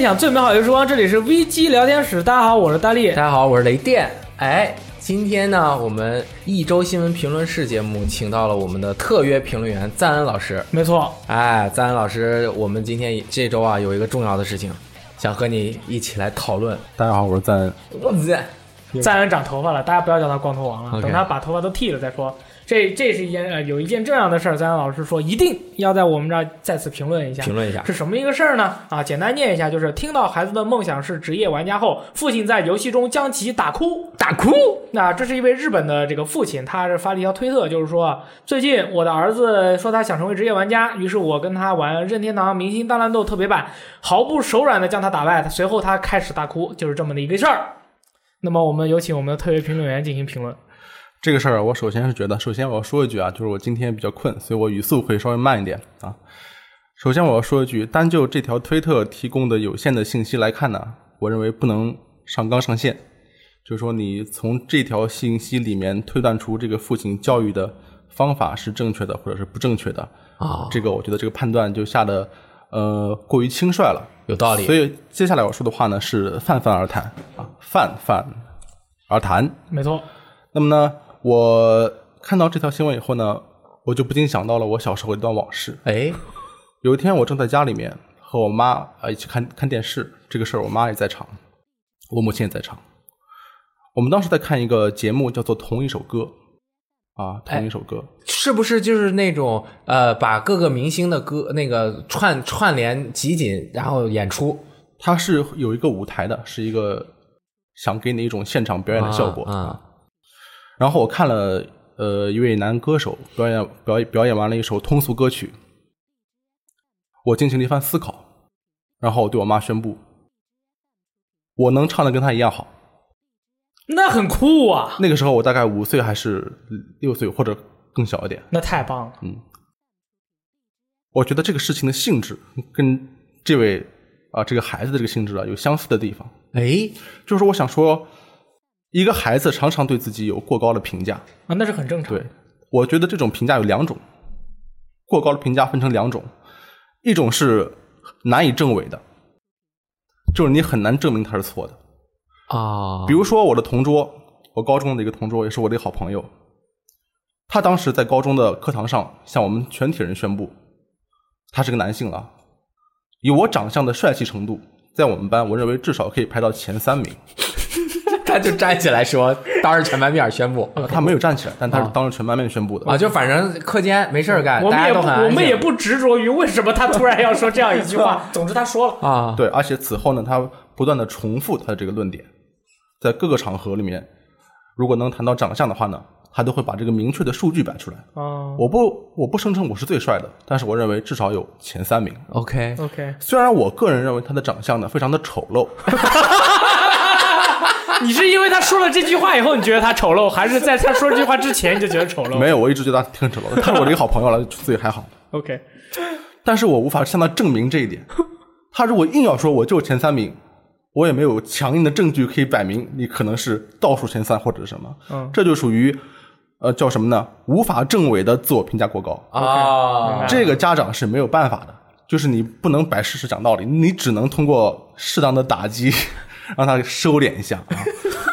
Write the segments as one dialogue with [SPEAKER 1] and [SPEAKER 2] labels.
[SPEAKER 1] 享最美好时光，这里是 V G 聊天室。大家好，我是大力
[SPEAKER 2] 大。家好，我是雷电。哎，今天呢，我们一周新闻评论室节目请到了我们的特约评论员赞恩老师。
[SPEAKER 1] 没错，
[SPEAKER 2] 哎，赞恩老师，我们今天也这周啊有一个重要的事情，想和你一起来讨论。
[SPEAKER 3] 大家好，我是赞恩。
[SPEAKER 2] 我天，
[SPEAKER 1] 赞恩长头发了，大家不要叫他光头王了
[SPEAKER 2] OK
[SPEAKER 1] 等他把头发都剃了再说。这这是一件呃，有一件这样的事儿，赞恩老师说一定要在我们这儿再次评论一下。
[SPEAKER 2] 评论一下。
[SPEAKER 1] 是什么一个事儿呢？啊，简单念一下，就是听到孩子的梦想是职业玩家后，父亲在游戏中将其打哭，打哭。那这是一位日本的这个父亲，他是发了一条推特，就是说最近我的儿子说他想成为职业玩家，于是我跟他玩任天堂明星大乱斗特别版，毫不手软的将他打败，随后他开始大哭，就是这么的一个事儿。那么我们有请我们的特别评论员进行评论。
[SPEAKER 3] 这个事儿，我首先是觉得，首先我要说一句啊，就是我今天比较困，所以我语速会稍微慢一点啊。首先我要说一句，单就这条推特提供的有限的信息来看呢，我认为不能上纲上线。就是说，你从这条信息里面推断出这个父亲教育的方法是正确的，或者是不正确的
[SPEAKER 2] 啊
[SPEAKER 3] 这个我觉得这个判断就下的呃过于轻率了。
[SPEAKER 2] 有道理
[SPEAKER 3] 所。以接下来我说的话呢是泛泛而谈啊，泛泛而谈。
[SPEAKER 1] 没错，
[SPEAKER 3] 那么呢，我看到这条新闻以后呢，我就不禁想到了我小时候一段往事。
[SPEAKER 2] 哎，
[SPEAKER 3] 有一天，我正在家里面和我妈啊一起看看电视，这个事儿我妈也在场，我母亲也在场。我们当时在看一个节目，叫做《同一首歌》啊，同一首歌。
[SPEAKER 2] 是不是就是那种呃，把各个明星的歌那个串串联集锦，然后演出
[SPEAKER 3] 它是有一个舞台的，是一个想给你一种现场表演的效果。
[SPEAKER 2] 啊？
[SPEAKER 3] 然后我看了呃一位男歌手表演表演表演完了一首通俗歌曲，我进行了一番思考，然后我对我妈宣布，我能唱的跟他一样好。
[SPEAKER 1] 那很酷啊，
[SPEAKER 3] 那个时候我大概五岁还是六岁或者更小一点，
[SPEAKER 1] 那太棒了。
[SPEAKER 3] 我觉得这个事情的性质跟这位啊、这个孩子的这个性质啊有相似的地方，
[SPEAKER 2] 哎，
[SPEAKER 3] 就是我想说，一个孩子常常对自己有过高的评价，
[SPEAKER 1] 啊，那是很正常。
[SPEAKER 3] 对，我觉得这种评价有两种，过高的评价分成两种，一种是难以证伪的，就是你很难证明它是错的。
[SPEAKER 2] 啊，
[SPEAKER 3] 比如说我的同桌，我高中的一个同桌，也是我的一个好朋友，他当时在高中的课堂上向我们全体人宣布，他是个男性了，以我长相的帅气程度，在我们班，我认为至少可以排到前三名。
[SPEAKER 2] 他就站起来说，当着全班面宣布
[SPEAKER 3] 他没有站起来，但他是当着全班面宣布的。
[SPEAKER 2] 啊，就反正课间没事儿干，
[SPEAKER 1] 我
[SPEAKER 2] 哎
[SPEAKER 1] 们也
[SPEAKER 2] 大家都
[SPEAKER 1] 不，
[SPEAKER 2] 很安静
[SPEAKER 1] 我们也不执着于为什么他突然要说这样一句话。 总之他说了，
[SPEAKER 2] 啊，
[SPEAKER 3] 对，而且此后呢，他不断的重复他的这个论点，在各个场合里面，如果能谈到长相的话呢，他都会把这个明确的数据摆出来。
[SPEAKER 1] 嗯
[SPEAKER 3] 我不，我不声称我是最帅的，但是我认为至少有前三名。
[SPEAKER 2] ，OK，
[SPEAKER 1] ，OK，
[SPEAKER 3] 虽然我个人认为他的长相呢非常的丑陋，
[SPEAKER 1] 你是因为他说了这句话以后你觉得他丑陋，还是在他说这句话之前你就觉得丑陋
[SPEAKER 3] 没有，我一直觉得他挺丑陋的，他是我的一个好朋友了，所以还好。
[SPEAKER 1] ？OK，
[SPEAKER 3] 但是我无法向他证明这一点。他如果硬要说我就是前三名，我也没有强硬的证据可以摆明你可能是倒数前三或者是什么。
[SPEAKER 1] 嗯
[SPEAKER 3] 这就属于呃叫什么呢？无法证伪的自我评价过高。
[SPEAKER 1] 明白
[SPEAKER 2] 啊
[SPEAKER 1] 了，
[SPEAKER 3] 这个家长是没有办法的，就是你不能摆事实讲道理，你只能通过适当的打击， 让他收敛一下啊，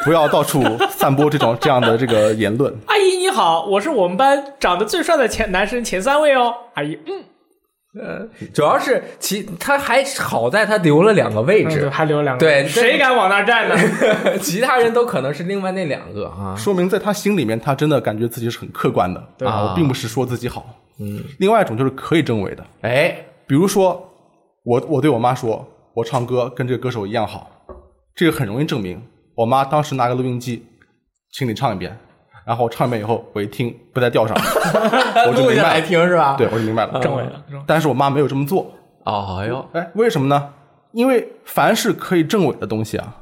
[SPEAKER 3] 不要到处散播这种这样的这个言论。
[SPEAKER 1] 阿姨你好，我是我们班长得最帅的前男生前三位哦。阿姨，嗯，
[SPEAKER 2] 主要是其他还好在他留了两个位置，
[SPEAKER 1] 嗯还留两个，
[SPEAKER 2] 对
[SPEAKER 1] 谁敢往那儿 站呢？
[SPEAKER 2] 其他人都可能是另外那两个啊。
[SPEAKER 3] 说明在他心里面，他真的感觉自己是很客观的
[SPEAKER 1] 对
[SPEAKER 3] 啊，我并不是说自己好。嗯，另外一种就是可以证伪的，
[SPEAKER 2] 哎，
[SPEAKER 3] 比如说我我对我妈说，我唱歌跟这个歌手一样好，这个很容易证明。我妈当时拿个录音机，请你唱一遍，然后我唱一遍以后，我一听不在 调上，我就
[SPEAKER 2] 录
[SPEAKER 3] 明
[SPEAKER 2] 下
[SPEAKER 3] 白
[SPEAKER 2] 来
[SPEAKER 3] 了，
[SPEAKER 2] 听是啊嗯吧？
[SPEAKER 3] 对，我就明白了，
[SPEAKER 1] 政委了，政委
[SPEAKER 3] 但是我妈没有这么做，
[SPEAKER 2] 哦，哎呦，
[SPEAKER 3] 哎，为什么呢？因为凡是可以证伪的东西啊，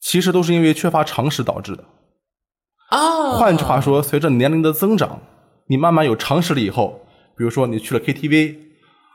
[SPEAKER 3] 其实都是因为缺乏常识导致的。
[SPEAKER 1] 嗯
[SPEAKER 2] 啊，
[SPEAKER 3] 换句话说，随着年龄的增长，你慢慢有常识了以后，比如说你去了 KTV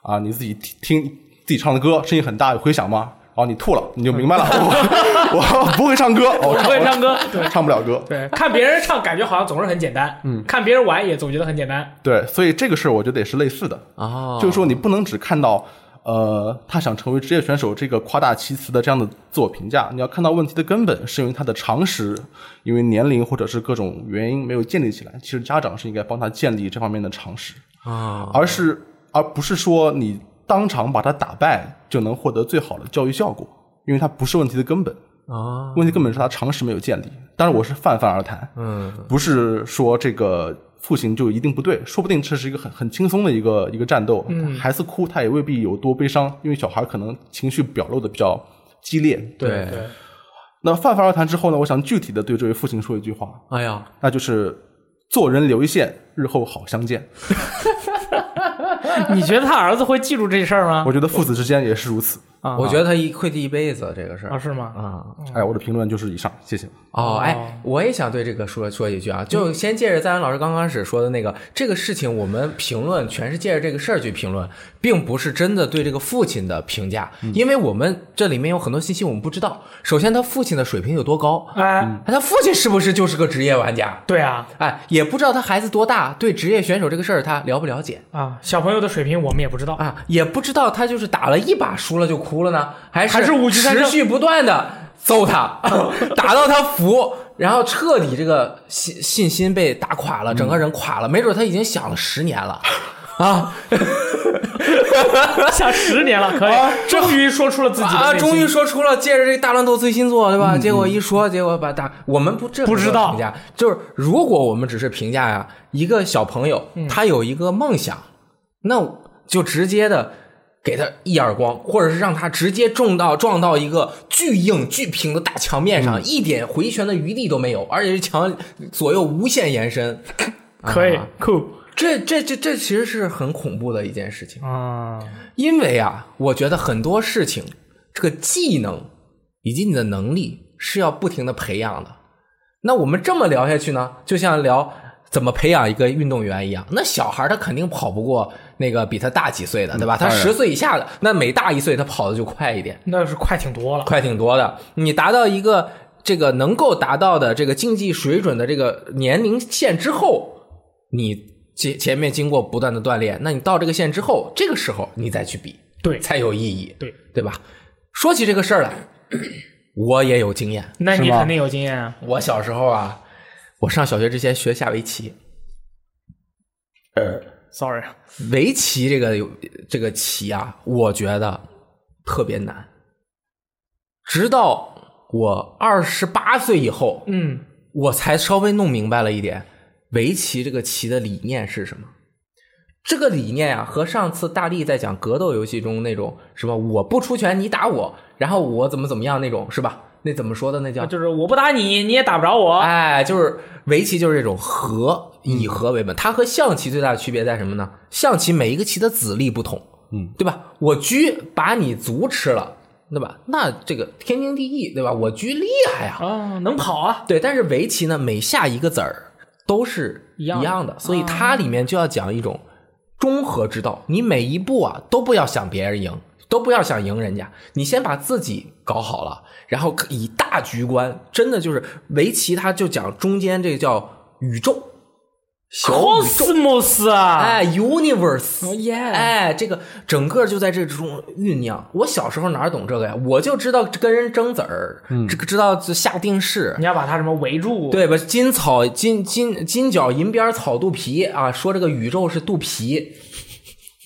[SPEAKER 3] 啊，你自己听听自己唱的歌，声音很大，有回响吗？然后你吐了，你就明 白了，我我不会唱歌，我
[SPEAKER 1] 不
[SPEAKER 3] 唱
[SPEAKER 1] 会唱 歌，对。
[SPEAKER 3] 唱不了歌。
[SPEAKER 1] 对，看别人唱感觉好像总是很简单，嗯，看别人玩也总觉得很简单，哦
[SPEAKER 3] 对，所以这个事儿我觉得也是类似的，
[SPEAKER 2] 啊，
[SPEAKER 3] 就是说你不能只看到呃，他想成为职业选手这个夸大其词的这样的自我评价。你要看到问题的根本，是因为他的常识，因为年龄或者是各种原因没有建立起来。其实家长是应该帮他建立这方面的常识，
[SPEAKER 2] 啊，
[SPEAKER 3] 而是而不是说你当场把他打败就能获得最好的教育效果，因为他不是问题的根本。
[SPEAKER 2] 啊，
[SPEAKER 3] 问题根本是他常识没有建立。当然，我是泛泛而谈，
[SPEAKER 2] 嗯，
[SPEAKER 3] 不是说这个父亲就一定不对，说不定这是一个很很轻松的一个一个战斗。
[SPEAKER 2] 嗯
[SPEAKER 3] 孩子哭他也未必有多悲伤，因为小孩可能情绪表露的比较激烈。
[SPEAKER 2] 对
[SPEAKER 1] 对，
[SPEAKER 3] 那泛泛而谈之后呢，我想具体的对这位父亲说一句话，
[SPEAKER 2] 哎呀，
[SPEAKER 3] 那就是做人留一线，日后好相见。
[SPEAKER 1] 你觉得他儿子会记住这事儿
[SPEAKER 2] 啊
[SPEAKER 1] 吗？
[SPEAKER 3] 我觉得父子之间也是如此。
[SPEAKER 1] 啊，
[SPEAKER 2] 我觉得他一会记一辈子这个事
[SPEAKER 1] 啊
[SPEAKER 2] 儿
[SPEAKER 1] 是吗？
[SPEAKER 2] 啊。
[SPEAKER 3] 哎，我的评论就是以上，谢谢。
[SPEAKER 2] 哦，
[SPEAKER 1] 哦
[SPEAKER 2] 哎，我也想对这个说说一句啊，就先借着赞恩老师刚开始说的那个这个事情，我们评论全是借着这个事儿去评论，并不是真的对这个父亲的评价，因为我们这里面有很多信息我们不知道。首先，他父亲的水平有多高？
[SPEAKER 1] 哎，
[SPEAKER 2] 他父亲是不是就是个职业玩家？
[SPEAKER 1] 对啊，
[SPEAKER 2] 哎，也不知道他孩子多大，对职业选手这个事儿他了不了解
[SPEAKER 1] 啊，小朋友的水平我们也不知道。
[SPEAKER 2] 啊？也不知道他就是打了一把输了就哭了呢，还是
[SPEAKER 1] 还是五局三
[SPEAKER 2] 持
[SPEAKER 1] 胜
[SPEAKER 2] 续不断的 揍他，打到他服，然后彻底这个信信心被打垮了，整个人垮了，没准他已经想了十年了啊
[SPEAKER 1] 想十年了，可以，终于说出了自己的
[SPEAKER 2] 啊！
[SPEAKER 1] 内心
[SPEAKER 2] 终于说出了，借着这个大乱斗最新作，对吧？结果一说，结果把大我们不这
[SPEAKER 1] 嗯不知道
[SPEAKER 2] 评价，就是如果我们只是评价呀、一个小朋友
[SPEAKER 1] 嗯
[SPEAKER 2] 他有一个梦想，那就直接的。给他一耳光，或者是让他直接中到撞到一个巨硬巨平的大墙面上，
[SPEAKER 1] 嗯
[SPEAKER 2] 一点回旋的余地都没有，而且是墙左右无限延伸。
[SPEAKER 1] 可以
[SPEAKER 2] 啊
[SPEAKER 1] 酷
[SPEAKER 2] 这这这这其实是很恐怖的一件事情。
[SPEAKER 1] 啊，
[SPEAKER 2] 因为啊，我觉得很多事情，这个技能以及你的能力是要不停的培养的。那我们这么聊下去呢，就像聊怎么培养一个运动员一样。那小孩他肯定跑不过那个比他大几岁的，对吧？他
[SPEAKER 3] 嗯当然
[SPEAKER 2] 十岁以下的，那每大一岁他跑的就快一点。
[SPEAKER 1] 那是快挺多了。
[SPEAKER 2] 快挺多的。你达到一个这个能够达到的这个竞技水准的这个年龄线之后，你前前面经过不断的锻炼，那你到这个线之后，这个时候你再去比，
[SPEAKER 1] 对
[SPEAKER 2] 才有意义，
[SPEAKER 1] 对
[SPEAKER 2] 对吧？说起这个事儿来，我也有经验。
[SPEAKER 1] 那你
[SPEAKER 3] 是吗
[SPEAKER 1] 肯定有经验啊！
[SPEAKER 2] 我小时候啊，我上小学之前学下围棋，
[SPEAKER 3] 呃
[SPEAKER 1] Sorry，
[SPEAKER 2] 围棋这个有这个棋啊，我觉得特别难。直到我二十八岁以后，
[SPEAKER 1] 嗯，
[SPEAKER 2] 我才稍微弄明白了一点，围棋这个棋的理念是什么。这个理念啊，和上次大力在讲格斗游戏中那种什么我不出拳你打我，然后我怎么怎么样那种是吧？那怎么说的？那叫
[SPEAKER 1] 啊就是我不打你，你也打不着我。
[SPEAKER 2] 哎，就是围棋就是这种和，以和为本。它和象棋最大的区别在什么呢？象棋每一个棋的子力不同，
[SPEAKER 3] 嗯，
[SPEAKER 2] 对吧？我车把你卒吃了，对吧？那这个天经地义，对吧？我车厉害呀、
[SPEAKER 1] 啊，能跑啊！
[SPEAKER 2] 对，但是围棋呢，每下一个子儿都是
[SPEAKER 1] 一
[SPEAKER 2] 一
[SPEAKER 1] 样
[SPEAKER 2] 样
[SPEAKER 1] 的嗯
[SPEAKER 2] 的，所以它里面就要讲一种中和之道。你每一步啊，都不要想别人赢，都不要想赢人家，你先把自己搞好了，然后可以大局观。真的就是围棋，它就讲中间这个叫宇宙，小宇宙。
[SPEAKER 1] Cosmos 啊，
[SPEAKER 2] 哎，universe，
[SPEAKER 1] 哦耶
[SPEAKER 2] 哎，这个整个就在这之中酝酿。我小时候哪懂这个呀？我就知道跟人争子儿，
[SPEAKER 1] 嗯
[SPEAKER 2] 这个知道下定式，
[SPEAKER 1] 你要把他什么围住？，
[SPEAKER 2] 对吧？金草金金金角银边草肚皮啊，说这个宇宙是肚皮，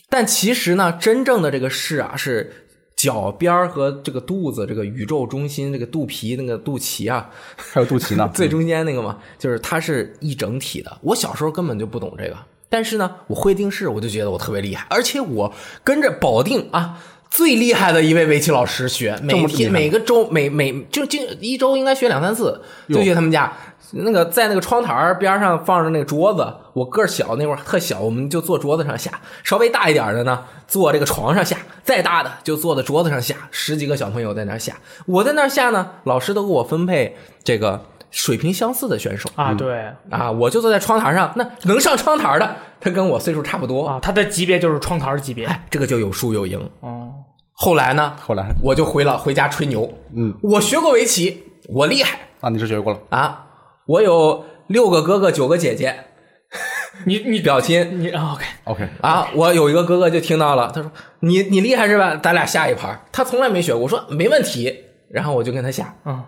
[SPEAKER 2] 但其实呢，真正的这个是啊，是脚边儿和这个肚子这个宇宙中心这个肚皮那个肚脐啊，，
[SPEAKER 3] 还有肚脐呢
[SPEAKER 2] 最中间那个嘛，就是它是一整体的。我小时候根本就不懂这个，但是呢，我会定式，我就觉得我特别厉害，而且我跟着保定啊。最厉害的一位围棋老师学，每
[SPEAKER 3] 么厉
[SPEAKER 2] 天
[SPEAKER 3] 害
[SPEAKER 2] 每个周每每就就一周应该学两三次，就去他们家那个在那个窗台儿边上放着那个桌子，我个儿小那会儿特小，我们就坐桌子上下，稍微大一点儿的呢坐这个床上下，再大的就坐在桌子上下，十几个小朋友在那儿下，我在那儿下呢，老师都给我分配这个水平相似的选手
[SPEAKER 1] 啊，对
[SPEAKER 2] 啊，我就坐在窗台上，那能上窗台的，他跟我岁数差不多，
[SPEAKER 1] 啊，他的级别就是窗台级别。
[SPEAKER 2] 哎，这个就有输有赢。
[SPEAKER 1] 哦，
[SPEAKER 2] 后来呢，
[SPEAKER 3] 后来
[SPEAKER 2] 我就回了回家吹牛，
[SPEAKER 3] 嗯，
[SPEAKER 2] 我学过围棋，我厉害
[SPEAKER 3] 啊那你是学过了，
[SPEAKER 2] 啊，我有六个哥哥九个姐姐，
[SPEAKER 1] 你你
[SPEAKER 2] 表亲
[SPEAKER 1] 你啊 OK，
[SPEAKER 3] OK，
[SPEAKER 2] 啊，我有一个哥哥就听到了，他说：“你你厉害是吧？咱俩下一盘。”他从来没学过，我说没问题，然后我就跟他下，
[SPEAKER 1] 嗯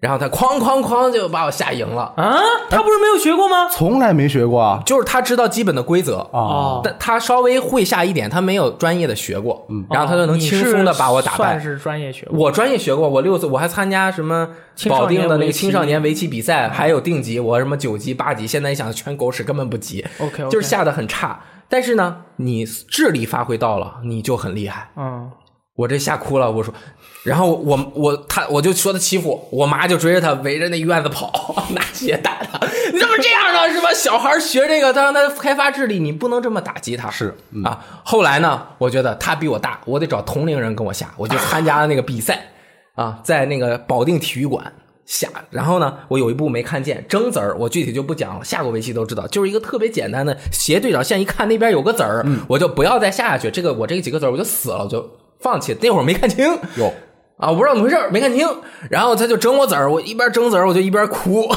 [SPEAKER 2] 然后他哐哐哐就把我下赢了。
[SPEAKER 1] 啊，他不是没有学过吗？
[SPEAKER 3] 从来没学过啊。
[SPEAKER 2] 就是他知道基本的规则，
[SPEAKER 1] 哦，
[SPEAKER 2] 啊但他稍微会下一点，他没有专业的学过，
[SPEAKER 1] 嗯
[SPEAKER 2] 然后他就能轻松的把我打败
[SPEAKER 1] 你。哦是算是专业学过。
[SPEAKER 2] 我专业学过，我六岁我还参加什么
[SPEAKER 1] 青少
[SPEAKER 2] 保
[SPEAKER 1] 年
[SPEAKER 2] 定的那
[SPEAKER 1] 围
[SPEAKER 2] 个
[SPEAKER 1] 棋
[SPEAKER 2] 青少年围棋比赛，还有定级，我什么九级、八级，现在一想全狗屎，根本不及。
[SPEAKER 1] OK，
[SPEAKER 2] 就是下的很差。但是呢，你智力发挥到了，你就很厉害。
[SPEAKER 1] 嗯
[SPEAKER 2] 我这吓哭了，我说，然后我我他我就说他欺负我，我妈就追着他围着那院子跑， 拿鞋打他。你怎么这样呢？是吧？小孩学这个，他让他开发智力，你不能这么打击他。
[SPEAKER 3] 是嗯
[SPEAKER 2] 啊。后来呢，我觉得他比我大，我得找同龄人跟我下，我就参加了那个比赛啊，在那个保定体育馆。下，然后呢，我有一步没看见，争子儿，我具体就不讲了。下过围棋都知道，就是一个特别简单的斜对角线，一看那边有个子儿，我就不要再下下去。这个我这几个子儿我就死了，我就放弃。那会儿没看清，
[SPEAKER 3] 有
[SPEAKER 2] 啊，我不知道怎么回事儿，没看清。然后他就整我子儿，我一边整子儿我就一边哭，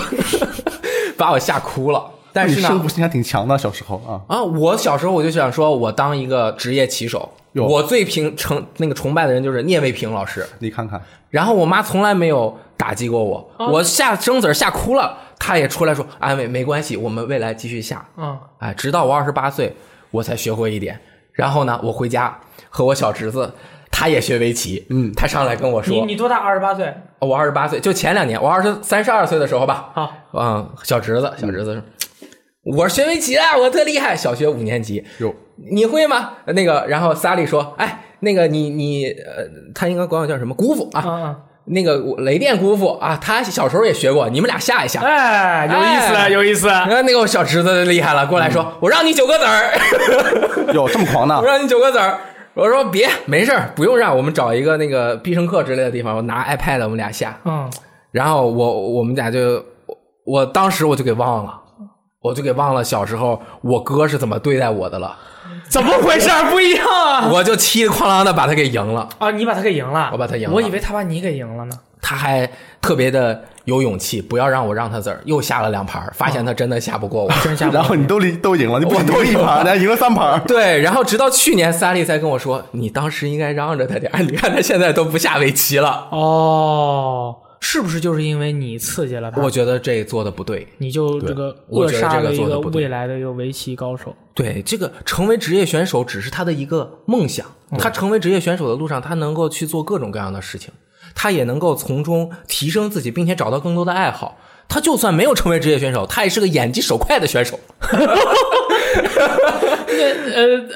[SPEAKER 2] 把我吓哭了。但
[SPEAKER 3] 你
[SPEAKER 2] 是
[SPEAKER 3] 胜
[SPEAKER 2] 呢
[SPEAKER 3] 负，心还挺强的，小时候啊。
[SPEAKER 2] 啊，我小时候我就想说，我当一个职业棋手。
[SPEAKER 3] 哟
[SPEAKER 2] 我最平成那个崇拜的人就是聂卫平老师，
[SPEAKER 3] 你看看，
[SPEAKER 2] 然后我妈从来没有打击过我，
[SPEAKER 1] 哦
[SPEAKER 2] 我下争子儿吓哭了，她也出来说安慰，没关系，我们未来继续下。
[SPEAKER 1] 嗯，
[SPEAKER 2] 哎，直到我二十八岁，我才学会一点。然后呢，我回家和我小侄子，他也学围棋，嗯，他上来跟我说，哦
[SPEAKER 1] 你你多大？二十八岁
[SPEAKER 2] 我二十八岁，就前两年，我二十三十二岁的时候吧。
[SPEAKER 1] 好，
[SPEAKER 2] 嗯，小侄子，小侄子说，我学围棋啊，我特厉害，小学五年级。
[SPEAKER 3] 有
[SPEAKER 2] 你会吗？那个，然后萨利说，哎，那个你你呃，他应该管我叫什么姑父啊？
[SPEAKER 1] 嗯，
[SPEAKER 2] 那个我雷电姑父啊，他小时候也学过，你们俩下一下。
[SPEAKER 1] 哎，有意思，
[SPEAKER 2] 哎
[SPEAKER 1] 有意思。啊
[SPEAKER 2] 然后那个我小侄子厉害了，过来
[SPEAKER 1] 嗯
[SPEAKER 2] 说，我让你九个子儿。
[SPEAKER 1] 啊
[SPEAKER 3] 有这么狂呢
[SPEAKER 2] 我？让你九个子儿。我说别，没事儿，不用让我们找一个那个必胜客之类的地方，我拿 iPad 我们俩下。
[SPEAKER 1] 嗯，
[SPEAKER 2] 然后我我们俩就，我我当时我就给忘了，我就给忘了小时候我哥是怎么对待我的了，
[SPEAKER 1] 怎么回事？不一样啊！
[SPEAKER 2] 我就气得哐啷的把他给赢了。
[SPEAKER 1] 啊，你把他给赢了，
[SPEAKER 2] 我把他赢了
[SPEAKER 1] 我以为他把你给赢了呢。
[SPEAKER 2] 他还特别的有勇气，不要让我让他字儿，又下了两盘儿，发现 他真的下不过我。
[SPEAKER 1] 真下不
[SPEAKER 3] 然后你都离都赢了，你不仅都一盘，你还赢了三盘。
[SPEAKER 2] 对，然后直到去年，萨利才跟我说，你当时应该嚷着他点儿，你看他现在都不下围棋了。
[SPEAKER 1] 哦，是不是就是因为你刺激了他？
[SPEAKER 2] 我觉得这做的不对。
[SPEAKER 1] 你就这个
[SPEAKER 2] 我
[SPEAKER 1] 扼
[SPEAKER 2] 觉得
[SPEAKER 1] 杀
[SPEAKER 2] 这个
[SPEAKER 1] 了一
[SPEAKER 2] 做得
[SPEAKER 1] 个
[SPEAKER 2] 不对
[SPEAKER 1] 未来的一个围棋高手。
[SPEAKER 2] 对，这个成为职业选手只是他的一个梦想。他成为职业选手的路上，他能够去做各种各样的事情，他也能够从中提升自己，并且找到更多的爱好。他就算没有成为职业选手，他也是个眼疾手快的选手，
[SPEAKER 1] 呃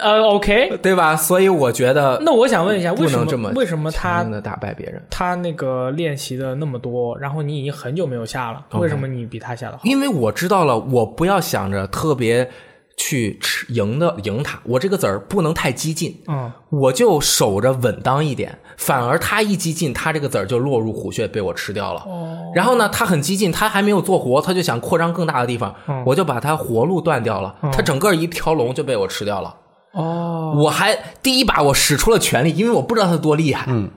[SPEAKER 1] 呃，OK，
[SPEAKER 2] 对吧？所以我觉得
[SPEAKER 1] 那我想问一下，为
[SPEAKER 2] 不
[SPEAKER 1] 什
[SPEAKER 2] 能这么
[SPEAKER 1] 为什么他
[SPEAKER 2] 的打败别人，
[SPEAKER 1] 他那个练习的那么多，然后你已经很久没有下了，
[SPEAKER 2] 嗯
[SPEAKER 1] 为什么你比他下的好？
[SPEAKER 2] 因为我知道了，我不要想着特别去吃赢的赢他，我这个子儿不能太激进。
[SPEAKER 1] 嗯，
[SPEAKER 2] 我就守着稳当一点，反而他一激进，他这个子儿就落入虎穴，被我吃掉了。
[SPEAKER 1] 哦，
[SPEAKER 2] 然后呢，他很激进，他还没有做活，他就想扩张更大的地方，
[SPEAKER 1] 嗯
[SPEAKER 2] 我就把他活路断掉了，他整个一条龙就被我吃掉了。
[SPEAKER 1] 哦，
[SPEAKER 2] 我还第一把我使出了全力，因为我不知道他多厉害。嗯，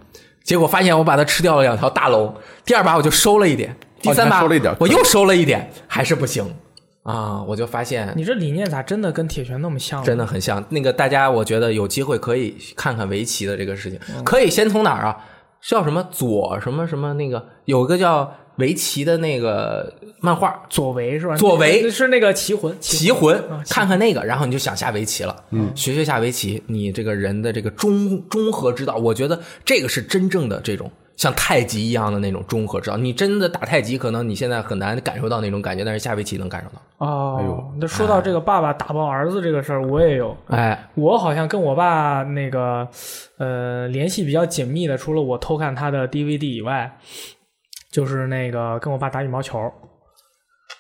[SPEAKER 2] 结果发现我把他吃掉了两条大龙。第二把我就收了一点，第三
[SPEAKER 3] 哦你还
[SPEAKER 2] 把
[SPEAKER 3] 收了一点
[SPEAKER 2] 我又收了一点，还是不行啊！我就发现
[SPEAKER 1] 你这理念咋真的跟铁拳那么像呢？
[SPEAKER 2] 真的很像那个大家，我觉得有机会可以看看围棋的这个事情，可以先从哪儿啊？叫什么左什么什么那个，有一个叫围棋的那个漫画。
[SPEAKER 1] 左为是吧？
[SPEAKER 2] 左为
[SPEAKER 1] 那是那个棋魂，
[SPEAKER 2] 嗯棋魂
[SPEAKER 1] 啊，
[SPEAKER 2] 看看那个，然后你就想下围棋了，嗯，学学下围棋，你这个人的这个中中和之道，我觉得这个是真正的这种像太极一样的那种中和之道。你真的打太极，可能你现在很难感受到那种感觉，但是下围棋能感受到。
[SPEAKER 3] 哎
[SPEAKER 1] 哦
[SPEAKER 3] 呦。
[SPEAKER 1] 那说到这个爸爸打爆儿子这个事儿，我也有。
[SPEAKER 2] 哎，
[SPEAKER 1] 我好像跟我爸那个，呃，联系比较紧密的，除了我偷看他的 DVD 以外，就是那个跟我爸打羽毛球。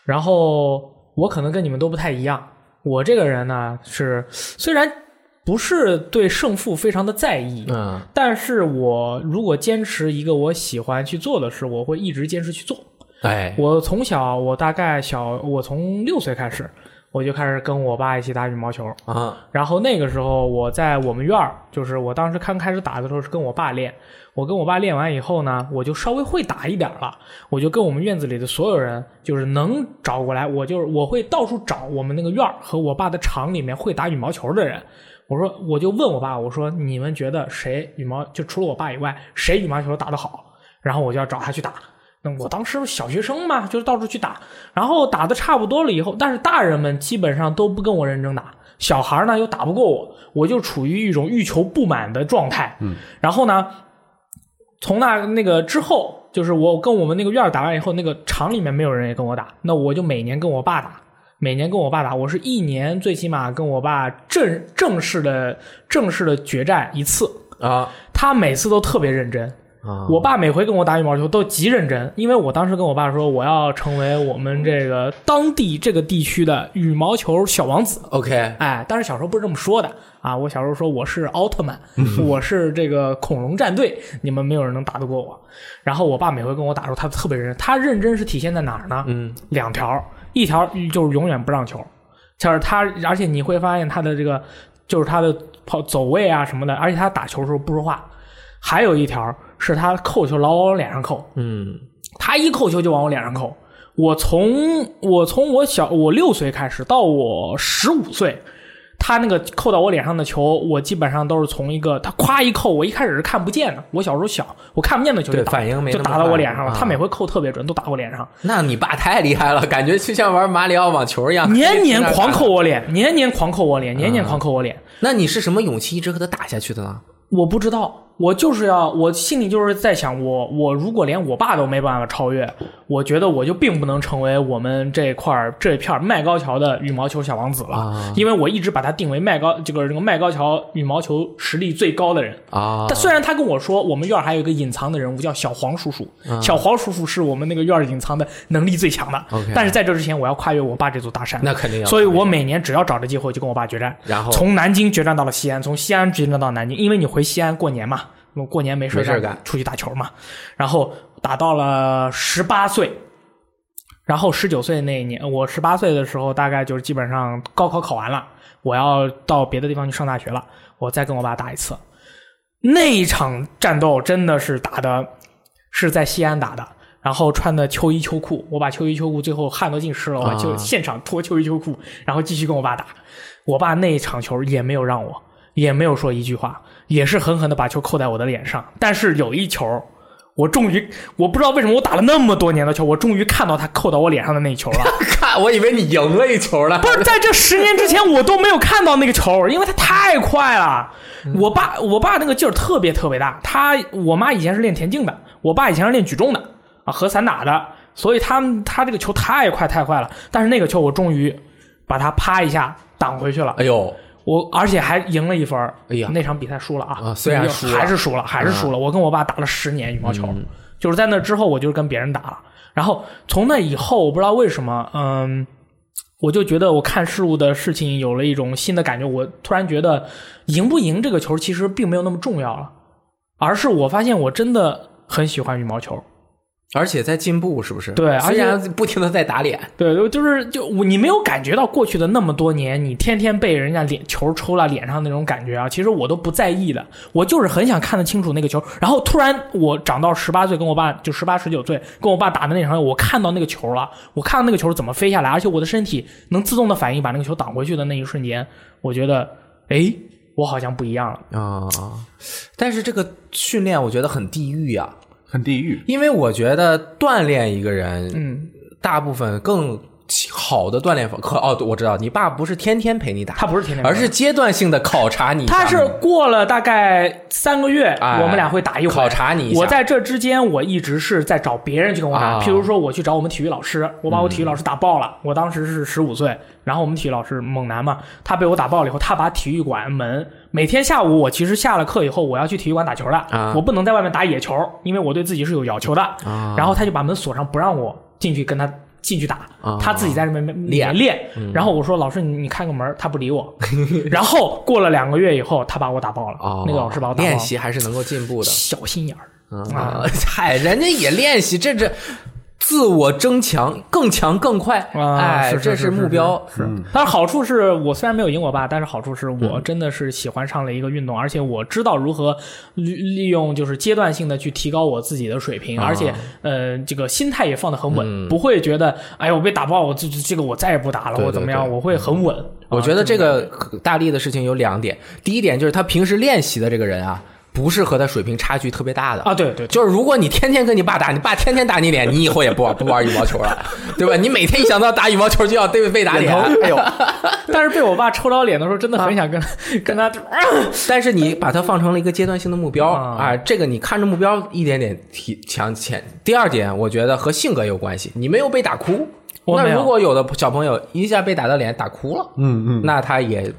[SPEAKER 1] 然后我可能跟你们都不太一样，我这个人呢是虽然不是对胜负非常的在意，
[SPEAKER 2] 嗯，
[SPEAKER 1] 但是我如果坚持一个我喜欢去做的事，我会一直坚持去做。
[SPEAKER 2] 哎，
[SPEAKER 1] 我从小，我大概小，我从六岁开始，我就开始跟我爸一起打羽毛球。
[SPEAKER 2] 啊，
[SPEAKER 1] 然后那个时候我在我们院儿，就是我当时刚开始打的时候是跟我爸练，我跟我爸练完以后呢，我就稍微会打一点儿了，我就跟我们院子里的所有人，就是能找过来，我就是我会到处找我们那个院儿和我爸的场里面会打羽毛球的人。我说，我就问我爸，我说你们觉得谁羽毛就除了我爸以外，谁羽毛球打得好？然后我就要找他去打。那我当时小学生嘛，就是到处去打，然后打的差不多了以后，但是大人们基本上都不跟我认真打，小孩儿呢又打不过我，我就处于一种欲求不满的状态。嗯，然后呢，从那那个之后，就是我跟我们那个院儿打完以后，那个厂里面没有人也跟我打，那我就每年跟我爸打，每年跟我爸打，我是一年最起码跟我爸正正式的正式的决战一次，
[SPEAKER 2] 啊
[SPEAKER 1] 他每次都特别认真。
[SPEAKER 2] 啊！
[SPEAKER 1] 我爸每回跟我打羽毛球都极认真，因为我当时跟我爸说，我要成为我们这个当地这个地区的羽毛球小王子。
[SPEAKER 2] OK
[SPEAKER 1] 哎，但是小时候不是这么说的啊！我小时候说我是奥特曼，我是这个恐龙战队，你们没有人能打得过我。然后我爸每回跟我打的时候，他特别认真，他认真是体现在哪儿呢？
[SPEAKER 2] 嗯，
[SPEAKER 1] 两条，一条就是永远不让球，就是他，而且你会发现他的这个就是他的跑走位啊什么的，而且他打球的时候不说话。还有一条是他扣球老往我脸上扣，
[SPEAKER 2] 嗯
[SPEAKER 1] 他一扣球就往我脸上扣。我从我从我小我六岁开始到我十五岁，他那个扣到我脸上的球，我基本上都是从一个他夸一扣，我一开始是看不见的。我小时候小，我看不见的球就
[SPEAKER 2] 对
[SPEAKER 1] 打
[SPEAKER 2] 反应没
[SPEAKER 1] 就
[SPEAKER 2] 那么
[SPEAKER 1] 打到
[SPEAKER 2] 快
[SPEAKER 1] 我脸上了。
[SPEAKER 2] 啊
[SPEAKER 1] 他每回扣特别准，都打我脸上，
[SPEAKER 2] 那你爸太厉害了，感觉就像玩马里奥网球一样，
[SPEAKER 1] 年年
[SPEAKER 2] 啊一直在那
[SPEAKER 1] 狂
[SPEAKER 2] 打
[SPEAKER 1] 扣。我脸，年年狂扣我脸，年年狂扣我脸。
[SPEAKER 2] 那你是什么勇气一直和他打下去的呢？
[SPEAKER 1] 我不知道，我就是要，我心里就是在想，我我如果连我爸都没办法超越，我觉得我就并不能成为我们这块儿这片儿麦高桥的羽毛球小王子了，
[SPEAKER 2] 啊
[SPEAKER 1] 因为我一直把他定为麦高这个这个麦高桥羽毛球实力最高的人。
[SPEAKER 2] 啊
[SPEAKER 1] 但虽然他跟我说，我们院儿还有一个隐藏的人物叫小黄叔叔，
[SPEAKER 2] 啊
[SPEAKER 1] 小黄叔叔是我们那个院儿隐藏的能力最强的
[SPEAKER 2] OK
[SPEAKER 1] 但是在这之前，我要跨越我爸这座大山。
[SPEAKER 2] 那肯定要
[SPEAKER 1] 所以我每年只要找着机会就跟我爸决战，
[SPEAKER 2] 然后
[SPEAKER 1] 从南京决战到了西安，从西安决战到南京，因为你回西安过年嘛，我过年没事儿
[SPEAKER 2] 没事儿
[SPEAKER 1] 干
[SPEAKER 2] 干，
[SPEAKER 1] 出去打球嘛，然后打到了十八岁。然后十九岁那一年，我十八岁的时候，大概就是基本上高考考完了，我要到别的地方去上大学了，我再跟我爸打一次。那一场战斗真的是打的，是在西安打的，然后穿的秋衣秋裤，我把秋衣秋裤最后汗都浸湿了，我
[SPEAKER 2] 啊
[SPEAKER 1] 就现场脱秋衣秋裤，然后继续跟我爸打。我爸那一场球也没有让我，也没有说一句话，也是狠狠的把球扣在我的脸上。但是有一球，我终于，我不知道为什么我打了那么多年的球，我终于看到他扣到我脸上的那一球了。
[SPEAKER 2] 看，我以为你赢了一球了。
[SPEAKER 1] 不是在这十年之前，我都没有看到那个球，因为他太快了。我爸，我爸那个劲儿特别特别大。他，我妈以前是练田径的，我爸以前是练举重的啊，和散打的，所以他们他这个球太快太快了。但是那个球，我终于把他啪一下挡回去了。
[SPEAKER 2] 哎呦，
[SPEAKER 1] 我而且还赢了一分儿。
[SPEAKER 2] 哎呀
[SPEAKER 1] 那场比赛输了啊，
[SPEAKER 2] 啊虽然
[SPEAKER 1] 又
[SPEAKER 2] 输了嗯
[SPEAKER 1] 还是输了，还是输了。我跟我爸打了十年羽毛球，就是在那之后，我就是跟别人打了。然后从那以后，我不知道为什么，嗯，我就觉得我看事物的事情有了一种新的感觉。我突然觉得，赢不赢这个球其实并没有那么重要了，而是我发现我真的很喜欢羽毛球。
[SPEAKER 2] 而且在进步，是不是？
[SPEAKER 1] 对而
[SPEAKER 2] 虽
[SPEAKER 1] 且
[SPEAKER 2] 然不停的在打脸，
[SPEAKER 1] 对，就就是就我你没有感觉到过去的那么多年，你天天被人家脸球抽到脸上那种感觉啊，其实我都不在意的，我就是很想看得清楚那个球。然后突然我长到十八岁，跟我爸就十八十九岁跟我爸打的那场，我看到那个球了，我看到那个球怎么飞下来，而且我的身体能自动的反应把那个球挡回去的那一瞬间，我觉得，哎，我好像不一样了。
[SPEAKER 2] 啊、但是这个训练我觉得 很地狱啊，
[SPEAKER 3] 很地狱。
[SPEAKER 2] 因为我觉得锻炼一个人，
[SPEAKER 1] 嗯，
[SPEAKER 2] 大部分更好的锻炼方可哦，我知道你爸不是天天陪你打，
[SPEAKER 1] 他不是天天
[SPEAKER 2] 而是阶段性的考察你一下。
[SPEAKER 1] 他是过了大概三个月，
[SPEAKER 2] 哎
[SPEAKER 1] 我们俩会打一回，
[SPEAKER 2] 考察你一下
[SPEAKER 1] 我在这之间，我一直是在找别人去跟我打。
[SPEAKER 2] 啊嗯
[SPEAKER 1] 譬如说，我去找我们体育老师，我把我体育老师打爆了。我当时是十五岁，然后我们体育老师猛男嘛，他被我打爆了以后，他把体育馆门每天下午，我其实下了课以后，我要去体育馆打球的，
[SPEAKER 2] 啊
[SPEAKER 1] 我不能在外面打野球，因为我对自己是有要求的。
[SPEAKER 2] 啊
[SPEAKER 1] 然后他就把门锁上，不让我进去跟他。进去打，
[SPEAKER 2] 啊
[SPEAKER 1] 他自己在这边
[SPEAKER 2] 练嗯
[SPEAKER 1] 练练。然后我说：“老师，你你开个门儿。”他不理 我。然后过了两个月以后，他把我打爆了。
[SPEAKER 2] 哦，
[SPEAKER 1] 那个老师把我打爆了。
[SPEAKER 2] 练嗯习还是能够进步的哎
[SPEAKER 1] 小心眼儿，啊
[SPEAKER 2] 啊！嗨，人家也练习，这这自我争强，更强更快，
[SPEAKER 1] 啊
[SPEAKER 2] 哎，
[SPEAKER 1] 是是
[SPEAKER 2] 这
[SPEAKER 1] 是是
[SPEAKER 2] 目标。
[SPEAKER 1] 是，但是好处是我虽然没有赢我爸，但是好处是
[SPEAKER 2] 嗯
[SPEAKER 1] 我真的是喜欢上了一个运动，而且我知道如何利利用就是阶段性的去提高我自己的水
[SPEAKER 2] 啊
[SPEAKER 1] 平，而且呃这个心态也放得很稳，不会觉得哎我被打爆，我这这这个我再也不打了，
[SPEAKER 2] 嗯对
[SPEAKER 1] 我怎么样，
[SPEAKER 2] 对嗯
[SPEAKER 1] 我会很稳。
[SPEAKER 2] 我觉得这个大力的事情有两点，第一点就是他平时练习的这个人啊，不是和他水平差距特别大的
[SPEAKER 1] 啊，对对对
[SPEAKER 2] 就是如果你天天跟你爸打，你爸天天打你脸，你以后也不玩不玩羽毛球了，对吧？你每天一想到打羽毛球就要被被打脸，啊
[SPEAKER 3] 哎呦，
[SPEAKER 1] 但是被我爸抽到脸的时候，真的很 想跟、跟他啊
[SPEAKER 2] 但是你把它放成了一个阶段性的目标
[SPEAKER 1] 啊
[SPEAKER 2] 啊，这个你看着目标一点点提强前。第二点，我觉得和性格有关系，你没有被打哭。
[SPEAKER 1] 我没
[SPEAKER 2] 那
[SPEAKER 1] 有
[SPEAKER 2] 如果有的小朋友一下被打到脸打哭了，
[SPEAKER 3] 嗯嗯，
[SPEAKER 2] 那他也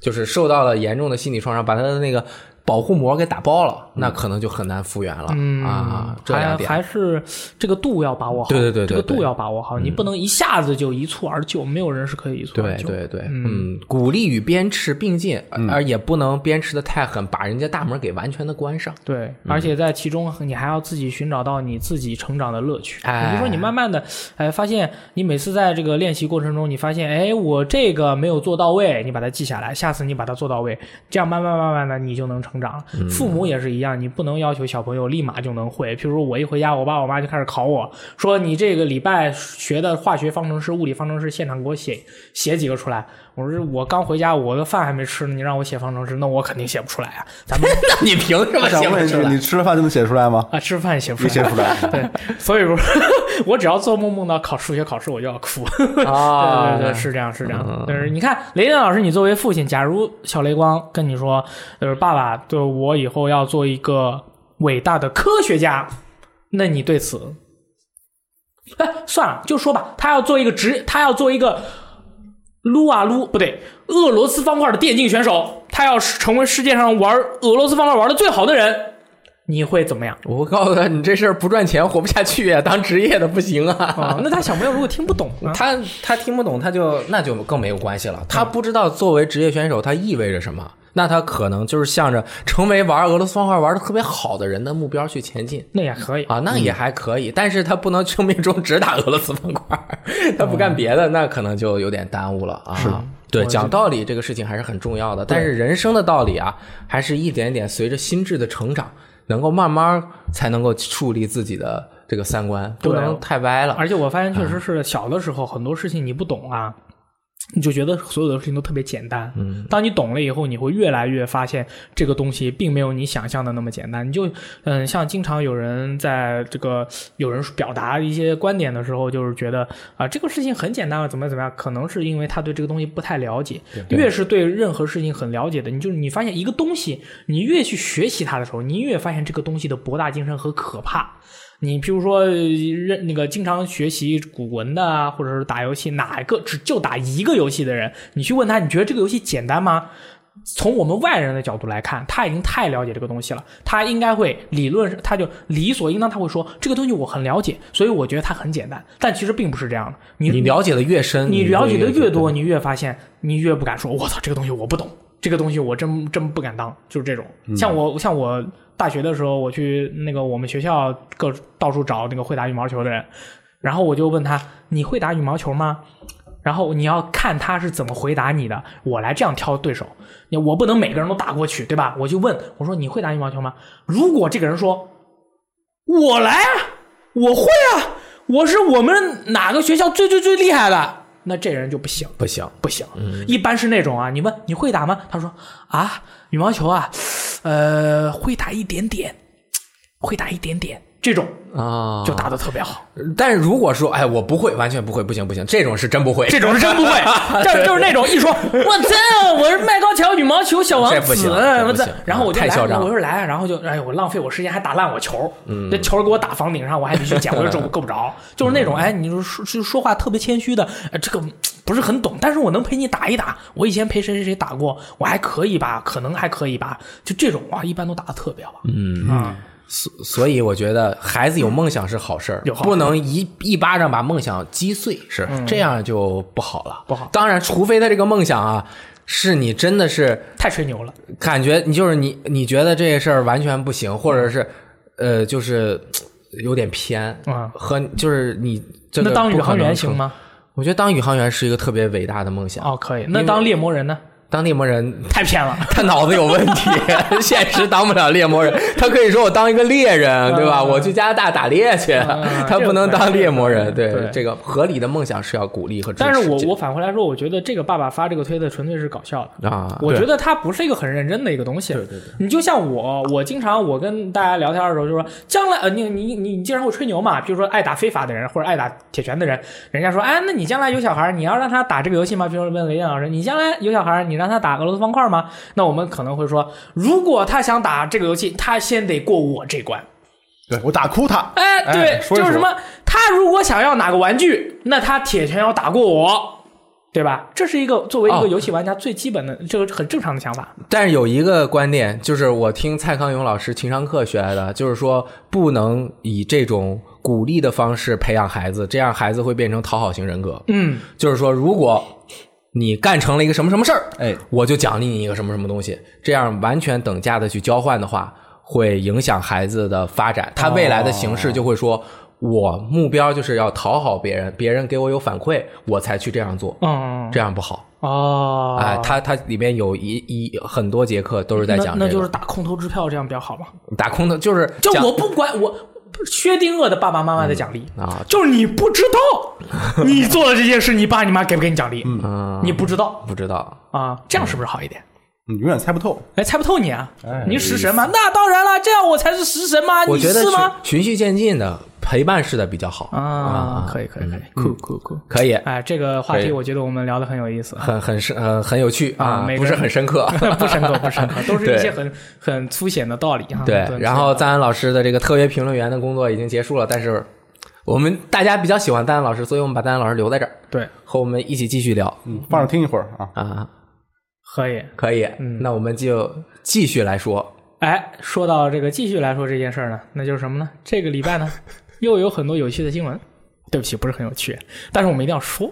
[SPEAKER 2] 就是受到了严重的心理创伤，把他的那个保护膜给打爆了，那可能就很难复原了、啊。这两
[SPEAKER 1] 还
[SPEAKER 2] 点，
[SPEAKER 1] 还是这个度要把握好，
[SPEAKER 2] 对对对对
[SPEAKER 1] 这个
[SPEAKER 2] 对
[SPEAKER 1] 度要把握好，你不能一下子就一蹴而就，没有人是可以一蹴而
[SPEAKER 2] 对
[SPEAKER 1] 就。
[SPEAKER 2] 对对，嗯，鼓励与鞭笞并进，而也不能鞭笞的太狠，把人家大门给完全的关上。
[SPEAKER 1] 对，而且在其中你还要自己寻找到你自己成长的乐趣。
[SPEAKER 2] 哎
[SPEAKER 1] 比如说你慢慢的，哎，发现你每次在这个练习过程中，你发现，哎，我这个没有做到位，你把它记下来，下次你把它做到位，这样慢慢慢慢的你就能成长了。父母也是一样，你不能要求小朋友立马就能会。譬如说我一回家，我爸我妈就开始考我，说你这个礼拜学的化学方程式、物理方程式，现场给我写写几个出来。我说我刚回家，我的饭还没吃呢，你让我写方程式，那我肯定写不出来啊。咱们
[SPEAKER 2] 那你凭什么
[SPEAKER 3] 我想
[SPEAKER 2] 写
[SPEAKER 3] 问
[SPEAKER 2] 不
[SPEAKER 3] 一
[SPEAKER 2] 出
[SPEAKER 3] 句，
[SPEAKER 2] 来
[SPEAKER 3] 你？吃了饭就能写出来吗？
[SPEAKER 1] 啊，吃饭写不出
[SPEAKER 3] 你
[SPEAKER 1] 来，
[SPEAKER 3] 写出来，
[SPEAKER 1] 对，所以说， 我只要做梦梦到考数学考试，我就要 哭。对
[SPEAKER 2] 啊
[SPEAKER 1] 对对，是这样，是这样。就是你看，雷电老师，你作为父亲，假如小雷光跟你说，就是爸爸，对我以后要做一个伟大的科学家，那你对此，哎，算了，就说吧，他要做一个职，他要做一个撸啊撸，不对，俄罗斯方块的电竞选手，他要是成为世界上玩俄罗斯方块玩的最好的人，你会怎么样？
[SPEAKER 2] 我告诉他，你这事儿不赚钱，活不下去呀、 当职业的不行啊。
[SPEAKER 1] 啊，那他小朋友如果听不懂呢？
[SPEAKER 2] 他他听不懂，他就那就更没有关系了。他不知道作为职业选手，他意味着什么。那他可能就是向着成为玩俄罗斯方块玩的特别好的人的目标去前进
[SPEAKER 1] 那也可以。
[SPEAKER 2] 啊，那也还可以。但是他不能生命中只打俄罗斯方块，他不
[SPEAKER 1] 哦
[SPEAKER 2] 干别的，那可能就有点耽误了啊。对，讲道理这个事情还是很重要的，但是人生的道理啊，还是一点点随着心智的成长，能够慢慢才能够树立自己的这个三观，不
[SPEAKER 1] 对哦
[SPEAKER 2] 能太歪了。
[SPEAKER 1] 而且我发现，确实是小的时候很多事情你不懂啊，你就觉得所有的事情都特别简单。嗯，当你懂了以后，你会越来越发现这个东西并没有你想象的那么简单。你就嗯，像经常有人在这个有人表达一些观点的时候，就是觉得啊、这个事情很简单啊了，怎么怎么样？可能是因为他对这个东西不太了解。越是对任何事情很了解的，你就是你发现一个东西，你越去学习它的时候，你越发现这个东西的博大精深和可怕。你譬如说，呃认那个经常学习古文的啊，或者是打游戏，哪一个只就打一个游戏的人，你去问他，你觉得这个游戏简单吗？从我们外人的角度来看，他已经太了解这个东西了，他应该会理论上，他就理所应当他会说这个东西我很了解，所以我觉得它很简单，但其实并不是这样的。你
[SPEAKER 2] 你了解的越深，
[SPEAKER 1] 你了解的
[SPEAKER 2] 越
[SPEAKER 1] 越多，你越发现你越不敢说，我操，这个东西我不懂，这个东西我真真不敢当，就是这种。像我像我大学的时候，我去那个我们学校各到处找那个会打羽毛球的人，然后我就问他，你会打羽毛球吗？然后你要看他是怎么回答你的，我来这样挑对手。你我不能每个人都打过去，对吧？我就问我说你会打羽毛球吗？如果这个人说我来啊，我会啊，我是我们哪个学校最最最厉害的，那这人就不行。
[SPEAKER 2] 不行。
[SPEAKER 1] 不行，一般是那种啊，你问你会打吗？他说啊，羽毛球啊，呃，会打一点点，会打一点点，这种
[SPEAKER 2] 啊，
[SPEAKER 1] 就打得特别好。
[SPEAKER 2] 但是如果说，哎，我不会，完全不会，不行不行，这种是真不会，
[SPEAKER 1] 这种是真 不会，就是就是那种一说， 我操，我是迈高桥羽毛球小王
[SPEAKER 2] 这不
[SPEAKER 1] 子，哎
[SPEAKER 2] 行这
[SPEAKER 1] 我
[SPEAKER 2] 不
[SPEAKER 1] 操
[SPEAKER 2] 行，
[SPEAKER 1] 然后我就
[SPEAKER 2] 太嚣
[SPEAKER 1] 来，
[SPEAKER 2] 张了
[SPEAKER 1] 我就来，然后就哎呦，我浪费我时间，还打烂我球，这球给我打房顶上，我还必须捡，我又 够够不着，就是那种哎，你就说就说话特别谦虚的，呃这个嗯不是很懂，但是我能陪你打一打，我以前陪谁谁谁打过，我还可以吧，可能还可以吧，就这种哇，一般都打得特别好，嗯啊，
[SPEAKER 2] 所所以我觉得孩子有梦想是好事儿，
[SPEAKER 1] 有好事
[SPEAKER 2] 不能一一巴掌把梦想击碎，是这样就不好了，
[SPEAKER 1] 不好
[SPEAKER 2] 当然，除非他这个梦想啊，是你真的是
[SPEAKER 1] 太吹牛了，
[SPEAKER 2] 感觉你就是你，你觉得这事儿完全不行，或者是呃，就是有点偏
[SPEAKER 1] 啊
[SPEAKER 2] 和就是你这个
[SPEAKER 1] 那当宇
[SPEAKER 2] 不可
[SPEAKER 1] 航员
[SPEAKER 2] 能
[SPEAKER 1] 行
[SPEAKER 2] 成？
[SPEAKER 1] 吗？
[SPEAKER 2] 我觉得当宇航员是一个特别伟大的梦想。
[SPEAKER 1] 哦，可以。那当猎魔人呢？
[SPEAKER 2] 当猎魔人，
[SPEAKER 1] 太偏了。
[SPEAKER 2] 他脑子有问题， 现实当不了猎魔人。他可以说我当一个猎人，对吧？
[SPEAKER 1] 嗯
[SPEAKER 2] 我去加拿大打猎去，
[SPEAKER 1] 嗯
[SPEAKER 2] 他不能
[SPEAKER 1] 这个可以
[SPEAKER 2] 当猎魔人。
[SPEAKER 1] 对对
[SPEAKER 2] 这个合理的梦想是要鼓励和支持
[SPEAKER 1] 但
[SPEAKER 2] 这
[SPEAKER 1] 是
[SPEAKER 2] 个。
[SPEAKER 1] 我我反过来说，我觉得这个爸爸发这个推特纯粹是搞笑的。
[SPEAKER 2] 啊，
[SPEAKER 1] 我
[SPEAKER 3] 对
[SPEAKER 1] 觉得它不是一个很认真的一个东西。
[SPEAKER 3] 对对对，
[SPEAKER 1] 你就像我，我经常我跟大家聊天的时候就说，将来呃，你你你你经常会吹牛嘛，比如说爱打非法的人或者爱打铁拳的人，人家说，哎，那你将来有小孩儿，你要让他打这个游戏吗？比如说问雷电老师，你将来有小孩儿，你让他打俄罗斯方块吗？那我们可能会说，如果他想打这个游戏，他先得过我这关。
[SPEAKER 3] 对我打哭他，
[SPEAKER 1] 哎，对，
[SPEAKER 3] 哎说一
[SPEAKER 1] 就
[SPEAKER 3] 说
[SPEAKER 1] 是什么，他如果想要哪个玩具，那他铁拳要打过我。对吧？这是一个作为一个
[SPEAKER 2] 哦
[SPEAKER 1] 游戏玩家最基本的，这个很正常的想法。
[SPEAKER 2] 但是有一个观点，就是我听蔡康永老师情商课学来的，就是说不能以这种鼓励的方式培养孩子，这样孩子会变成讨好型人格。
[SPEAKER 1] 嗯，
[SPEAKER 2] 就是说，如果你干成了一个什么什么事儿，
[SPEAKER 3] 哎，
[SPEAKER 2] 我就奖励你一个什么什么东西，这样完全等价的去交换的话，会影响孩子的发展，他未来的形式就会说。我目标就是要讨好别人，别人给我有反馈，我才去这样做，
[SPEAKER 1] 嗯，
[SPEAKER 2] 这样不好。
[SPEAKER 1] 哦，
[SPEAKER 2] 哎，它它里面有一一很多节课都是在讲这
[SPEAKER 1] 那，
[SPEAKER 2] 个，
[SPEAKER 1] 那就是打空头支票，这样比较好嘛。
[SPEAKER 2] 打空的，就是
[SPEAKER 1] 就
[SPEAKER 2] 讲
[SPEAKER 1] 我不管，我薛定谔的爸爸妈妈的奖励，
[SPEAKER 2] 啊，
[SPEAKER 1] 就是你不知 道你做了这件事，你爸你妈给不给你奖励，
[SPEAKER 2] 嗯，
[SPEAKER 1] 你不知道
[SPEAKER 2] 不知道，
[SPEAKER 1] 啊，这样是不是好一点？
[SPEAKER 3] 你永远猜不透。
[SPEAKER 1] 哎，猜不透你啊
[SPEAKER 3] 哎，
[SPEAKER 1] 你是食神吗？那当然了，这样我才是食神吗？
[SPEAKER 2] 我
[SPEAKER 1] 你
[SPEAKER 2] 觉得
[SPEAKER 1] 是
[SPEAKER 2] 循
[SPEAKER 1] 吗？
[SPEAKER 2] 循序渐进的陪伴式的比较好
[SPEAKER 1] 啊，可以，可以，可以，酷酷酷！
[SPEAKER 2] 可以，
[SPEAKER 1] 哎，这个话
[SPEAKER 2] 嗯可
[SPEAKER 1] 题
[SPEAKER 2] 以
[SPEAKER 1] 我觉得我们聊的很有意 思啊。
[SPEAKER 2] 很很深，呃，很有趣
[SPEAKER 1] 啊
[SPEAKER 2] 啊
[SPEAKER 1] 每，个
[SPEAKER 2] 不是
[SPEAKER 1] 人
[SPEAKER 2] 很深刻。
[SPEAKER 1] 不深刻，不深刻，都是一些
[SPEAKER 2] 对
[SPEAKER 1] 很很粗显的道理哈。
[SPEAKER 2] 对
[SPEAKER 1] 很，
[SPEAKER 2] 然后赞恩老师的这个特约评论员的工作已经结束了，但是我们大家比较喜欢赞恩老师，所以我们把赞恩老师留在这儿，
[SPEAKER 1] 对，
[SPEAKER 2] 和我们一起继续聊
[SPEAKER 3] 嗯，放着听一会儿啊。
[SPEAKER 2] 啊，
[SPEAKER 1] 可以。
[SPEAKER 2] 可以。
[SPEAKER 1] 嗯
[SPEAKER 2] 那我们就继续来说，
[SPEAKER 1] 哎，说到这个，继续来说这件事儿呢，那就是什么呢？这个礼拜呢， 又有很多有趣的新闻。对不起，不是很有趣，但是我们一定要说。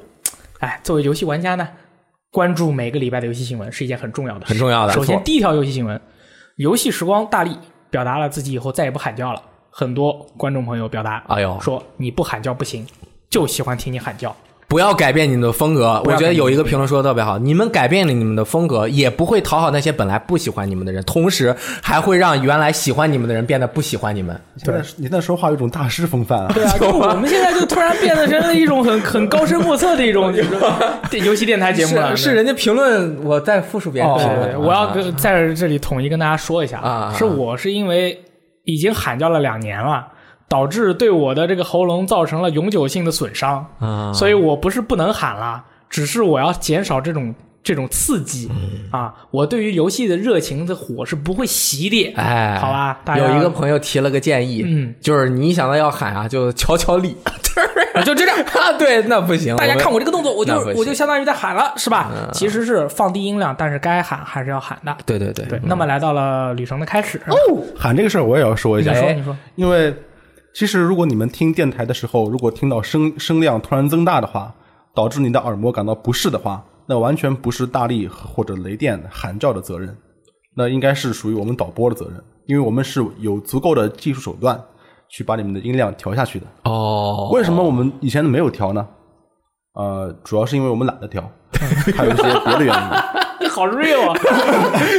[SPEAKER 1] 哎，作为游戏玩家呢，关注每个礼拜的游戏新闻是一件很重要的事。
[SPEAKER 2] 很重要的。
[SPEAKER 1] 首先，
[SPEAKER 2] 错
[SPEAKER 1] 第一条游戏新闻，游戏时光大力表达了自己以后再也不喊叫了。很多观众朋友表达，
[SPEAKER 2] 哎呦
[SPEAKER 1] 说你不喊叫不行，就喜欢听你喊 叫。
[SPEAKER 2] 不要改变你们的风格。
[SPEAKER 1] 要
[SPEAKER 2] 我觉
[SPEAKER 1] 改
[SPEAKER 2] 得
[SPEAKER 1] 变
[SPEAKER 2] 有一个评论说的特别好，你们改变了你们的风格，也不会讨好那些本来不喜欢你们的人，同时还会让原来喜欢你们的人变得不喜欢你们。
[SPEAKER 3] 现在你现在说话有一种大师风范啊。
[SPEAKER 2] 哎
[SPEAKER 1] 对啊，就我们现在就突然变得成了一种很很高深莫测的一种游戏电台节目啊了。
[SPEAKER 2] 哎是人家评论，我在附属别人
[SPEAKER 1] 对
[SPEAKER 2] 评
[SPEAKER 1] 对
[SPEAKER 2] 论
[SPEAKER 1] 对，
[SPEAKER 2] 啊。
[SPEAKER 1] 我要跟在这里统一跟大家说一下
[SPEAKER 2] 啊啊啊
[SPEAKER 1] 是我是因为已经喊叫了两年了，导致对我的这个喉咙造成了永久性的损伤，
[SPEAKER 2] 啊，
[SPEAKER 1] 所以我不是不能喊了，只是我要减少这种这种刺激
[SPEAKER 2] 嗯
[SPEAKER 1] 啊。我对于游戏的热情的火是不会熄的，
[SPEAKER 2] 哎，
[SPEAKER 1] 好吧大家
[SPEAKER 2] 有一个朋友提了个建议，
[SPEAKER 1] 嗯，
[SPEAKER 2] 就是你想到要喊啊，就悄悄力，
[SPEAKER 1] 啊 就这样。
[SPEAKER 2] 啊，对，那不行，
[SPEAKER 1] 大家看
[SPEAKER 2] 我
[SPEAKER 1] 我这个动作，我就
[SPEAKER 2] 那不行嗯
[SPEAKER 1] 我就相当于在喊了，是吧？其实是放低音量，但是该喊还是要喊的。
[SPEAKER 2] 们，对对对
[SPEAKER 1] 对，那么来到了旅程的开始，
[SPEAKER 3] 喊这个事儿我也要说一
[SPEAKER 1] 你
[SPEAKER 3] 下，
[SPEAKER 1] 说
[SPEAKER 2] 哦哎
[SPEAKER 1] 你说，
[SPEAKER 3] 因为其实如果你们听电台的时候，如果听到声声量突然增大的话，导致你的耳膜感到不适的话，那完全不是大力或者雷电喊叫的责任，那应该是属于我们导播的责任，因为我们是有足够的技术手段去把你们的音量调下去的。
[SPEAKER 2] 哦，
[SPEAKER 3] 为什么我们以前没有调呢？呃，主要是因为我们懒得调， 还有一些别的原因。
[SPEAKER 1] 你好 real 啊！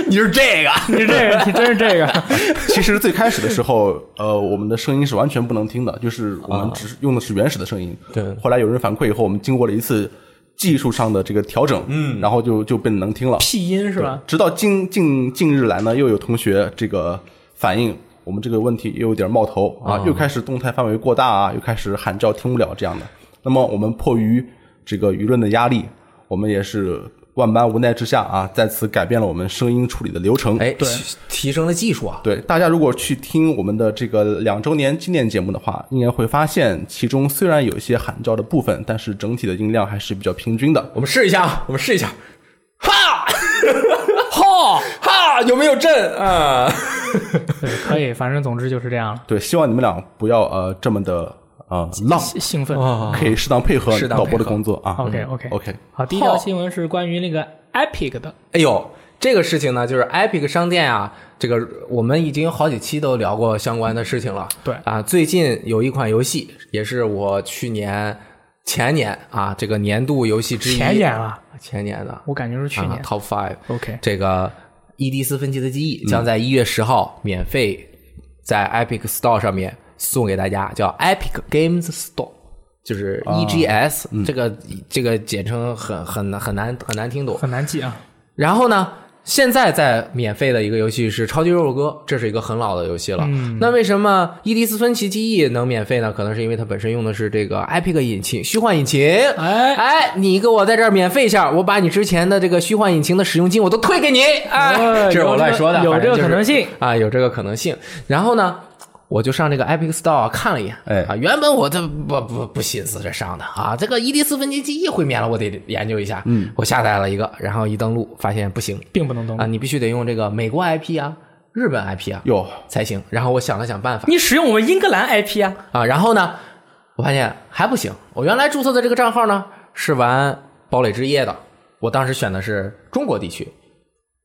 [SPEAKER 2] 你是这个，
[SPEAKER 1] 你这个，你真是这个，
[SPEAKER 3] 其实最开始的时候，呃，我们的声音是完全不能听的，就是我们只是用的是原始的声音。
[SPEAKER 2] 对
[SPEAKER 3] 后来有人反馈以后，我们经过了一次技术上的这个调整，嗯，然后就就变得能听了。
[SPEAKER 1] 屁音是吧？
[SPEAKER 3] 直到近近近日来呢，又有同学这个反映我们这个问题又有点冒头啊，又开始动态范围过大啊，又开始喊叫听不了这样的。那么我们迫于这个舆论的压力，我们也是万般无奈之下啊，在此改变了我们声音处理的流程。
[SPEAKER 2] 哎，提提升了技术啊，
[SPEAKER 3] 对，大家如果去听我们的这个两周年纪念节目的话，应该会发现其中虽然有一些喊叫的部分，但是整体的音量还是比较平均的。
[SPEAKER 2] 我们试一下啊，我们试一下，哈
[SPEAKER 1] 吼，
[SPEAKER 2] 哈，有没有震啊？
[SPEAKER 1] 对，可以，反正总之就是这样了。
[SPEAKER 3] 对，希望你们俩不要呃这么的呃浪，
[SPEAKER 1] 兴奋。
[SPEAKER 2] 啊
[SPEAKER 3] 可以适当配合
[SPEAKER 2] 适当
[SPEAKER 3] 导
[SPEAKER 2] 配
[SPEAKER 3] 播的
[SPEAKER 2] 合
[SPEAKER 3] 工作啊。
[SPEAKER 1] OK，OK
[SPEAKER 3] OK，
[SPEAKER 1] 好，第一条新闻是关于那个 Epic 的，
[SPEAKER 2] 哎呦，这个事情呢，就是 Epic 商店啊，这个我们已经有好几期都聊过相关的事情了。
[SPEAKER 1] 对
[SPEAKER 2] 啊，最近有一款游戏，也是我去年、前年啊这个年度游戏之一。
[SPEAKER 1] 前年啊，
[SPEAKER 2] 前年的，
[SPEAKER 1] 我感觉是去年
[SPEAKER 2] 啊、。Top Five。
[SPEAKER 1] OK，
[SPEAKER 2] 这个 E《伊迪丝·芬奇的记
[SPEAKER 1] 嗯
[SPEAKER 2] 忆》将在一月十号免费在 Epic Store 上面送给大家，叫 Epic Games Store，就是
[SPEAKER 1] 哦
[SPEAKER 2] EGS、
[SPEAKER 1] 嗯
[SPEAKER 2] 这个这个简称很很很难很难听懂。
[SPEAKER 1] 很难记啊。
[SPEAKER 2] 然后呢，现在在免费的一个游戏是《超级肉肉哥》，这是一个很老的游戏了。
[SPEAKER 1] 嗯
[SPEAKER 2] 那为什么伊迪丝·芬奇记忆能免费呢？可能是因为它本身用的是这个 Epic 引擎虚幻引擎。
[SPEAKER 1] 哎
[SPEAKER 2] 哎，你给我在这儿免费一下，我把你之前的这个虚幻引擎的使用金我都退给你。哎，
[SPEAKER 1] 哦
[SPEAKER 2] 这是我乱说的，
[SPEAKER 1] 有
[SPEAKER 2] 反
[SPEAKER 1] 这
[SPEAKER 2] 正
[SPEAKER 1] 个有这个
[SPEAKER 2] 就是
[SPEAKER 1] 可能性
[SPEAKER 2] 啊，有这个可能性。然后呢？我就上这个 Epic Store 看了一眼，
[SPEAKER 3] 哎
[SPEAKER 2] 啊，原本我这不不不心思这上的啊，这个伊迪丝芬奇记忆会免了，我得研究一下。嗯，我下载了一个，然后一登录发现不行
[SPEAKER 1] 并不能登
[SPEAKER 2] 啊，
[SPEAKER 1] 录。
[SPEAKER 2] 你必须得用这个美国 IP 啊、日本 IP 啊
[SPEAKER 3] 哟，
[SPEAKER 2] 才行。然后我想了想办法，
[SPEAKER 1] 你使用我们英格兰 IP 啊？
[SPEAKER 2] 啊，然后呢，我发现还不行。我原来注册的这个账号呢是玩《堡垒之夜》的，我当时选的是中国地区。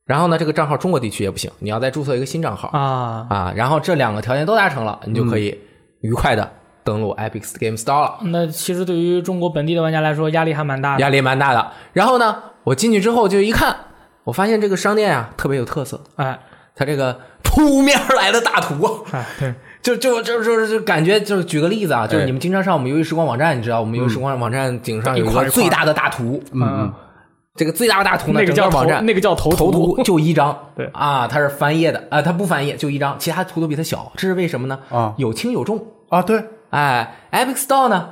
[SPEAKER 2] 然后呢，这个账号中国地区也不行，你要再注册一个新账号
[SPEAKER 1] 啊，
[SPEAKER 2] 啊。然后这两个条件都达成了，你就可
[SPEAKER 1] 嗯
[SPEAKER 2] 以愉快的登录 Epic Game Store 了，
[SPEAKER 1] 那其实对于中国本地的玩家来说，压力还蛮大的。
[SPEAKER 2] 压力蛮大的。然后呢，我进去之后就一看，我发现这个商店啊特别有特色，
[SPEAKER 1] 哎，
[SPEAKER 2] 它这个扑面而来的大图啊，
[SPEAKER 1] 哎，对，
[SPEAKER 2] 就就就就就感觉就是举个例子啊，就是
[SPEAKER 3] 哎
[SPEAKER 2] 你们经常上我们游戏时光网站，你知道我们游戏时光网站顶上有
[SPEAKER 1] 嗯一
[SPEAKER 2] 一
[SPEAKER 1] 块
[SPEAKER 2] 个
[SPEAKER 1] 一块
[SPEAKER 2] 最大的大图，
[SPEAKER 1] 嗯，
[SPEAKER 2] 这个最大的大图呢，
[SPEAKER 1] 那个
[SPEAKER 2] 整
[SPEAKER 1] 叫
[SPEAKER 2] 个
[SPEAKER 1] 头
[SPEAKER 2] 网站
[SPEAKER 1] 那个叫头
[SPEAKER 2] 头
[SPEAKER 1] 图
[SPEAKER 2] 图就一张，
[SPEAKER 1] 对
[SPEAKER 2] 啊，它是翻页的啊，它不翻页就一张，其他图都比它小，这是为什么呢？
[SPEAKER 3] 啊
[SPEAKER 2] 有轻有重，
[SPEAKER 3] 啊，对，
[SPEAKER 2] 哎，Epic Store 呢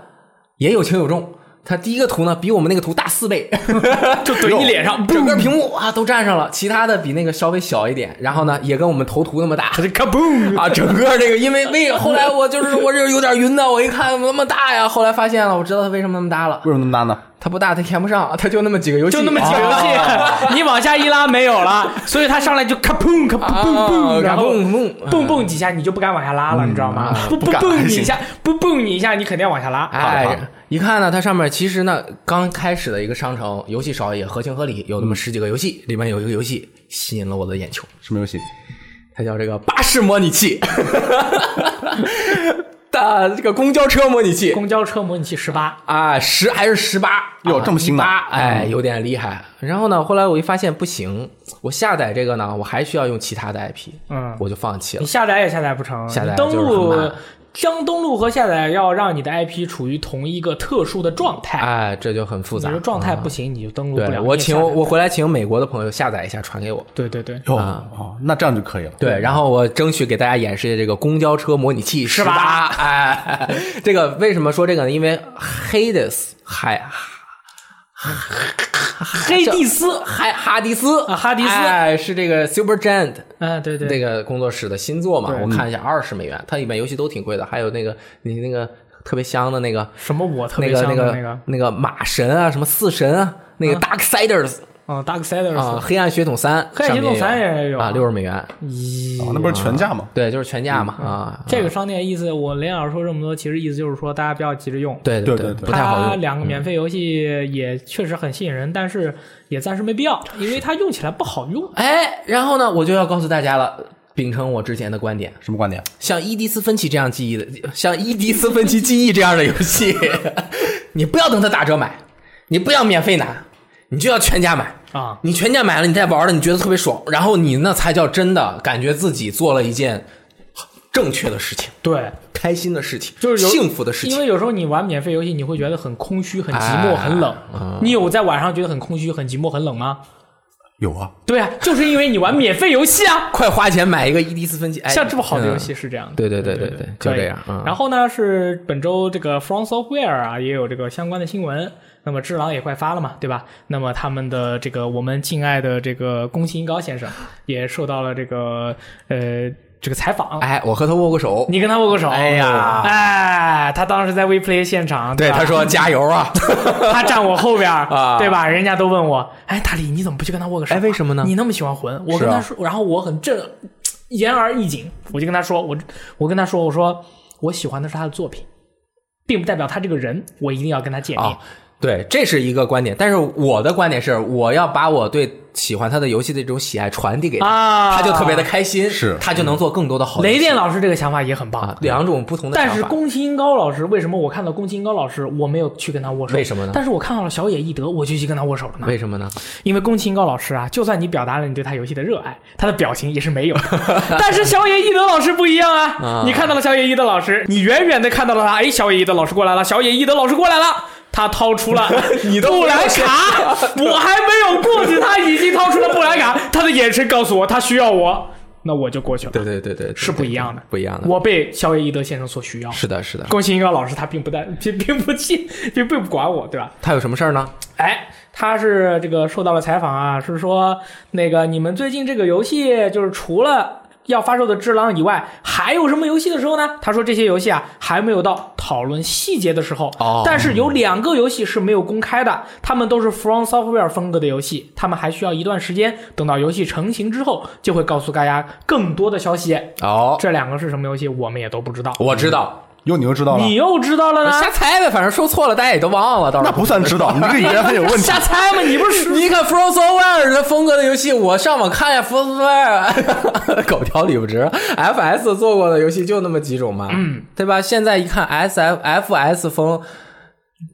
[SPEAKER 2] 也有轻有重。它第一个图呢，比我们那个图大四倍，
[SPEAKER 1] 就怼你脸上，
[SPEAKER 2] 整个屏幕啊都占上了，其他的比那个稍微小一点，然后呢也跟我们头图那么大，
[SPEAKER 1] 它就咔嘣
[SPEAKER 2] 啊，整个这个，因为 为后来我就是我这有点晕的，我一看那么大呀，后来发现了，我知道它为什么那么大了，
[SPEAKER 3] 为什么那么大呢？
[SPEAKER 2] 它不大，它填不上，它就那么几个游戏，啊
[SPEAKER 1] 就那么几个游戏， 你往下一拉没有了，所以它上来就咔砰咔
[SPEAKER 2] 啊，
[SPEAKER 1] 砰砰
[SPEAKER 2] 啊
[SPEAKER 1] 砰，然后
[SPEAKER 2] 蹦蹦
[SPEAKER 1] 蹦蹦几下，你就不敢往下拉了，你知道吗
[SPEAKER 2] 呃啊？
[SPEAKER 1] 不
[SPEAKER 3] 不
[SPEAKER 1] 不
[SPEAKER 3] 敢
[SPEAKER 1] 蹦你一下，不蹦你一下，你肯定要往下拉。
[SPEAKER 3] 好
[SPEAKER 2] 哎
[SPEAKER 3] 的，
[SPEAKER 2] 一看呢，它上面其实呢，刚开始的一个商城，游戏少也合情合理，有那么十几个游戏，里面有一个游戏吸引了我的眼球，
[SPEAKER 3] 什么游戏？
[SPEAKER 2] 它叫这个巴士模拟器， 大这个公交车模拟器，
[SPEAKER 1] 公交车模拟器十八，
[SPEAKER 2] 啊，十还是十八？啊
[SPEAKER 3] 哟这么新呢
[SPEAKER 2] 八，哎，有点厉害。然后呢，后来我一发现不行，我下载这个呢，我还需要用其他的 IP，
[SPEAKER 1] 嗯
[SPEAKER 2] 我就放弃
[SPEAKER 1] 你
[SPEAKER 2] 了。
[SPEAKER 1] 下载也下载不成，
[SPEAKER 2] 下载
[SPEAKER 1] 你登
[SPEAKER 2] 就是很
[SPEAKER 1] 录
[SPEAKER 2] 慢
[SPEAKER 1] 将登录和下载要让你的 IP 处于同一个特殊的状态，
[SPEAKER 2] 哎，这就很复
[SPEAKER 1] 你
[SPEAKER 2] 杂嗯
[SPEAKER 1] 的。状态不行你就登录不
[SPEAKER 2] 对
[SPEAKER 1] 了。
[SPEAKER 2] 我
[SPEAKER 1] 你也下
[SPEAKER 2] 请
[SPEAKER 1] 载
[SPEAKER 2] 我回来请美国的朋友下载一下，传给我。
[SPEAKER 1] 对对 对，
[SPEAKER 3] 哟，哦，那这样就可以了。
[SPEAKER 2] 对，然后我争取给大家演示这个公交车模拟器
[SPEAKER 1] 是
[SPEAKER 2] 十
[SPEAKER 1] 吧
[SPEAKER 2] 八。哎， 这个为什么说这个呢？因为 Hades 海
[SPEAKER 1] 黑蒂斯，
[SPEAKER 2] 海哈迪斯
[SPEAKER 1] 啊哈迪斯
[SPEAKER 2] 哎，是这个 Super Giant
[SPEAKER 1] 嗯，对对
[SPEAKER 2] 那个工作室的新作嘛，
[SPEAKER 1] 对嗯
[SPEAKER 2] 我看一下，二十美元，它里面游戏都挺贵的，还有那个你那个特别香的那个
[SPEAKER 1] 什么我特
[SPEAKER 2] 那
[SPEAKER 1] 别
[SPEAKER 2] 个
[SPEAKER 1] 像
[SPEAKER 2] 那
[SPEAKER 1] 的那
[SPEAKER 2] 个，那个马神啊，什么四神啊，那个 Dark Siders
[SPEAKER 1] 嗯，Dark Siders，、
[SPEAKER 2] 啊，黑暗血统三，
[SPEAKER 1] 黑暗血统三也有
[SPEAKER 2] 啊，六十美元，
[SPEAKER 3] 哦，那不是全价吗？
[SPEAKER 2] 对，就是全价嘛
[SPEAKER 1] 嗯
[SPEAKER 2] 啊，
[SPEAKER 1] 这个商店意思，我连老师说这么多，其实意思就是说，大家不要急着用。
[SPEAKER 2] 对
[SPEAKER 3] 对
[SPEAKER 2] 对，
[SPEAKER 3] 对
[SPEAKER 2] 不太好
[SPEAKER 1] 它
[SPEAKER 2] 用。
[SPEAKER 1] 两个免费游戏也确实很吸引人，但是也暂时没必要，因为它用起来不好用。
[SPEAKER 2] 哎，然后呢，我就要告诉大家了。秉承我之前的观点，
[SPEAKER 3] 什么观点？
[SPEAKER 2] 像伊迪丝芬奇这样记忆的，像伊迪丝芬奇记忆这样的游戏， 你不要等它打折买，你不要免费拿，你就要全家买
[SPEAKER 1] 啊
[SPEAKER 2] 你全家买了，你再玩了，你觉得特别爽，然后你那才叫真的感觉自己做了一件正确的事情，
[SPEAKER 1] 对，
[SPEAKER 2] 开心的事情，
[SPEAKER 1] 就是有
[SPEAKER 2] 幸福的事
[SPEAKER 1] 因
[SPEAKER 2] 情。
[SPEAKER 1] 为有时候你玩免费游戏，你会觉得很空虚、很寂寞、
[SPEAKER 2] 哎
[SPEAKER 1] 很冷。你有在晚上觉得很空虚、很寂寞、很冷吗？
[SPEAKER 3] 有啊，
[SPEAKER 1] 对啊，就是因为你玩免费游戏 啊。
[SPEAKER 2] 快花钱买一个伊迪丝芬奇，哎，
[SPEAKER 1] 像这么好的游
[SPEAKER 2] 嗯
[SPEAKER 1] 戏是这样的，
[SPEAKER 2] 对对对
[SPEAKER 1] 对
[SPEAKER 2] 对对
[SPEAKER 1] 可
[SPEAKER 2] 就
[SPEAKER 1] 以
[SPEAKER 2] 这样嗯
[SPEAKER 1] 然后呢，是本周这个 From Software 啊，也有这个相关的新闻。那么智狼也快发了嘛，对吧？那么他们的这个我们敬爱的这个宫崎英高先生也受到了这个呃这个采访。
[SPEAKER 2] 哎，我和他握过手，
[SPEAKER 1] 你跟他握过手？
[SPEAKER 2] 哎呀
[SPEAKER 1] 哎，他当时在 WePlay 现场，
[SPEAKER 2] 对
[SPEAKER 1] 吧
[SPEAKER 2] 他说加油啊，
[SPEAKER 1] 他站我后边儿
[SPEAKER 2] 啊
[SPEAKER 1] 对吧？人家都问我，哎，大力你怎么不去跟他握个手啊？
[SPEAKER 2] 哎为什么呢啊
[SPEAKER 1] 你那么喜欢魂，我跟他说，然后我很正，言而意谨，我就跟他说，我我跟他说，我说我喜欢的是他的作品，并不代表他这个人，我一定要跟他见面。
[SPEAKER 2] 啊，对，这是一个观点，但是我的观点是，我要把我对喜欢他的游戏的这种喜爱传递给他，
[SPEAKER 1] 啊
[SPEAKER 2] 他就特别的开心，
[SPEAKER 3] 是
[SPEAKER 2] 他就能做更多的好游戏。
[SPEAKER 1] 雷电老师这个想法也很棒，
[SPEAKER 2] 啊，两种不同的想
[SPEAKER 1] 但
[SPEAKER 2] 法，
[SPEAKER 1] 是宫崎英高老师为什么我看到宫崎英高老师我没有去跟他握手？
[SPEAKER 2] 为什么呢
[SPEAKER 1] 但是我看到了小野义德，我就去跟他握手了呢。
[SPEAKER 2] 为什么呢？
[SPEAKER 1] 因为宫崎英高老师啊，就算你表达了你对他游戏的热爱，他的表情也是没 有的。但是小野义德老师不一样啊
[SPEAKER 2] 啊，
[SPEAKER 1] 你看到了小野义德老师，你远远的看到了他，哎，小野义德老师过来了，小野义德老师过来了。他掏出了
[SPEAKER 2] 你都
[SPEAKER 1] 布
[SPEAKER 2] 不
[SPEAKER 1] 兰
[SPEAKER 2] 要先
[SPEAKER 1] 卡，我还没有过去，他已经掏出了布兰卡，他的眼神告诉我他需要我，那我就过去了，
[SPEAKER 2] 对对对对，对
[SPEAKER 1] 是不一样的，
[SPEAKER 2] 不一样的。
[SPEAKER 1] 我被小野义德先生所需要。
[SPEAKER 2] 是的，是的。
[SPEAKER 1] 宫崎英高老师他并不但并并不信，并并不管我，对吧？
[SPEAKER 2] 他有什么事儿呢？
[SPEAKER 1] 哎，他是这个受到了采访啊，是说那个你们最近这个游戏就是除了。要发售的《只狼》以外，还有什么游戏的时候呢？他说这些游戏啊还没有到讨论细节的时候。
[SPEAKER 2] 哦
[SPEAKER 1] 但是有两个游戏是没有公开的，他们都是 From Software 风格的游戏，他们还需要一段时间，等到游戏成型之后，就会告诉大家更多的消息。
[SPEAKER 2] 哦，
[SPEAKER 1] 这两个是什么游戏，我们也都不知道。
[SPEAKER 2] 我知道，
[SPEAKER 3] 哟，你又知
[SPEAKER 2] 哦
[SPEAKER 3] 道了，
[SPEAKER 1] 你又知道了呢？
[SPEAKER 2] 瞎猜呗，反正说错了，大家也都忘了。到时
[SPEAKER 3] 那
[SPEAKER 2] 候
[SPEAKER 3] 不算知道，你这个语言很有问题
[SPEAKER 1] 瞎。猜嘛，你不 是
[SPEAKER 2] 你看 From Software 的风格的游戏，我上网看一下 From Software，狗 条理不直，FS 做过的游戏就那么几种嘛，嗯，对吧？现在一看 SFFS 风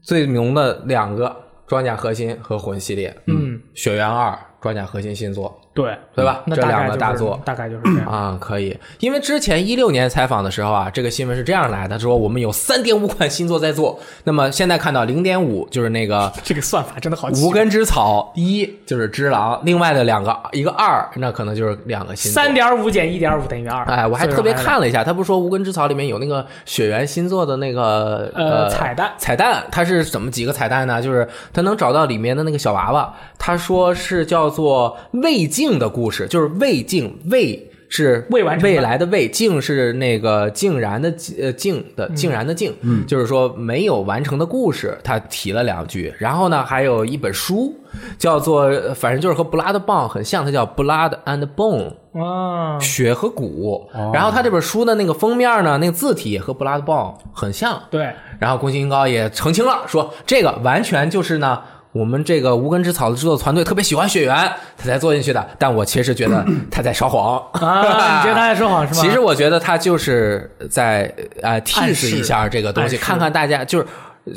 [SPEAKER 2] 最浓的两个装甲核心和魂系列，
[SPEAKER 1] 嗯，
[SPEAKER 2] 血缘二装甲核心新作，
[SPEAKER 1] 对，
[SPEAKER 2] 对吧？
[SPEAKER 1] 那
[SPEAKER 2] 这
[SPEAKER 1] 大概
[SPEAKER 2] 两
[SPEAKER 1] 就
[SPEAKER 2] 个
[SPEAKER 1] 是
[SPEAKER 2] 大作，
[SPEAKER 1] 大概就是这样。
[SPEAKER 2] 啊，可以，因为之前一六年采访的时候啊，这个新闻是这样来的，说我们有三点五款新作在做，那么现在看到零点五就是那个
[SPEAKER 1] 这个算法真的好奇
[SPEAKER 2] 无根之草一就是只狼，另外的两个一个二，那可能就是两个新作
[SPEAKER 1] 三。点五减一点五等于二。
[SPEAKER 2] 哎，我还
[SPEAKER 1] 所以说
[SPEAKER 2] 特别看了一下，他不是说《无根之草》里面有那个雪原新作的那个
[SPEAKER 1] 呃
[SPEAKER 2] 呃
[SPEAKER 1] 彩蛋
[SPEAKER 2] 彩蛋，它是怎么几个彩蛋呢？就是他能找到里面的那个小娃娃，他说是叫做魏晋的故事，就是魏晋魏。是
[SPEAKER 1] 未完成的
[SPEAKER 2] 未来的未，竟是那个竟然的呃竟的竟然的竟，嗯，就是说没有完成的故事，他提了两句。然后呢，还有一本书叫做，呃反正就是和《Blood Bond》很像，它叫《Blood and Bone》，
[SPEAKER 1] 啊，
[SPEAKER 2] 血和骨。然后他这本书的那个封面呢，那个字体也和《Blood Bond》很像。
[SPEAKER 1] 对，
[SPEAKER 2] 然后宫崎英高也澄清了，说这个完全就是呢。我们这个无根之草的制作团队特别喜欢血缘，他才做进去的。但我其实觉得他在撒谎
[SPEAKER 1] 啊你觉得他在说谎是吗
[SPEAKER 2] 其实我觉得他就是在呃
[SPEAKER 1] 暗
[SPEAKER 2] tease
[SPEAKER 1] 示
[SPEAKER 2] 一下这个东
[SPEAKER 1] 暗示
[SPEAKER 2] 西，看看大家就是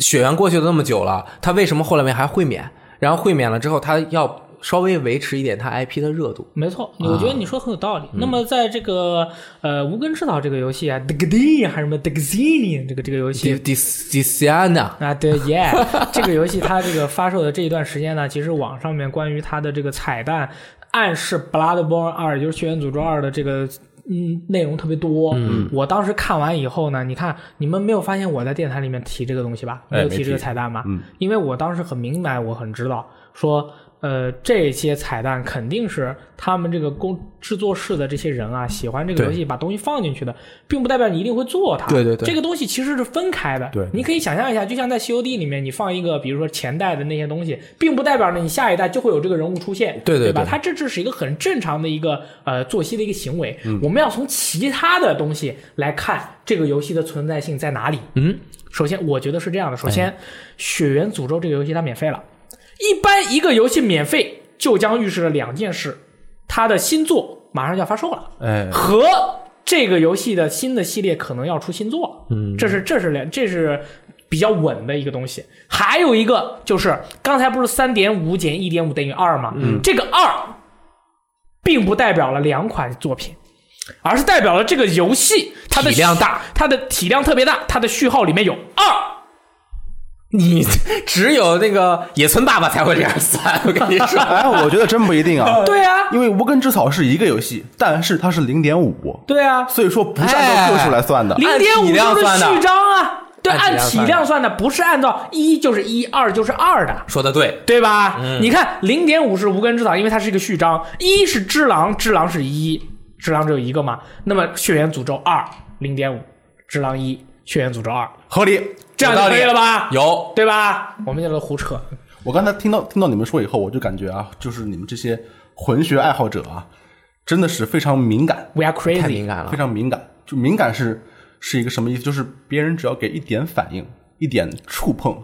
[SPEAKER 2] 血缘过去了那么久了，他为什么后来面还会免？然后会免了之后，他要稍微维持一点他 IP 的热度。
[SPEAKER 1] 没错，我觉得你说得很有道
[SPEAKER 2] 嗯
[SPEAKER 1] 理。那么在这个呃无根之岛这个游戏啊 d i g d i 还是什么 d i g z 这个这个游戏
[SPEAKER 2] d i d i s i a n a
[SPEAKER 1] 啊，对，Yeah，这个 游戏它这个发售的这一段时间呢，其实网上面关于它的这个彩蛋暗示《Bloodborne 二》，也就是《血缘诅咒二》的这个。嗯，内容特别多。嗯，我当时看完以后呢，你看你们没有发现我在电台里面提这个东西吧？
[SPEAKER 3] 哎
[SPEAKER 1] 有
[SPEAKER 3] 没
[SPEAKER 1] 提这个
[SPEAKER 3] 提
[SPEAKER 1] 彩蛋吧？
[SPEAKER 3] 嗯，
[SPEAKER 1] 因为我当时很明白，我很知道说，呃，这些彩蛋肯定是他们这个工制作室的这些人啊，喜欢这个
[SPEAKER 2] 对
[SPEAKER 1] 游戏把东西放进去的，并不代表你一定会做它。
[SPEAKER 2] 对对对
[SPEAKER 1] 这个东西其实是分开的。
[SPEAKER 3] 对
[SPEAKER 1] 你可以想象一下，就像在 COD 里面，你放一个比如说前代的那些东西，并不代表着你下一代就会有这个人物出现，
[SPEAKER 2] 对对
[SPEAKER 1] 吧？
[SPEAKER 2] 对
[SPEAKER 1] 它这只是一个很正常的一个呃作息的一个行为。
[SPEAKER 2] 嗯
[SPEAKER 1] 我们要从其他的东西来看这个游戏的存在性在哪里。
[SPEAKER 2] 嗯，哎
[SPEAKER 1] 首先我觉得是这样的，首先《血缘诅咒》这个游戏它免费了，一般一个游戏免费就将预示着两件事：它的新作马上就要发售了。
[SPEAKER 3] 哎，
[SPEAKER 1] 和这个游戏的新的系列可能要出新作了，嗯，这是这是两这是比较稳的一个东西。还有一个就是刚才不是三点五减一点五等于二吗？嗯，这个二并不代表了两款作品。而是代表了这个游戏它的
[SPEAKER 2] 体量大，
[SPEAKER 1] 它的体量特别大，它的序号里面有二，
[SPEAKER 2] 你只有那个野村爸爸才会这样算，我跟你 说。
[SPEAKER 3] 哎，我觉得真不一定啊。
[SPEAKER 1] 对啊，
[SPEAKER 3] 因为无根之草是一个游戏，但是它是零点五，
[SPEAKER 1] 对啊，
[SPEAKER 3] 所以说不是按照个数来算的。
[SPEAKER 1] 零点
[SPEAKER 2] 按
[SPEAKER 1] 五
[SPEAKER 2] 体量
[SPEAKER 1] 就是
[SPEAKER 2] 算的
[SPEAKER 1] 序章啊，对，按
[SPEAKER 2] 按体
[SPEAKER 1] 体
[SPEAKER 2] 量
[SPEAKER 1] 量算的，不是按照一就是一，二就是二的，
[SPEAKER 2] 说的对，
[SPEAKER 1] 对吧？
[SPEAKER 3] 嗯
[SPEAKER 1] 你看零点五是无根之草，因为它是一个序章，一是只狼，只狼是一，只狼只有一个嘛。那么血缘诅咒二零点五，只狼一，血缘诅咒二，
[SPEAKER 3] 合理。
[SPEAKER 1] 这样就可以了吧？
[SPEAKER 2] 有
[SPEAKER 1] 对吧？我们就在这胡扯，
[SPEAKER 3] 我刚才听到听到你们说以后，我就感觉啊，就是你们这些混血爱好者啊，真的是非常敏感，
[SPEAKER 1] We are
[SPEAKER 2] 太
[SPEAKER 1] crazy。
[SPEAKER 2] 敏感了
[SPEAKER 3] 非。常敏感。就敏感是是一个什么意思？就是别人只要给一点反应、一点触碰，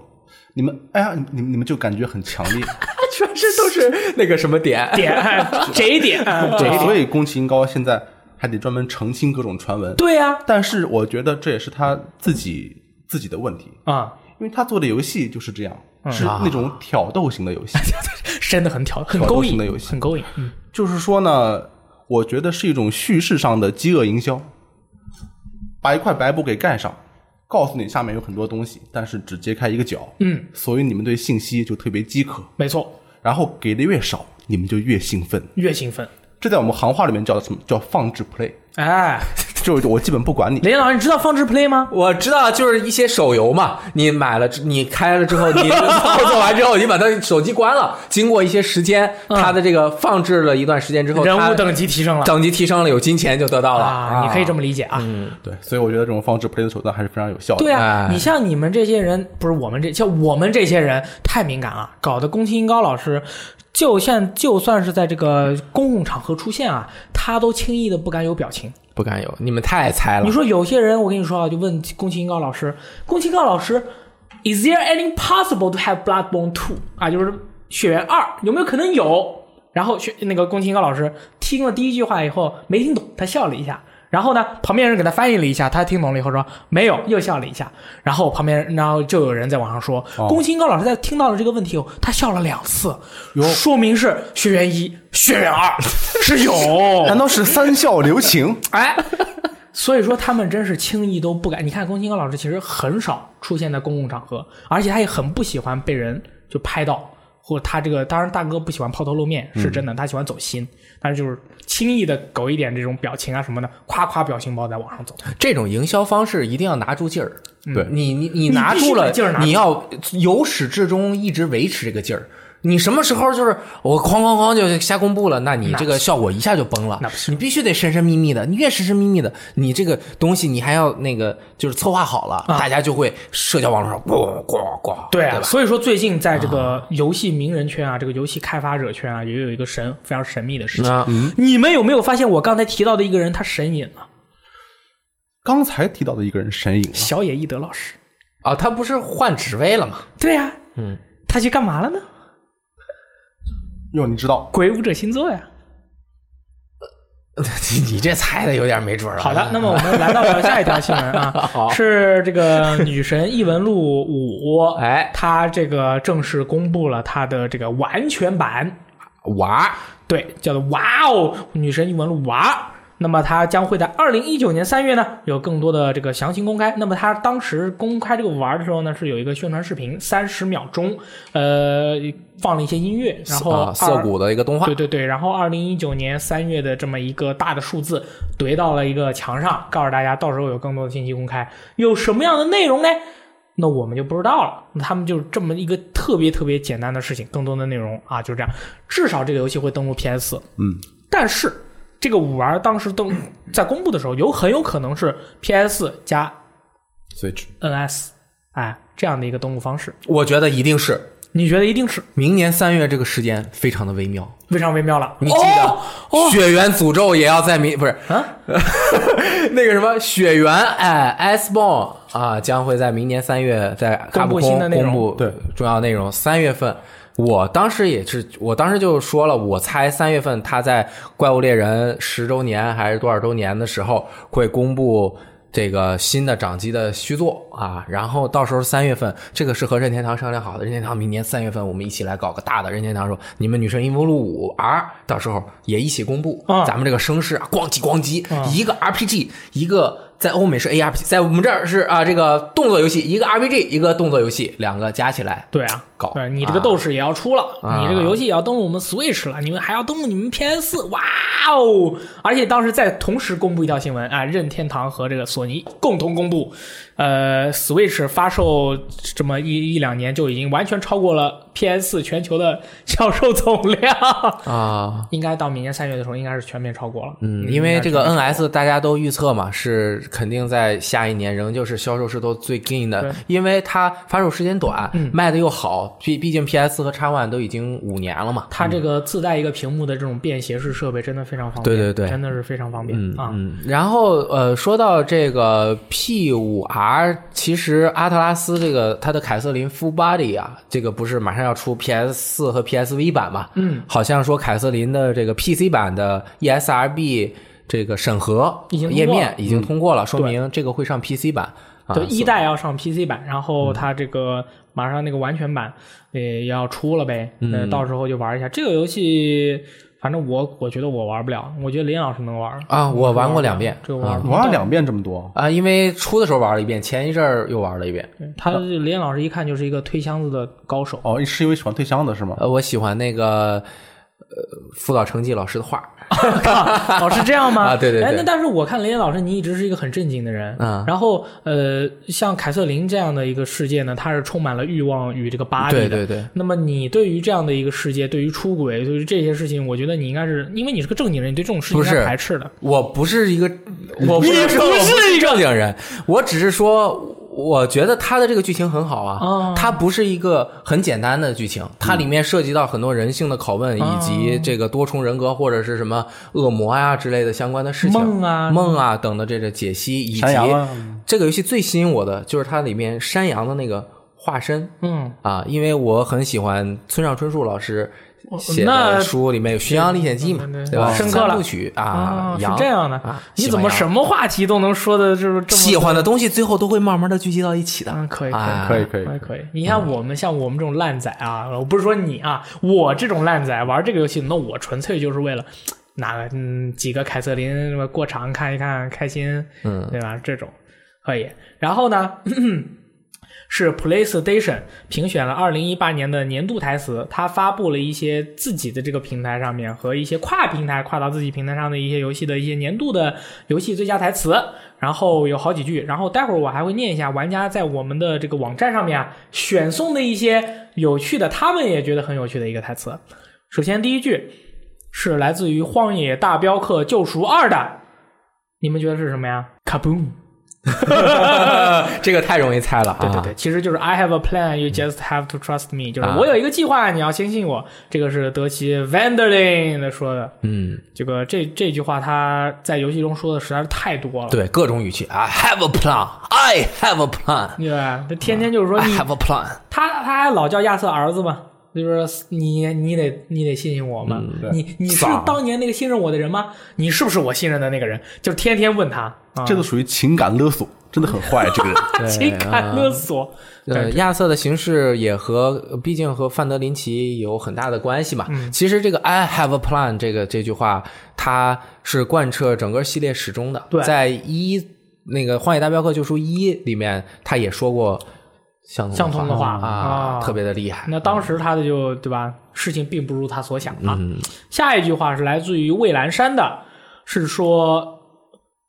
[SPEAKER 3] 你们，哎呀，你们你们就感觉很强烈，
[SPEAKER 2] 全是都是那个什么点，
[SPEAKER 1] 点 哎这一点，哎这一
[SPEAKER 3] 对，
[SPEAKER 1] 点，
[SPEAKER 3] 所以宫崎英高现在还得专门澄清各种传闻。
[SPEAKER 1] 对呀，
[SPEAKER 3] 但是我觉得这也是他自己自己的问题，
[SPEAKER 1] 啊，
[SPEAKER 3] 因为他做的游戏就是这样，是那种挑逗型的游戏。
[SPEAKER 1] 真的很挑，很勾引
[SPEAKER 3] 挑逗性的游戏
[SPEAKER 1] 很勾引。嗯
[SPEAKER 3] 就是说呢，我觉得是一种叙事上的饥饿营销，把一块白布给盖上，告诉你下面有很多东西，但是只揭开一个角，
[SPEAKER 1] 嗯，
[SPEAKER 3] 所以你们对信息就特别饥渴，
[SPEAKER 1] 没错，
[SPEAKER 3] 然后给的越少，你们就越兴奋。
[SPEAKER 1] 越兴奋。
[SPEAKER 3] 这在我们行话里面叫什么？叫放置 play，
[SPEAKER 1] 哎，
[SPEAKER 3] 就是我基本不管你。
[SPEAKER 1] 雷老师，你知道放置 play 吗？
[SPEAKER 2] 我知道，就是一些手游嘛，你买了之，你开了之后，你操作完之后，你把它手机关了。经过一些时间，它的这个放置了一段时间之后，
[SPEAKER 1] 嗯人
[SPEAKER 2] 它
[SPEAKER 1] 物等级提升了
[SPEAKER 2] 等级提升了，有金钱就得到了。
[SPEAKER 1] 啊，你可以这么理解啊。
[SPEAKER 3] 对，所以我觉得这种放置 play 的手段还是非常有效的。
[SPEAKER 1] 对啊
[SPEAKER 2] 哎，
[SPEAKER 1] 你像你们这些人，不是我们这像我们这些人太敏感了，搞得宫崎英高老师，就像就算是在这个公共场合出现啊，他都轻易的不敢有表情。
[SPEAKER 2] 不敢有，你们太菜了
[SPEAKER 1] 你。说有些人，我跟你说啊，就问宫崎英高老师，宫崎英高老师，Is there any possible to have Bloodborne two 啊？就是血缘二有没有可能有？然后血那个宫崎英高老师听了第一句话以后没听懂，他笑了一下。然后呢，旁边人给他翻译了一下，他听懂了以后说没有，又笑了一下。然后旁边人，然后就有人在网上说，
[SPEAKER 3] 哦
[SPEAKER 1] 宫崎英高老师在听到了这个问题以后，他笑了两次，
[SPEAKER 3] 哟
[SPEAKER 1] 说明是血缘一、血缘二 是有。
[SPEAKER 3] 难道是三笑留情？
[SPEAKER 1] 哎，所以说他们真是轻易都不敢。你看宫崎英高老师其实很少出现在公共场合，而且他也很不喜欢被人就拍到，或者他这个当然大哥不喜欢抛头露面是
[SPEAKER 2] 嗯
[SPEAKER 1] 真的，他喜欢走心，但是就是轻易的搞一点这种表情啊什么的，夸夸表情包在网上走。
[SPEAKER 2] 这种营销方式一定要拿住劲儿。
[SPEAKER 3] 对
[SPEAKER 2] 你你你
[SPEAKER 1] 必须
[SPEAKER 2] 拿住了
[SPEAKER 1] 把劲儿拿住
[SPEAKER 2] 你要由始至终一直维持这个劲儿。你什么时候就是我哐哐哐就瞎公布了，那你这个效果一下就崩了
[SPEAKER 1] 那不。是
[SPEAKER 2] 你必须得神神秘秘的，你越神神秘秘的，你这个东西你还要那个就是策划好了，大家就会社交网络上咣咣咣，
[SPEAKER 1] 啊对啊，
[SPEAKER 2] 吧？
[SPEAKER 1] 所以说最近在这个游戏名人圈啊，这个游戏开发者圈啊，也有一个神非常神秘的事情。
[SPEAKER 2] 那嗯
[SPEAKER 1] 你们有没有发现我刚才提到的一个人，他神隐了？
[SPEAKER 3] 刚才提到的一个人神隐了，
[SPEAKER 1] 小野义德老师。
[SPEAKER 2] 啊，他不是换职位了吗？
[SPEAKER 1] 对呀、
[SPEAKER 2] 嗯，
[SPEAKER 1] 他去干嘛了呢？
[SPEAKER 3] 哟，你知道
[SPEAKER 1] 鬼舞者星座呀。
[SPEAKER 2] 你这猜的有点没准儿了。
[SPEAKER 1] 好的，那么我们来到了下一条新闻 啊，是这个女神异闻录五，
[SPEAKER 2] 哎，
[SPEAKER 1] 它这个正式公布了它的这个完全版，
[SPEAKER 2] 娃
[SPEAKER 1] 对，叫做哇哦，女神异闻录哇。那么它将会在二零一九年三月呢有更多的这个详情公开。那么它当时公开这个玩的时候呢，是有一个宣传视频，三十秒钟，呃，放了一些音乐，然后
[SPEAKER 2] 啊，涩
[SPEAKER 1] 二
[SPEAKER 2] 谷的一个动画
[SPEAKER 1] 对，对对，然后二零一九年三月的这么一个大的数字怼到了一个墙上，告诉大家到时候有更多的信息公开，有什么样的内容呢？那我们就不知道了。那他们就这么一个特别特别简单的事情，更多的内容啊，就这样。至少这个游戏会登陆 PS，
[SPEAKER 3] 嗯，
[SPEAKER 1] 但是这个五玩当时登在公布的时候，有很有可能是 PS 加
[SPEAKER 3] Switch
[SPEAKER 1] NS，哎，这样的一个登录方式。
[SPEAKER 2] 我觉得一定是
[SPEAKER 1] 你觉得一定是
[SPEAKER 2] 明年三月这个时间非常的微妙，
[SPEAKER 1] 非常微妙了？
[SPEAKER 2] 你记得、
[SPEAKER 1] 哦哦
[SPEAKER 2] 血缘诅咒也要在明不是
[SPEAKER 1] 啊？
[SPEAKER 2] 那个什么血缘哎 S b o n 啊，将会在明年三月在卡普
[SPEAKER 1] 公布新的
[SPEAKER 2] 空
[SPEAKER 1] 内容
[SPEAKER 2] 公布
[SPEAKER 3] 对
[SPEAKER 2] 重要内容。三月份，我当时也是，我当时就说了，我猜三月份他在怪物猎人十周年还是多少周年的时候会公布。这个新的掌机的续作啊，然后到时候三月份，这个是和任天堂商量好的。任天堂明年三月份我们一起来搞个大的。任天堂说，你们《女神异闻录五 R》到时候也一起公布，
[SPEAKER 1] 啊
[SPEAKER 2] 咱们这个声势啊，咣叽咣叽，一个 RPG，一个在欧美是 ARP，在我们这儿是啊，这个动作游戏，一个 RPG，一个动作游戏，两个加起来，
[SPEAKER 1] 对啊，
[SPEAKER 2] 搞
[SPEAKER 1] 对你这个斗士也要出了，
[SPEAKER 2] 啊
[SPEAKER 1] 你这个游戏也要登录我们 Switch 了，你们还要登录你们 PS，哇哦！而且当时在同时公布一条新闻啊，任天堂和这个索尼共同公布，呃，Switch 发售这么一一两年就已经完全超过了 PS 全球的销售总量，
[SPEAKER 2] 啊。嗯
[SPEAKER 1] 应该到明年三月的时候应该是全面超过了。
[SPEAKER 2] 嗯，因为这个 NS 大家都预测嘛，是肯定在下一年仍旧是销售势头最劲
[SPEAKER 1] 对嗯
[SPEAKER 2] 的，因为它发售时间短，卖的又好，毕毕竟 PS 和 X One 都已经五年了嘛。
[SPEAKER 1] 它这个自带一个屏幕的这种便携式设备，真的非常方便。
[SPEAKER 2] 对对对
[SPEAKER 1] 真的是非常方便啊！
[SPEAKER 2] 嗯，然后呃，说到这个 P 五 R，其实阿特拉斯这个它的凯瑟琳 Full Body 啊，这个不是马上要出 PS 四和 PSV 版嘛？嗯，好像说凯瑟琳的这个 PC 版的 E ESRB 这个审核
[SPEAKER 1] 已经通
[SPEAKER 2] 页
[SPEAKER 1] 过
[SPEAKER 2] 面
[SPEAKER 1] 了嗯
[SPEAKER 2] 已经通过了，说明这个会上 PC 版。啊嗯
[SPEAKER 1] 就一代要上 PC 版，然后它这个马上那个完全版也要出了呗，
[SPEAKER 2] 嗯
[SPEAKER 1] 那到时候就玩一下这个游戏。反正我我觉得我玩不了，我觉得林老师能玩
[SPEAKER 2] 啊，我玩过两遍
[SPEAKER 1] 这个我玩不了。
[SPEAKER 3] 玩了两遍这么多，
[SPEAKER 2] 啊，因为出的时候玩了一遍，前一阵儿又玩了一遍。
[SPEAKER 1] 他林老师一看就是一个推箱子的高 手，
[SPEAKER 3] 哦，是因为喜欢退箱子是吗？
[SPEAKER 2] 呃，我喜欢那个呃辅导成绩老师的画，
[SPEAKER 1] 老哦是这样吗？
[SPEAKER 2] 啊对对对
[SPEAKER 1] 哎，那但是我看林岩老师，你一直是一个很正经的人。
[SPEAKER 2] 嗯
[SPEAKER 1] 然后呃，像凯瑟琳这样的一个世界呢，它是充满了欲望与这个巴黎
[SPEAKER 2] 对
[SPEAKER 1] 的。
[SPEAKER 2] 对对。
[SPEAKER 1] 那么你对于这样的一个世界，对于出轨，对于这些事情，我觉得你应该是因为你是个正经人，你对这种事情
[SPEAKER 2] 不是
[SPEAKER 1] 是排斥的。
[SPEAKER 2] 我不是一个，我不是说我不是正经人，我只是说，我觉得他的这个剧情很好啊，
[SPEAKER 1] 哦
[SPEAKER 2] 它不是一个很简单的剧情，它里面涉及到很多人性的拷问，以及这个多重人格或者是什么恶魔呀、之类的相关的事情，
[SPEAKER 1] 梦啊
[SPEAKER 2] 梦啊等的这个解析，以及
[SPEAKER 3] 山羊啊，
[SPEAKER 2] 这个游戏最吸引我的就是它里面山羊的那个化身。
[SPEAKER 1] 嗯，
[SPEAKER 2] 啊，因为我很喜欢村上春树老师写的
[SPEAKER 1] 哦那
[SPEAKER 2] 书，里面有《巡洋历险记》嘛
[SPEAKER 1] 嗯对，
[SPEAKER 2] 对吧？
[SPEAKER 1] 深刻了哦
[SPEAKER 2] 三部曲啊，
[SPEAKER 1] 是
[SPEAKER 2] 羊
[SPEAKER 1] 这样的。
[SPEAKER 2] 啊
[SPEAKER 1] 你
[SPEAKER 2] 喜
[SPEAKER 1] 怎
[SPEAKER 2] 欢
[SPEAKER 1] 么
[SPEAKER 2] 羊
[SPEAKER 1] 什么话题都能说的，就是这么
[SPEAKER 2] 喜欢的东西最后都会慢慢的聚集到一起的。
[SPEAKER 1] 嗯可以可以
[SPEAKER 2] 啊
[SPEAKER 3] 可以可以
[SPEAKER 1] 还，可以。你
[SPEAKER 2] 嗯
[SPEAKER 1] 看我们像我们这种烂仔啊，我不是说你啊，我这种烂仔玩这个游戏，那我纯粹就是为了哪个嗯几个凯瑟琳什么过场看一看开心，
[SPEAKER 2] 嗯，
[SPEAKER 1] 对吧？这种可以。然后呢？是 PlayStation 评选了2018年的年度台词，它发布了一些自己的这个平台上面和一些跨平台、跨到自己平台上的一些游戏的一些年度的游戏最佳台词，然后有好几句，然后待会儿我还会念一下玩家在我们的这个网站上面啊选送的一些有趣的，他们也觉得很有趣的一个台词。首先第一句是来自于《荒野大镖客：救赎二》的，你们觉得是什么呀？Kaboom！
[SPEAKER 2] 呃这个太容易猜了啊！
[SPEAKER 1] 对对对，其实就是 I have a plan, you just have to trust me，就是
[SPEAKER 2] 啊
[SPEAKER 1] 我有一个计划，你要相信我。这个是德奇 Vanderlin 的说的，
[SPEAKER 2] 嗯，
[SPEAKER 1] 这个这这句话他在游戏中说的实在是太多了。
[SPEAKER 2] 对各种语气，I have a plan, I have a plan,
[SPEAKER 1] 对吧？他天天就是说
[SPEAKER 2] I
[SPEAKER 1] 你
[SPEAKER 2] have a plan。
[SPEAKER 1] 他他还老叫亚瑟儿子嘛，就是你你得你得信任我嘛，
[SPEAKER 2] 嗯
[SPEAKER 3] 对
[SPEAKER 1] 你你是
[SPEAKER 2] 丧
[SPEAKER 1] 当年那个信任我的人吗？你是不是我信任的那个人？就天天问他，啊、
[SPEAKER 3] 这都属于情感勒索，真的很坏这个人。
[SPEAKER 2] 啊
[SPEAKER 1] 情感勒索，
[SPEAKER 2] 呃，亚瑟的形式也和呃毕竟和范德林奇有很大的关系嘛。
[SPEAKER 1] 嗯
[SPEAKER 2] 其实这个 "I have a plan" 这个这句话，它是贯彻整个系列始终的。
[SPEAKER 1] 对
[SPEAKER 2] 在一那个《荒野大镖客：救赎一》里面，他也说过相同
[SPEAKER 1] 相同的话
[SPEAKER 2] 啊
[SPEAKER 1] 啊，
[SPEAKER 2] 特别的厉害。
[SPEAKER 1] 那当时他的就对吧？事情并不如他所想啊。
[SPEAKER 2] 嗯
[SPEAKER 1] 下一句话是来自于蔚蓝山的，是说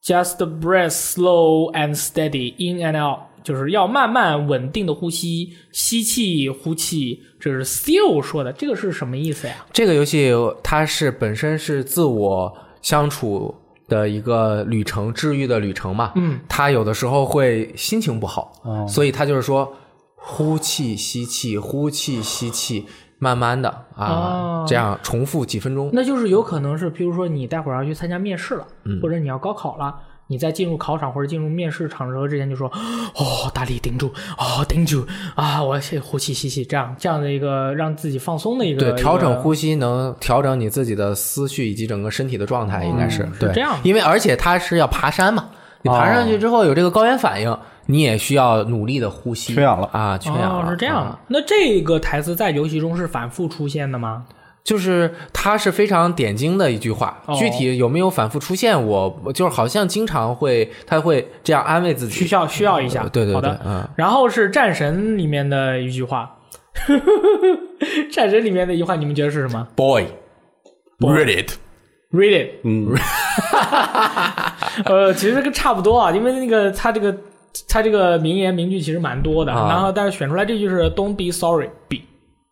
[SPEAKER 1] “just breath slow and steady in and out”，就是要慢慢稳定的呼吸，吸气呼气。这是 Steel 说的，这个是什么意思呀？
[SPEAKER 2] 这个游戏它是本身是自我相处的一个旅程，治愈的旅程嘛。
[SPEAKER 1] 嗯，
[SPEAKER 2] 他有的时候会心情不好，
[SPEAKER 3] 哦
[SPEAKER 2] 所以他就是说呼气吸气，呼气吸气，慢慢的啊，
[SPEAKER 1] 哦
[SPEAKER 2] 这样重复几分钟。
[SPEAKER 1] 那就是有可能是，譬如说你待会儿要去参加面试了，
[SPEAKER 2] 嗯
[SPEAKER 1] 或者你要高考了，你在进入考场或者进入面试场合之前就说，哦，大力顶住，哦，顶住啊，我先呼气吸气，这样这样的一个让自己放松的一个
[SPEAKER 2] 对，调整。
[SPEAKER 1] 一个
[SPEAKER 2] 呼吸能调整你自己的思绪以及整个身体的状态，应该是、
[SPEAKER 1] 哦是
[SPEAKER 2] 对
[SPEAKER 1] 这样的
[SPEAKER 2] 因为而且它是要爬山嘛，你爬上去之后有这个高原反应，你也需要努力的呼吸，
[SPEAKER 3] 缺氧了
[SPEAKER 2] 啊，缺氧
[SPEAKER 1] 哦
[SPEAKER 2] 了、，
[SPEAKER 1] 是这
[SPEAKER 2] 啊
[SPEAKER 1] 样。那这个台词在游戏中是反复出现的吗？
[SPEAKER 2] 就是它是非常典型的一句话，
[SPEAKER 1] 哦
[SPEAKER 2] 具体有没有反复出现，我我就是好像经常会，他会这样安慰自
[SPEAKER 1] 需
[SPEAKER 2] 己。
[SPEAKER 1] 要需要一下。
[SPEAKER 2] 呃对对
[SPEAKER 1] 好
[SPEAKER 2] 对
[SPEAKER 1] 的，。
[SPEAKER 2] 嗯，
[SPEAKER 1] 然后是《战神》里面的一句话， 《战神》里面的一句话，你们觉得是什么
[SPEAKER 2] boy，
[SPEAKER 3] Read it，
[SPEAKER 1] ？Read it。
[SPEAKER 3] 嗯，
[SPEAKER 1] 呃，其实跟差不多啊，因为那个他这个他这个名言名句其实蛮多的，
[SPEAKER 2] 啊
[SPEAKER 1] 然后但是选出来这句是 “Don't be sorry, be”，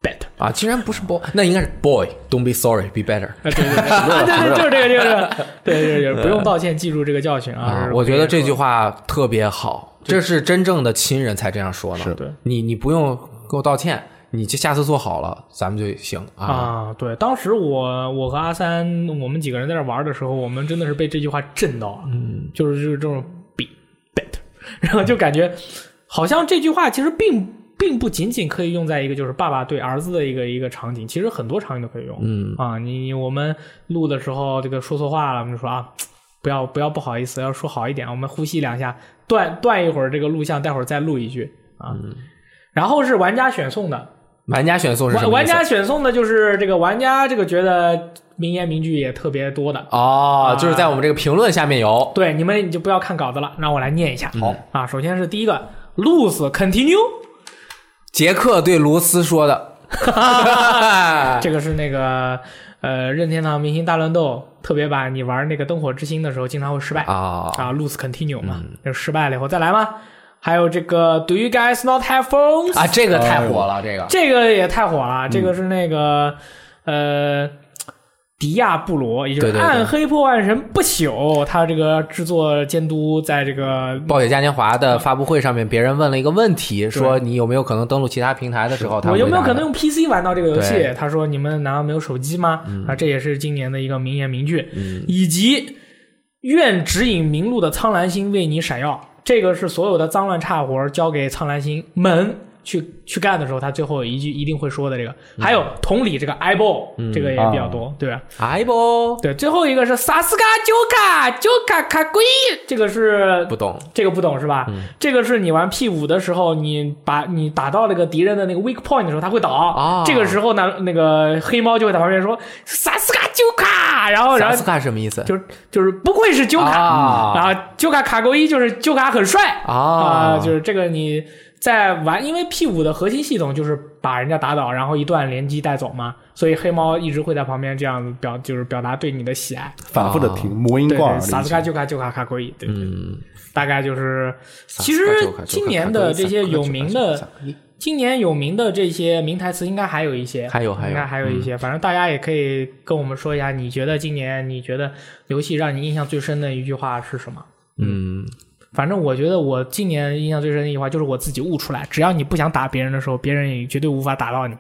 [SPEAKER 1] bet。
[SPEAKER 2] 啊，竟然不是 boy，那应该是 boy，don't be sorry，be better。
[SPEAKER 1] 啊，对对对，啊， 对对，就是这个，就是这个，对对对，不用道歉，记住这个教训啊
[SPEAKER 2] 啊！！我觉得这
[SPEAKER 1] 就。
[SPEAKER 2] 句话特别好，这是真正的亲人才这样说呢。
[SPEAKER 3] 是
[SPEAKER 1] 对
[SPEAKER 2] 你你不用给我道歉，你就下次做好了，咱们就行啊。
[SPEAKER 1] 啊，对，当时我我和阿三，我们几个人在那玩的时候，我们真的是被这句话震到了，嗯，就是就是这种 be bet，然 后就感觉好像这句话其实并并不仅仅可以用在一个就是爸爸对儿子的一个一个场景，其实很多场景都可以用，嗯啊，你你我们录的时候这个说错话了，我们就说啊，不要不要不好意思，要说好一点，我们呼吸两下，断断一会儿这个录像，待会儿再录一句啊。然后是玩家选送的，
[SPEAKER 2] 玩家选送是什么意
[SPEAKER 1] 玩
[SPEAKER 2] 思？
[SPEAKER 1] 玩家选送的就是这个玩家这个觉得名言名句也特别多的。
[SPEAKER 2] 哦，就是在我们这个评论下面有
[SPEAKER 1] 对，你们你就不要看稿子了，让我来念一下。
[SPEAKER 2] 嗯
[SPEAKER 1] 好、啊，首先是第一个，lose continue，
[SPEAKER 2] 杰克对卢斯说的， 啊
[SPEAKER 1] 这个是那个呃任天堂明星大乱斗特别版，你玩那个灯火之星的时候经常会失败
[SPEAKER 2] 啊嗯
[SPEAKER 1] 啊，lose continue 嘛，就失败了以后再来嘛。还有这个，Do you guys not have phones？
[SPEAKER 2] 啊，这个
[SPEAKER 1] 哎
[SPEAKER 2] 太火了，这个
[SPEAKER 1] 这个也太火了，
[SPEAKER 2] 嗯
[SPEAKER 1] 这个是那个、呃。迪亚布罗，也就是
[SPEAKER 2] 对对
[SPEAKER 1] 《
[SPEAKER 2] 对
[SPEAKER 1] 暗黑破坏神不朽》他这个制作监督在这个
[SPEAKER 2] 暴雪嘉年华的发布会上面，别人问了一个问题，说你有没有可能登录其他平台的时候，他
[SPEAKER 1] 我有没有
[SPEAKER 2] 回
[SPEAKER 1] 可
[SPEAKER 2] 答的
[SPEAKER 1] 能用 PC 玩到这个游戏
[SPEAKER 2] 对？嗯
[SPEAKER 1] 他说：“你们难道没有手机吗？”啊，这也是今年的一个名言名句，以及“愿指引明路的苍蓝星为你闪耀”，这个是所有的脏乱差活儿交给苍蓝星们去去干的时候，他最后一句一定会说的这个。还
[SPEAKER 2] 嗯
[SPEAKER 1] 有同理，这个 eyeball 这个也
[SPEAKER 2] 啊
[SPEAKER 1] 比较多，对吧？
[SPEAKER 2] 哎不
[SPEAKER 1] 对，最后一个是萨斯卡九卡九卡卡龟，这个是
[SPEAKER 2] 不嗯懂
[SPEAKER 1] 这个不懂是吧？这个是你玩 P 五的时候，你把你打到那个敌人的那个 weak point 的时候，他会倒。
[SPEAKER 2] 啊
[SPEAKER 1] 这个时候呢，那个黑猫就会在旁边说萨斯卡九卡，然后然
[SPEAKER 2] 萨
[SPEAKER 1] 后
[SPEAKER 2] 斯卡是什么意思？
[SPEAKER 1] 就就是不愧是九卡，
[SPEAKER 2] 啊
[SPEAKER 1] 然后九卡卡勾一就是九卡很帅
[SPEAKER 2] 啊
[SPEAKER 1] 就是这个你在玩，因为 P 五的核心系统就是把人家打倒，然后一段连击带走嘛，所以黑猫一直会在旁边这样子表就是表达对你的喜爱。
[SPEAKER 3] 反复的听，魔音
[SPEAKER 1] 对
[SPEAKER 3] 贯耳
[SPEAKER 1] 对，
[SPEAKER 3] 的一句。
[SPEAKER 1] 萨斯卡九卡九卡卡勾一，对对对，
[SPEAKER 2] 嗯，
[SPEAKER 1] 大概就是其实
[SPEAKER 2] 萨斯卡
[SPEAKER 1] 今年的这些有名的。，今年有名的这些名台词应该还有一些，
[SPEAKER 2] 还有还有嗯
[SPEAKER 1] 应该还有一些。反正大家也可以跟我们说一下，你觉得今年你觉得游戏让你印象最深的一句话是什么？
[SPEAKER 2] 嗯，
[SPEAKER 1] 反正我觉得我今年印象最深的一句话就是我自己悟出来，只要你不想打别人的时候，别人也绝对无法打到你。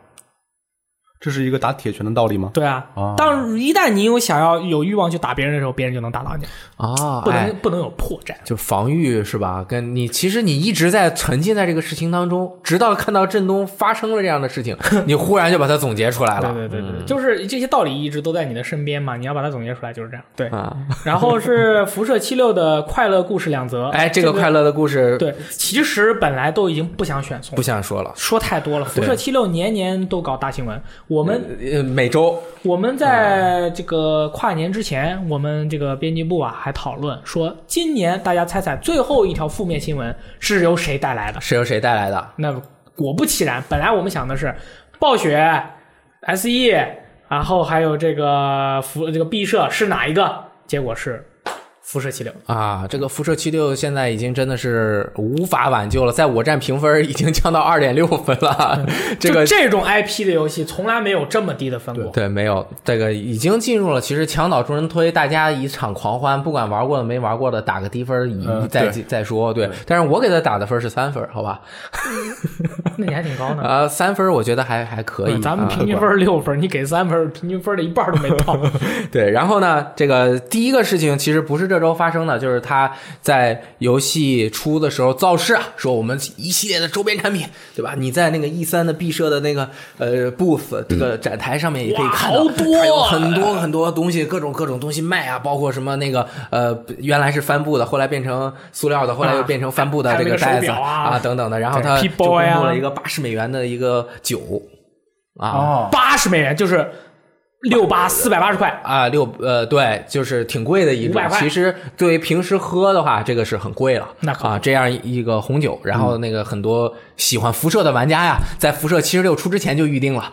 [SPEAKER 3] 这是一个打铁拳的道理吗？
[SPEAKER 1] 对啊，
[SPEAKER 2] 哦
[SPEAKER 3] 啊
[SPEAKER 1] 当一旦你有想要有欲望去打别人的时候，别人就能打到你，
[SPEAKER 2] 啊，
[SPEAKER 1] 不能、
[SPEAKER 2] 哎
[SPEAKER 1] 不能有破绽。
[SPEAKER 2] 就防御是吧？跟你其实你一直在沉浸在这个事情当中，直到看到振东发生了这样 的事情，你忽然就把它总结出来了。
[SPEAKER 1] 对对对对，就是这些道理一直都在你的身边嘛，你要把它总结出来就是这样。对，
[SPEAKER 2] 啊，
[SPEAKER 1] 然后是辐射七六的快乐故事两则，
[SPEAKER 2] 哎，这个
[SPEAKER 1] 快。
[SPEAKER 2] 快乐的故事
[SPEAKER 1] 对，其实本来都已经不想选送
[SPEAKER 2] 不，想说了。
[SPEAKER 1] 说太多了。辐射七六年年都搞大新闻，我们
[SPEAKER 2] 呃，每周
[SPEAKER 1] 我们在
[SPEAKER 2] 啊
[SPEAKER 1] 这个跨年之前，我们这个编辑部啊还讨论说，今年大家猜猜最后一条负面新闻是由谁带来的？
[SPEAKER 2] 是由谁带来的？
[SPEAKER 1] 那果不其然，本来我们想的是暴雪、S E，然后还有这个辐这个毕设是哪一个？结果是辐射七六。
[SPEAKER 2] 啊，这个辐射七六现在已经真的是无法挽救了，在我站评分已经降到二点六分了。这个
[SPEAKER 1] 就这种 IP 的游戏从来没有这么低的分过。
[SPEAKER 2] 对，没有这个已经进入了，其实墙倒众人推，大家一场狂欢，不管玩过的没玩过的，打个低分儿一、
[SPEAKER 3] 呃
[SPEAKER 2] 再
[SPEAKER 3] 对
[SPEAKER 2] 再说。对，但是我给他打的分儿是三分儿，好吧？
[SPEAKER 1] 那你还挺高呢。
[SPEAKER 2] 啊、三分儿我觉得还还可以。
[SPEAKER 1] 咱们
[SPEAKER 2] 啊
[SPEAKER 1] 平均分六分，你给三分，平均分的一半都没 到。
[SPEAKER 2] 对，然后呢，这个第一个事情其实不是这周发生的，就是他在游戏出的时候造势啊，说我们一系列的周边产品，对吧？你在那个 E 三的毕设的那个呃 booth 这个展台上面也可以看到，
[SPEAKER 1] 哇好多啊
[SPEAKER 2] 它有很多很多东西，各种各种东西卖啊，包括什么那个呃原来是帆布的，后来变成塑料的，后来又变成帆布的
[SPEAKER 1] 啊还有
[SPEAKER 2] 这
[SPEAKER 1] 那个
[SPEAKER 2] 袋
[SPEAKER 1] 手
[SPEAKER 2] 子
[SPEAKER 1] 表啊
[SPEAKER 2] 啊等等的，然后
[SPEAKER 1] 对
[SPEAKER 2] 他就
[SPEAKER 1] P-boy
[SPEAKER 2] 公
[SPEAKER 1] 啊
[SPEAKER 2] 布了一个八十美元的一个酒啊。
[SPEAKER 3] 哦，
[SPEAKER 1] 八十美元就是六八四百八十块，
[SPEAKER 2] 啊，六呃，对，就是挺贵的一种
[SPEAKER 1] 500。块
[SPEAKER 2] 其实对于平时喝的话，这个是很贵了。
[SPEAKER 1] 那可不
[SPEAKER 2] 啊，这样一个红酒，然后那个很多喜欢辐射的玩家呀，在辐射七十六出之前就预定了。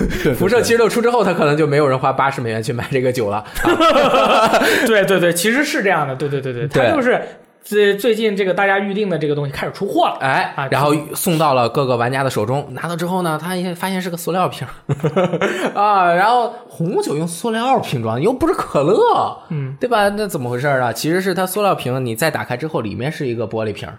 [SPEAKER 1] 嗯
[SPEAKER 3] 对
[SPEAKER 2] 辐射七十六出之后，他可能就没有人花八十 美元去买这个酒了。啊
[SPEAKER 1] 对对对，其实是这样的，对对对对，它
[SPEAKER 2] 对
[SPEAKER 1] 就是最最近这个大家预定的这个东西开始出货了，啊
[SPEAKER 2] 哎，然后送到了各个玩家的手中。拿到之后呢，他也发现是个塑料瓶儿 啊，然后红酒用塑料瓶装，又不是可乐，嗯，对吧？那怎么回事儿啊？其实是它塑料瓶，你再打开之后，里面是一个玻璃瓶儿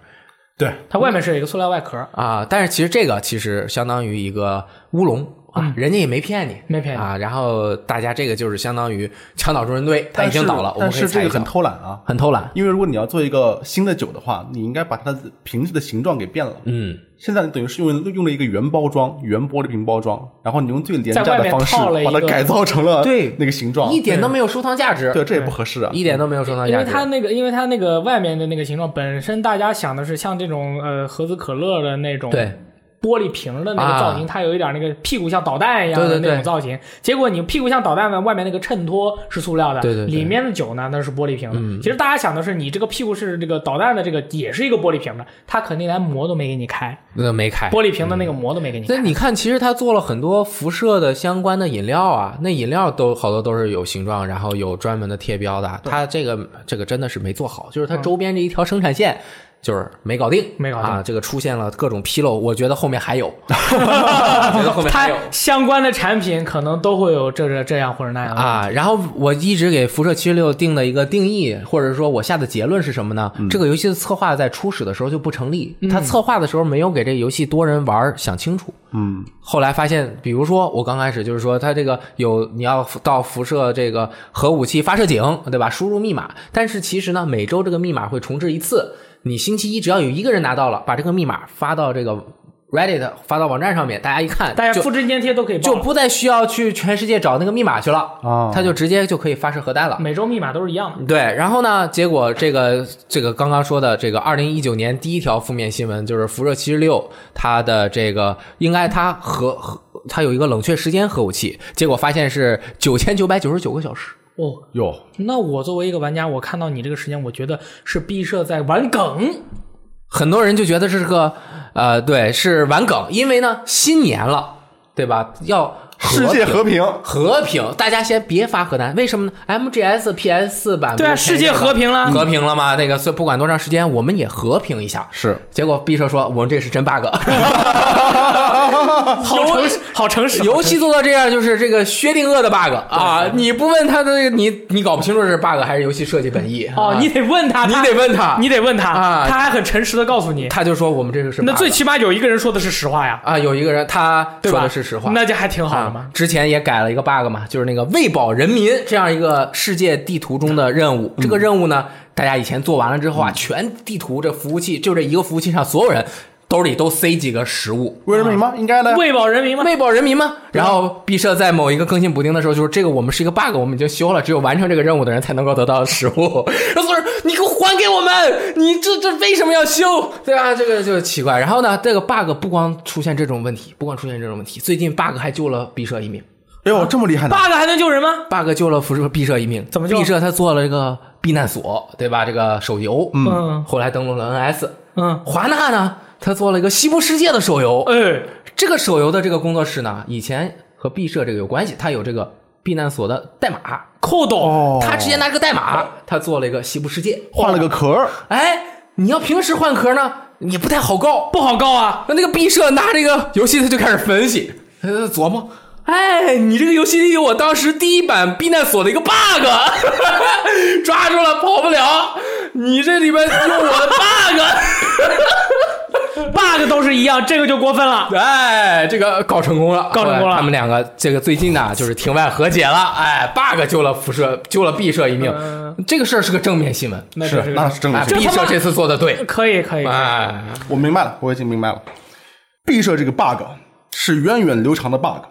[SPEAKER 3] 对，
[SPEAKER 1] 它外面是有一个塑料外壳，
[SPEAKER 2] 啊。但是其实这个其实相当于一个乌龙啊，人家也没骗你，
[SPEAKER 1] 没骗你
[SPEAKER 2] 啊。然后大家这个就是相当于墙倒众人推，他
[SPEAKER 3] 但
[SPEAKER 2] 已经
[SPEAKER 3] 是
[SPEAKER 2] 倒了，我们
[SPEAKER 3] 但
[SPEAKER 2] 可以
[SPEAKER 3] 是
[SPEAKER 2] 踩
[SPEAKER 3] 这
[SPEAKER 2] 一
[SPEAKER 3] 个
[SPEAKER 2] 脚
[SPEAKER 3] 很，偷懒啊，
[SPEAKER 2] 很偷懒，
[SPEAKER 3] 因为如果你要做一个新的酒的话，你应该把它的瓶子的形状给变了。
[SPEAKER 2] 嗯，
[SPEAKER 3] 现在等于是用用了一个原包装、原玻璃瓶包装，然后你用最廉价
[SPEAKER 1] 在外
[SPEAKER 3] 的
[SPEAKER 1] 面
[SPEAKER 3] 方式
[SPEAKER 1] 套了一
[SPEAKER 3] 把
[SPEAKER 1] 个
[SPEAKER 3] 它改造成了
[SPEAKER 2] 对
[SPEAKER 3] 那个形状
[SPEAKER 2] 一，点都没有收藏价值，
[SPEAKER 3] 对，这也不合适啊。
[SPEAKER 2] 一点都没有收藏
[SPEAKER 1] 因
[SPEAKER 2] 价
[SPEAKER 1] 为
[SPEAKER 2] 值。
[SPEAKER 1] 它那个，因为它那个外面的那个形状，本身大家想的是像这种呃盒子可乐的那种
[SPEAKER 2] 对
[SPEAKER 1] 玻璃瓶的那个造型，
[SPEAKER 2] 啊
[SPEAKER 1] 它有一点那个屁股像导弹一样的
[SPEAKER 2] 对对
[SPEAKER 1] 那
[SPEAKER 2] 对
[SPEAKER 1] 种造型。结果你屁股像导弹的，外面那个衬托是塑料的，
[SPEAKER 2] 对对嗯对
[SPEAKER 1] 里面的酒呢那是玻璃瓶的。其实大家想的是，你这个屁股是这个导弹的，这个也是一个玻璃瓶的，它肯定连膜都没给你开，
[SPEAKER 2] 那没开。
[SPEAKER 1] 玻璃瓶的那个膜都没给你开。
[SPEAKER 2] 那你看，其实他做了很多辐射的相关的饮料啊，那饮料都好多都是有形状，然后有专门的贴标的。他这个这个真的是没做好，就是他周边这一条生产线。就是没搞定，
[SPEAKER 1] 没搞定
[SPEAKER 2] 啊！这个出现了各种纰漏，我觉得后面还有，我觉得后面还
[SPEAKER 1] 它
[SPEAKER 2] 有
[SPEAKER 1] 相关的产品可能都会有这这这样或者那样的
[SPEAKER 2] 啊。然后我一直给辐射七十六定的一个定义，或者说我下的结论是什么呢？这个游戏的策划在初始的时候就不成立，他策划的时候没有给这游戏多人玩儿想清楚，
[SPEAKER 3] 嗯，
[SPEAKER 2] 后来发现，比如说我刚开始就是说，它这个有你要到辐射这个核武器发射井，对吧？输入密码，但是其实呢，每周这个密码会重置一次。你星期一只要有一个人拿到了，把这个密码发到这个 Reddit 发到网站上面，大家一看，
[SPEAKER 1] 大家
[SPEAKER 2] 就
[SPEAKER 1] 复制粘贴都可以报
[SPEAKER 2] 就不再需要去全世界找那个密码去了，
[SPEAKER 3] 哦
[SPEAKER 2] 他就直接就可以发射核弹了。
[SPEAKER 1] 每周密码都是一样的。
[SPEAKER 2] 对，然后呢？结果这个这个刚刚说的这个二零一九年第一条负面新闻就是辐射七十六，它的这个应该它核核它有一个冷却时间核武器，结果发现是九千九百九十九个小时。
[SPEAKER 1] 哦，
[SPEAKER 3] 哟，
[SPEAKER 1] 那我作为一个玩家，我看到你这个时间，我觉得是毕设在玩梗。
[SPEAKER 2] 很多人就觉得这是个呃，对，是玩梗，因为呢新年了，对吧？要和
[SPEAKER 3] 世界和平，
[SPEAKER 2] 和平，大家先别发核弹，为什么呢？MGS PS 四版不
[SPEAKER 1] 对啊，
[SPEAKER 2] 是前
[SPEAKER 1] 世界
[SPEAKER 2] 阵子
[SPEAKER 1] 和平了。
[SPEAKER 2] 和平了吗？那个，所以不管多长时间，我们也和平一下。
[SPEAKER 3] 是
[SPEAKER 2] 结果毕设说我们这是真 bug，
[SPEAKER 1] 好诚实， 好诚实。
[SPEAKER 2] 游戏做到这样就是这个薛定谔的 bug 啊！你不问他的这个，你你搞不清楚是 bug 还是游戏设计本意
[SPEAKER 1] 哦，
[SPEAKER 2] 啊
[SPEAKER 1] 你得问他，
[SPEAKER 2] 你
[SPEAKER 1] 他
[SPEAKER 2] 得问他
[SPEAKER 1] 你得问他，
[SPEAKER 2] 啊
[SPEAKER 1] 他还很诚实的告诉你。
[SPEAKER 2] 他就说我们这个是 bug
[SPEAKER 1] 那最起码有一个人说的是实话呀，
[SPEAKER 2] 啊，有一个人他
[SPEAKER 1] 对
[SPEAKER 2] 说
[SPEAKER 1] 吧？
[SPEAKER 2] 的是实话，
[SPEAKER 1] 那就还挺好的
[SPEAKER 2] 啊
[SPEAKER 1] 嘛。，
[SPEAKER 2] 之前也改了一个 bug 嘛，就是那个喂饱人民这样一个世界地图中的任
[SPEAKER 1] 嗯
[SPEAKER 2] 务。这个任务呢，大家以前做完了之后啊，全地图这服务器就这一个服务器上所有人兜里都塞几个食物，
[SPEAKER 3] 为什么吗？应该的呀。
[SPEAKER 1] 喂饱人民嘛，
[SPEAKER 2] 喂饱人民吗？然后毕设在某一个更新补丁的时候，就是这个我们是一个 bug，我们已经修了，只有完成这个任务的人才能够得到食物。 然后所有人，你给我还给我们！你这这为什么要修？ 对吧？这个就奇怪。然后呢，这个 bug 不光出现这种问题，不光出现这种问题，最近 bug 还救了毕设一命
[SPEAKER 3] 哎呦，这么厉害呢？
[SPEAKER 1] bug 还能救人吗？
[SPEAKER 2] ，bug 救了辐射毕设一命。
[SPEAKER 1] 怎么救
[SPEAKER 2] 毕设他做了一个避难所，对吧？这个手游，
[SPEAKER 1] 嗯
[SPEAKER 2] 后来登录了 NS。
[SPEAKER 1] 嗯，
[SPEAKER 2] 华纳呢，他做了一个西部世界的手游，
[SPEAKER 1] 哎，
[SPEAKER 2] 这个手游的这个工作室呢，以前和毕设这个有关系，他有这个避难所的代码，
[SPEAKER 1] 扣懂。
[SPEAKER 3] 哦
[SPEAKER 2] 他直接拿这个代码，他做了一个西部世界。
[SPEAKER 3] 画了个壳儿，
[SPEAKER 2] 哎，你要平时换壳呢，也不太好告。
[SPEAKER 1] 不好告啊！
[SPEAKER 2] 那那个毕设拿这个游戏，他就开始分析，他就琢磨。哎，你这个游戏里有我当时第一版避难所的一个 bug，抓住了跑不了。你这里边用我的 bug，
[SPEAKER 1] bug 都是一样，这个就过分了。
[SPEAKER 2] 哎，这个搞成功了，
[SPEAKER 1] 搞成功了
[SPEAKER 2] 后来他们两个这个最近呢，就是庭外和解了，哎，bug 救了辐射，救了毕设一命，
[SPEAKER 1] 嗯
[SPEAKER 2] 这个事儿是个正面新闻。
[SPEAKER 1] 那
[SPEAKER 3] 是
[SPEAKER 1] 这
[SPEAKER 3] 那是正
[SPEAKER 2] 哎，
[SPEAKER 3] 确
[SPEAKER 1] 嗯这。
[SPEAKER 2] 毕
[SPEAKER 1] 他妈
[SPEAKER 2] 设这次做的对，
[SPEAKER 1] 可以可以，
[SPEAKER 2] 哎，
[SPEAKER 3] 我明白了，我已经明白了。毕设这个 bug 是源远流长的 bug，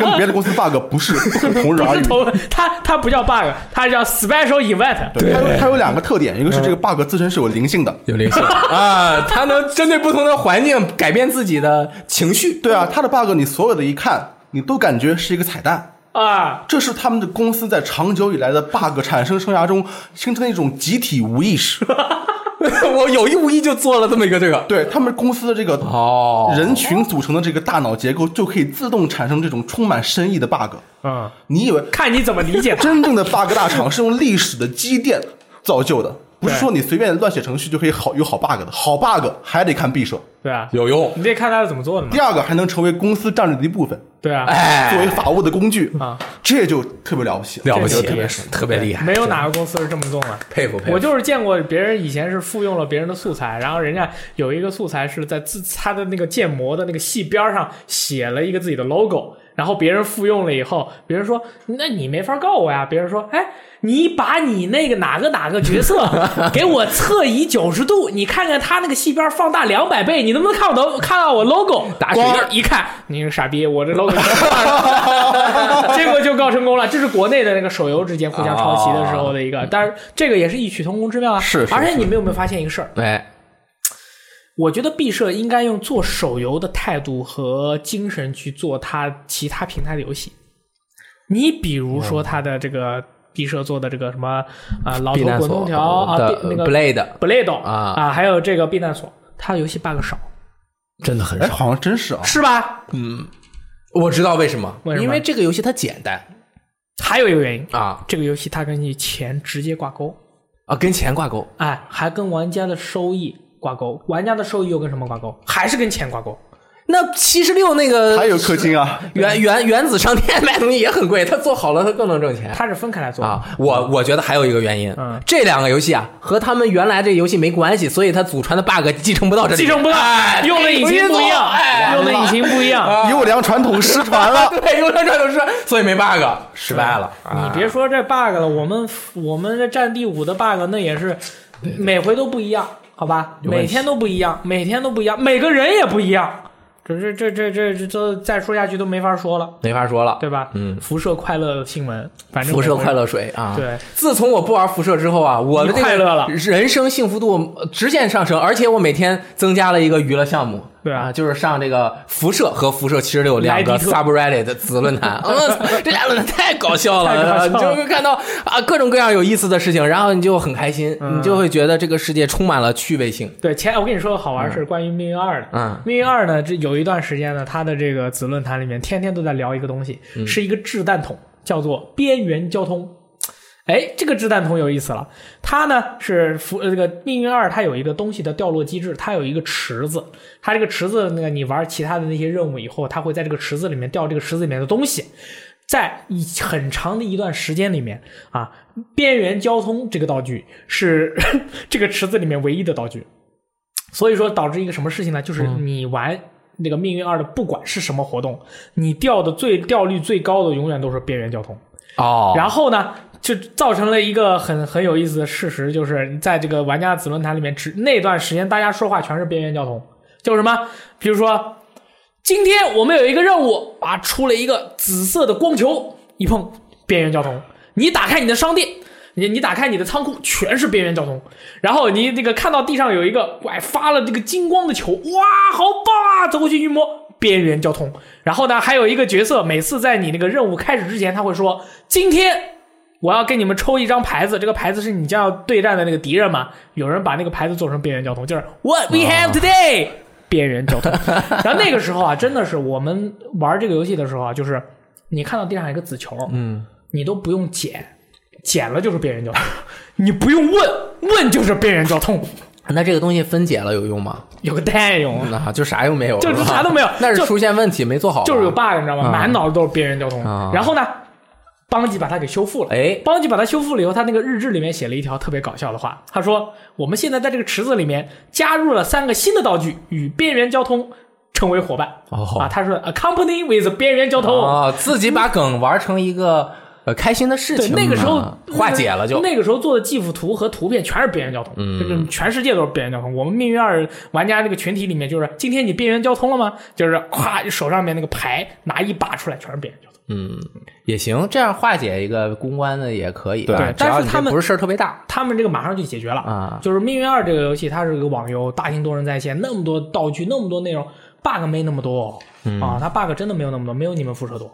[SPEAKER 3] 跟别的公司 bug 不是不可同日
[SPEAKER 1] 不
[SPEAKER 3] 而
[SPEAKER 1] 是
[SPEAKER 3] 语。
[SPEAKER 1] 头，它它不叫 bug，它叫 special event。
[SPEAKER 3] 对，它有它有两个特点，一个是这个 bug 自身是有灵性的，
[SPEAKER 2] 有灵性啊，他能针对不同的环境改变自己的情绪。
[SPEAKER 3] 对啊，它的 bug 你所有的一看，你都感觉是一个彩蛋。
[SPEAKER 1] 啊，
[SPEAKER 3] 这是他们的公司在长久以来的 bug 产生生涯中形成的一种集体无意识，
[SPEAKER 2] 我有意无意就做了这么一个这个，
[SPEAKER 3] 对他们公司的这个
[SPEAKER 2] 哦
[SPEAKER 3] 人群组成的这个大脑结构就可以自动产生这种充满深意的 bug。
[SPEAKER 1] 嗯，
[SPEAKER 3] 你以为
[SPEAKER 1] 看你怎么理解它。
[SPEAKER 3] 真正的 bug 大厂是用历史的积淀造就的，不是说你随便乱写程序就可以好有好 bug 的，好 bug 还得看毕设。
[SPEAKER 1] 对啊，
[SPEAKER 2] 有用，
[SPEAKER 1] 你得看他是怎么做的嘛
[SPEAKER 3] 第。二个还能成为公司战略的一部分，
[SPEAKER 1] 对啊，
[SPEAKER 2] 哎，
[SPEAKER 3] 作为法务的工具
[SPEAKER 1] 啊，
[SPEAKER 3] 这就特别了不起。
[SPEAKER 2] 了不起
[SPEAKER 1] 这个特别，
[SPEAKER 2] 特别厉害，
[SPEAKER 1] 没有哪个公司是这么做的。
[SPEAKER 2] 佩服佩
[SPEAKER 1] 我
[SPEAKER 2] 服。
[SPEAKER 1] 就是见过别人以前是复用了别人的素材，然后人家有一个素材是在自他的那个建模的那个细边儿上写了一个自己的 logo，然后别人复用了以后，别人说那你没法告我呀，别人说哎，你把你那个哪个哪个角 色给我侧移九十度，你看看他那个细边儿放大两百倍，你能不能看到看到我 logo？
[SPEAKER 2] 打水印
[SPEAKER 1] 光
[SPEAKER 2] 儿
[SPEAKER 1] 一看，你个傻逼，我这 logo 已经放大了结果就告成功了。 这是国内的那个手游之间互相抄袭的时候的一个，但是这个也是异曲同工之妙啊。
[SPEAKER 3] 是是
[SPEAKER 1] 而且你们有没有发现一个事儿？
[SPEAKER 2] 哎，
[SPEAKER 1] 我觉得毕设应该用做手游的态度和精神去做它其他平台的游戏。你比如说它的这个毕设做的这个什么啊、老
[SPEAKER 2] 避
[SPEAKER 1] 头
[SPEAKER 2] 难
[SPEAKER 1] 滚
[SPEAKER 2] 所
[SPEAKER 1] 筒条啊，
[SPEAKER 2] 的
[SPEAKER 1] 避那个
[SPEAKER 2] Blade
[SPEAKER 1] Blade
[SPEAKER 2] 啊
[SPEAKER 1] 啊，还有这个避难所，它的游戏 bug 少
[SPEAKER 2] 真的很
[SPEAKER 3] 哎，
[SPEAKER 2] 少，
[SPEAKER 3] 好像真是啊，
[SPEAKER 1] 是吧？
[SPEAKER 2] 嗯我知道为什么
[SPEAKER 1] 为什，么
[SPEAKER 2] 因为这个游戏它简单
[SPEAKER 1] 还有一个原因，
[SPEAKER 2] 啊
[SPEAKER 1] 这个游戏它跟你钱直接挂钩，
[SPEAKER 2] 啊，跟钱挂钩，
[SPEAKER 1] 哎，还跟玩家的收益挂钩。玩家的收益又跟什么挂钩？还是跟钱挂钩。
[SPEAKER 2] 那七十六那个
[SPEAKER 3] 还有氪金啊，
[SPEAKER 2] 原原原子商店卖东西也很贵，它做好了它更能挣钱
[SPEAKER 1] 它是分开来做的。
[SPEAKER 2] 啊。我我觉得还有一个原因
[SPEAKER 1] 嗯，
[SPEAKER 2] 这两个游戏啊和他们原来这游戏没关系，所以它祖传的 bug 继承不到这里，
[SPEAKER 1] 继承不到，
[SPEAKER 2] 哎
[SPEAKER 1] 用的引擎不一样，
[SPEAKER 2] 哎
[SPEAKER 1] 用的引擎不一
[SPEAKER 2] 啊
[SPEAKER 1] 样。
[SPEAKER 3] 优良传统失 传了。
[SPEAKER 2] 对，用上传统是，所以没 bug，失败了。啊
[SPEAKER 1] 你别说这 bug 了，我们我们这战地五的 bug 那也是每回都不一样，好吧？
[SPEAKER 2] 有问题
[SPEAKER 1] 每天都不一样，每天都不一样，每个人也不一样。这这这这这这这再说下去都没法说了，
[SPEAKER 2] 没法说了，
[SPEAKER 1] 对吧？
[SPEAKER 2] 嗯，
[SPEAKER 1] 辐射快乐新闻，反正
[SPEAKER 2] 辐射
[SPEAKER 1] 每个人
[SPEAKER 2] 快乐水啊！
[SPEAKER 1] 对，
[SPEAKER 2] 自从我不玩辐射之后啊，我的这
[SPEAKER 1] 你快乐了
[SPEAKER 2] 个人生幸福度呃直线上升，而且我每天增加了一个娱乐项目。
[SPEAKER 1] 对啊
[SPEAKER 2] 啊，就是上这个辐射和辐射七十六两个
[SPEAKER 1] 莱迪特
[SPEAKER 2] subreddit 的子 论坛，嗯，这俩论坛太搞笑了，
[SPEAKER 1] 太搞笑了
[SPEAKER 2] 你就会看到啊各种各样有意思的事情，然后你就很开心，
[SPEAKER 1] 嗯
[SPEAKER 2] 你就会觉得这个世界充满了趣味性。
[SPEAKER 1] 对，前我跟你说个好玩儿事儿，关于《命运二》的。
[SPEAKER 2] 嗯
[SPEAKER 1] 命运二》呢，这有一段时间呢，它的这个子论坛里面天天都在聊一个东西，是一个掷弹筒，叫做边缘交通。哎，这个掷弹筒有意思了，它呢是服呃这个《命运二》，它有一个东西的掉落机制，它有一个池子，它这个池子那个你玩其他的那些任务以后，它会在这个池子里面掉这个池子里面的东西。在一很长的一段时间里面啊，边缘交通这个道具是 这个池子里面唯一的道具。所以说导致一个什么事情呢？就是你玩那个命运二的，不管是什么活动，你掉的最掉率最高的永远都是边缘交通。
[SPEAKER 2] 哦，
[SPEAKER 1] 然后呢，就造成了一个很很有意思的事实，就是在这个玩家子论坛里面，只那段时间大家说话全是边缘交通，就是什么，比如说今天我们有一个任务啊，出了一个紫色的光球，一碰边缘交通，你打开你的商店。你你打开你的仓库，全是边缘交通，然后你那个看到地上有一个哎发了这个金光的球，哇，好棒啊！走过去一摸，边缘交通。然后呢，还有一个角色，每次在你那个任务开始之前，他会说：“今天我要给你们抽一张牌子，这个牌子是你将要对战的那个敌人嘛。”有人把那个牌子做成边缘交通，就是 What we have today，、边缘交通。然后那个时候啊，真的是我们玩这个游戏的时候啊，就是你看到地上有一个紫球，嗯，你都不用捡，捡了就是边缘交通，你不用问，问就是边缘交通，
[SPEAKER 2] 那这个东西分解了有用吗？
[SPEAKER 1] 有个蛋用啊。
[SPEAKER 2] 那就啥用没有，
[SPEAKER 1] 就是
[SPEAKER 2] 吧
[SPEAKER 1] 啥都没有
[SPEAKER 2] 那是
[SPEAKER 1] 就
[SPEAKER 2] 出现问题没做好吧，
[SPEAKER 1] 就是有 bug，你知道吗？
[SPEAKER 2] 啊
[SPEAKER 1] 满脑子都是边缘交通
[SPEAKER 2] 啊。
[SPEAKER 1] 然后呢，邦吉把它给修复了。
[SPEAKER 2] 哎
[SPEAKER 1] 邦吉把它修复了以后，他那个日志里面写了一条特别搞笑的话，他说：“我们现在在这个池子里面加入了三个新的道具，与边缘交通成为伙伴。”
[SPEAKER 2] 哦
[SPEAKER 1] 啊，他说：“A company with 边缘交通。
[SPEAKER 2] 哦，自己把梗玩成一个 呃开心的事
[SPEAKER 1] 对，
[SPEAKER 2] 情嘛，啊
[SPEAKER 1] 那个时候
[SPEAKER 2] 化解了就嗯
[SPEAKER 1] 那个时候做的 GIF 图和图片全是边缘交通，就是全世界都是边缘交通。我们命运二玩家这个群体里面，就是今天你边缘交通了吗？就是咵手上面那个牌拿一把出来，全是边缘交通。
[SPEAKER 2] 嗯也行，这样化解一个公关的也可以，
[SPEAKER 3] 对
[SPEAKER 2] 吧
[SPEAKER 1] 但
[SPEAKER 2] 只要
[SPEAKER 1] 是
[SPEAKER 2] 你
[SPEAKER 1] 他
[SPEAKER 2] 这
[SPEAKER 1] 们
[SPEAKER 2] 不是事儿特别大，
[SPEAKER 1] 他们这个马上就解决了
[SPEAKER 2] 啊
[SPEAKER 1] 就是《命运二》这个游戏，它是个网游，大型多人在线，那么多道具，那么多内容，bug 没那么多、
[SPEAKER 2] 嗯
[SPEAKER 1] 啊，它 bug 真的没有那么多，没有你们辐射多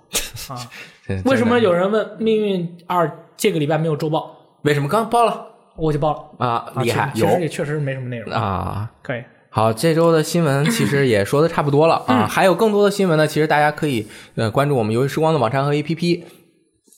[SPEAKER 1] 啊。
[SPEAKER 2] 真
[SPEAKER 1] 为什么
[SPEAKER 2] 真的
[SPEAKER 1] 有人问《命运二》这个礼拜没有周报？
[SPEAKER 2] 为什么刚报了
[SPEAKER 1] 我就报了，
[SPEAKER 2] 啊？
[SPEAKER 1] 啊
[SPEAKER 2] 厉害
[SPEAKER 1] 其实其实也确实没什么内容，
[SPEAKER 2] 啊！
[SPEAKER 1] 可以。
[SPEAKER 2] 好，这周的新闻其实也说的差不多了啊，还有更多的新闻呢，其实大家可以呃关注我们游戏时光的网站和 APP。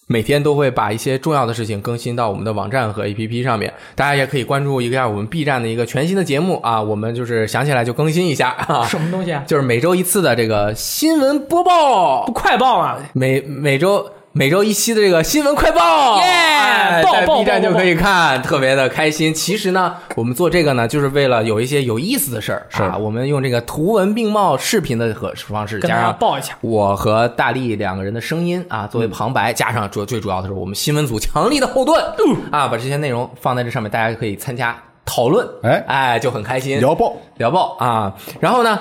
[SPEAKER 2] 每天都会把一些重要的事情更新到我们的网站和 APP 上面，大家也可以关注一下我们 B 站的一个全新的节目啊，我们就是想起来就更新一下啊，
[SPEAKER 1] 什么东西啊？
[SPEAKER 2] 就是每周一次的这个新闻播报
[SPEAKER 1] 不，快报啊！
[SPEAKER 2] 每每周每周一期的这个新闻快报，
[SPEAKER 1] 耶
[SPEAKER 2] 哎
[SPEAKER 1] 报
[SPEAKER 2] 在
[SPEAKER 1] 报
[SPEAKER 2] B 站
[SPEAKER 1] 报
[SPEAKER 2] 就
[SPEAKER 1] 报
[SPEAKER 2] 可以看，特别的开心。其实呢，我们做这个呢，就是为了有一些有意思的事儿啊，我们用这个图文并茂、视频的和方式，
[SPEAKER 1] 跟
[SPEAKER 2] 加
[SPEAKER 1] 大家
[SPEAKER 2] 上
[SPEAKER 1] 报一嗯下，
[SPEAKER 2] 我和大力两个人的声音啊，作为旁白，加上主最主要的是我们新闻组强力的后盾、
[SPEAKER 1] 嗯
[SPEAKER 2] 啊，把这些内容放在这上面，大家可以参加讨论，
[SPEAKER 3] 哎
[SPEAKER 2] 哎，就很开心，
[SPEAKER 3] 聊爆，
[SPEAKER 2] 聊爆啊！然后呢，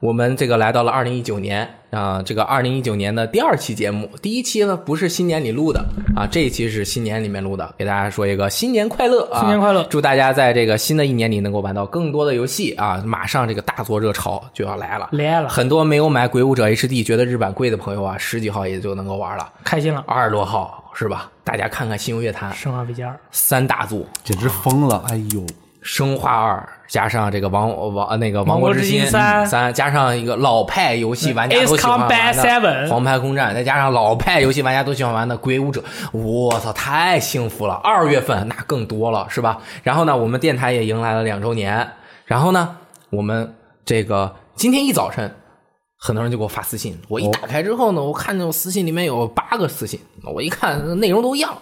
[SPEAKER 2] 我们这个来到了二零一九年啊，这个二零一九年的第二期节目，第一期呢不是新年里录的啊，这一期是新年里面录的，给大家说一个新年快乐啊！
[SPEAKER 1] 新年快乐
[SPEAKER 2] 祝大家在这个新的一年里能够玩到更多的游戏啊！马上这个大作热潮就要来了，
[SPEAKER 1] 来了，
[SPEAKER 2] 很多没有买《鬼武者 HD》觉得日版贵的朋友啊，十几号也就能够玩了，
[SPEAKER 1] 开心了，
[SPEAKER 2] 二十多号是吧？大家看看《新游乐坛》
[SPEAKER 1] 生化危机二，
[SPEAKER 2] 三大作，
[SPEAKER 3] 简直疯了！哎呦，
[SPEAKER 2] 《生化二》加上这个王王呃那个《
[SPEAKER 1] 王
[SPEAKER 2] 王
[SPEAKER 1] 国
[SPEAKER 2] 之
[SPEAKER 1] 之心
[SPEAKER 2] 心》嗯
[SPEAKER 1] 三
[SPEAKER 2] 三，加上一个老派游戏玩家都
[SPEAKER 1] Ace
[SPEAKER 2] 喜欢玩
[SPEAKER 1] Combat
[SPEAKER 2] 的《
[SPEAKER 1] 7
[SPEAKER 2] 黄牌空战》，再加上老派游戏玩家都喜欢玩的《鬼武者》，我操，太幸福了！二月份那更多了，是吧？然后呢，我们电台也迎来了两周年，然后呢，我们这个今天一早晨。很多人就给我发私信，我
[SPEAKER 1] 哦
[SPEAKER 2] 一打开之后呢，我看见我私信里面有八个私信，我一看内容都一样，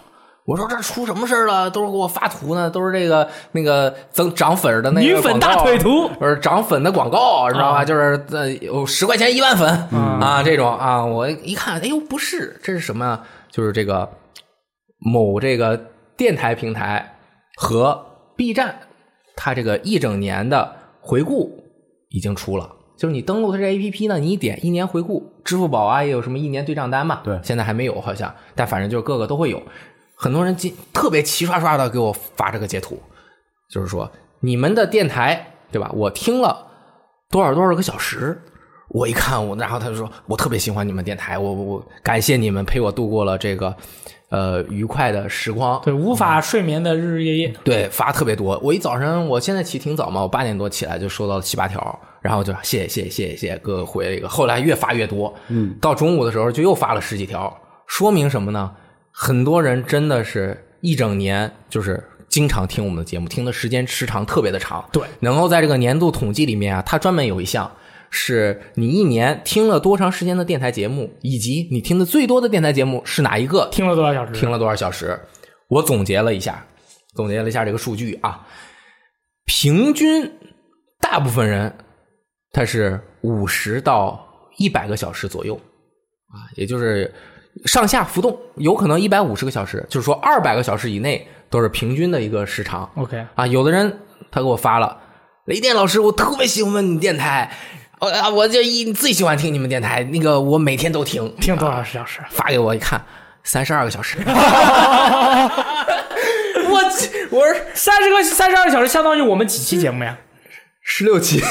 [SPEAKER 2] 我说这出什么事儿了？都是给我发图呢，都是这个那个增涨粉儿的那个
[SPEAKER 1] 女粉大
[SPEAKER 2] 广告啊
[SPEAKER 1] 腿图，
[SPEAKER 2] 不是涨粉的广告，你知道吧？就是呃，有十块钱一万粉啊，这种啊，我一看，哎呦，不是，这是什么呀？就是这个某这个电台平台和 B 站，它这个一整年的回顾已经出了。就是你登录它这 A P P 呢，你一点一年回顾，支付宝啊也有什么一年对账单嘛？
[SPEAKER 3] 对
[SPEAKER 2] 现在还没有好像，但反正就是各个都会有。很多人今特别齐刷刷的给我发这个截图，就是说你们的电台对吧？我听了多少多少个小时，我一看我，然后他就说我特别喜欢你们电台，我我我感谢你们陪我度过了这个呃愉快的时光。
[SPEAKER 1] 对，无法睡眠的日日夜夜，
[SPEAKER 2] 对，发特别多。我一早上，我现在起挺早嘛，我八点多起来就收到了七八条，然后就谢谢谢谢谢谢谢谢各位回了一个，后来越发越多，嗯，到中午的时候就又发了十几条，说明什么呢？很多人真的是一整年就是经常听我们的节目，听的时间时长特别的长，
[SPEAKER 1] 对，
[SPEAKER 2] 能够在这个年度统计里面啊，它专门有一项。是你一年听了多长时间的电台节目，以及你听的最多的电台节目是哪一个？
[SPEAKER 1] 听了多少小时？
[SPEAKER 2] 听了多少小时？我总结了一下，总结了一下这个数据啊，平均大部分人他是五十到一百个小时左右啊，也就是上下浮动，有可能一百五十个小时，就是说二百个小时以内都是平均的一个时长。
[SPEAKER 1] OK，
[SPEAKER 2] 啊，有的人他给我发了，雷电老师，我特别喜欢你电台，我啊，我就一最喜欢听你们电台，那个我每天都听，
[SPEAKER 1] 听多少小时？
[SPEAKER 2] 发给我一看，三十二个小时。 我我是
[SPEAKER 1] 三十个三十二小时相当于我们几期节 目呀？
[SPEAKER 2] 十六 期，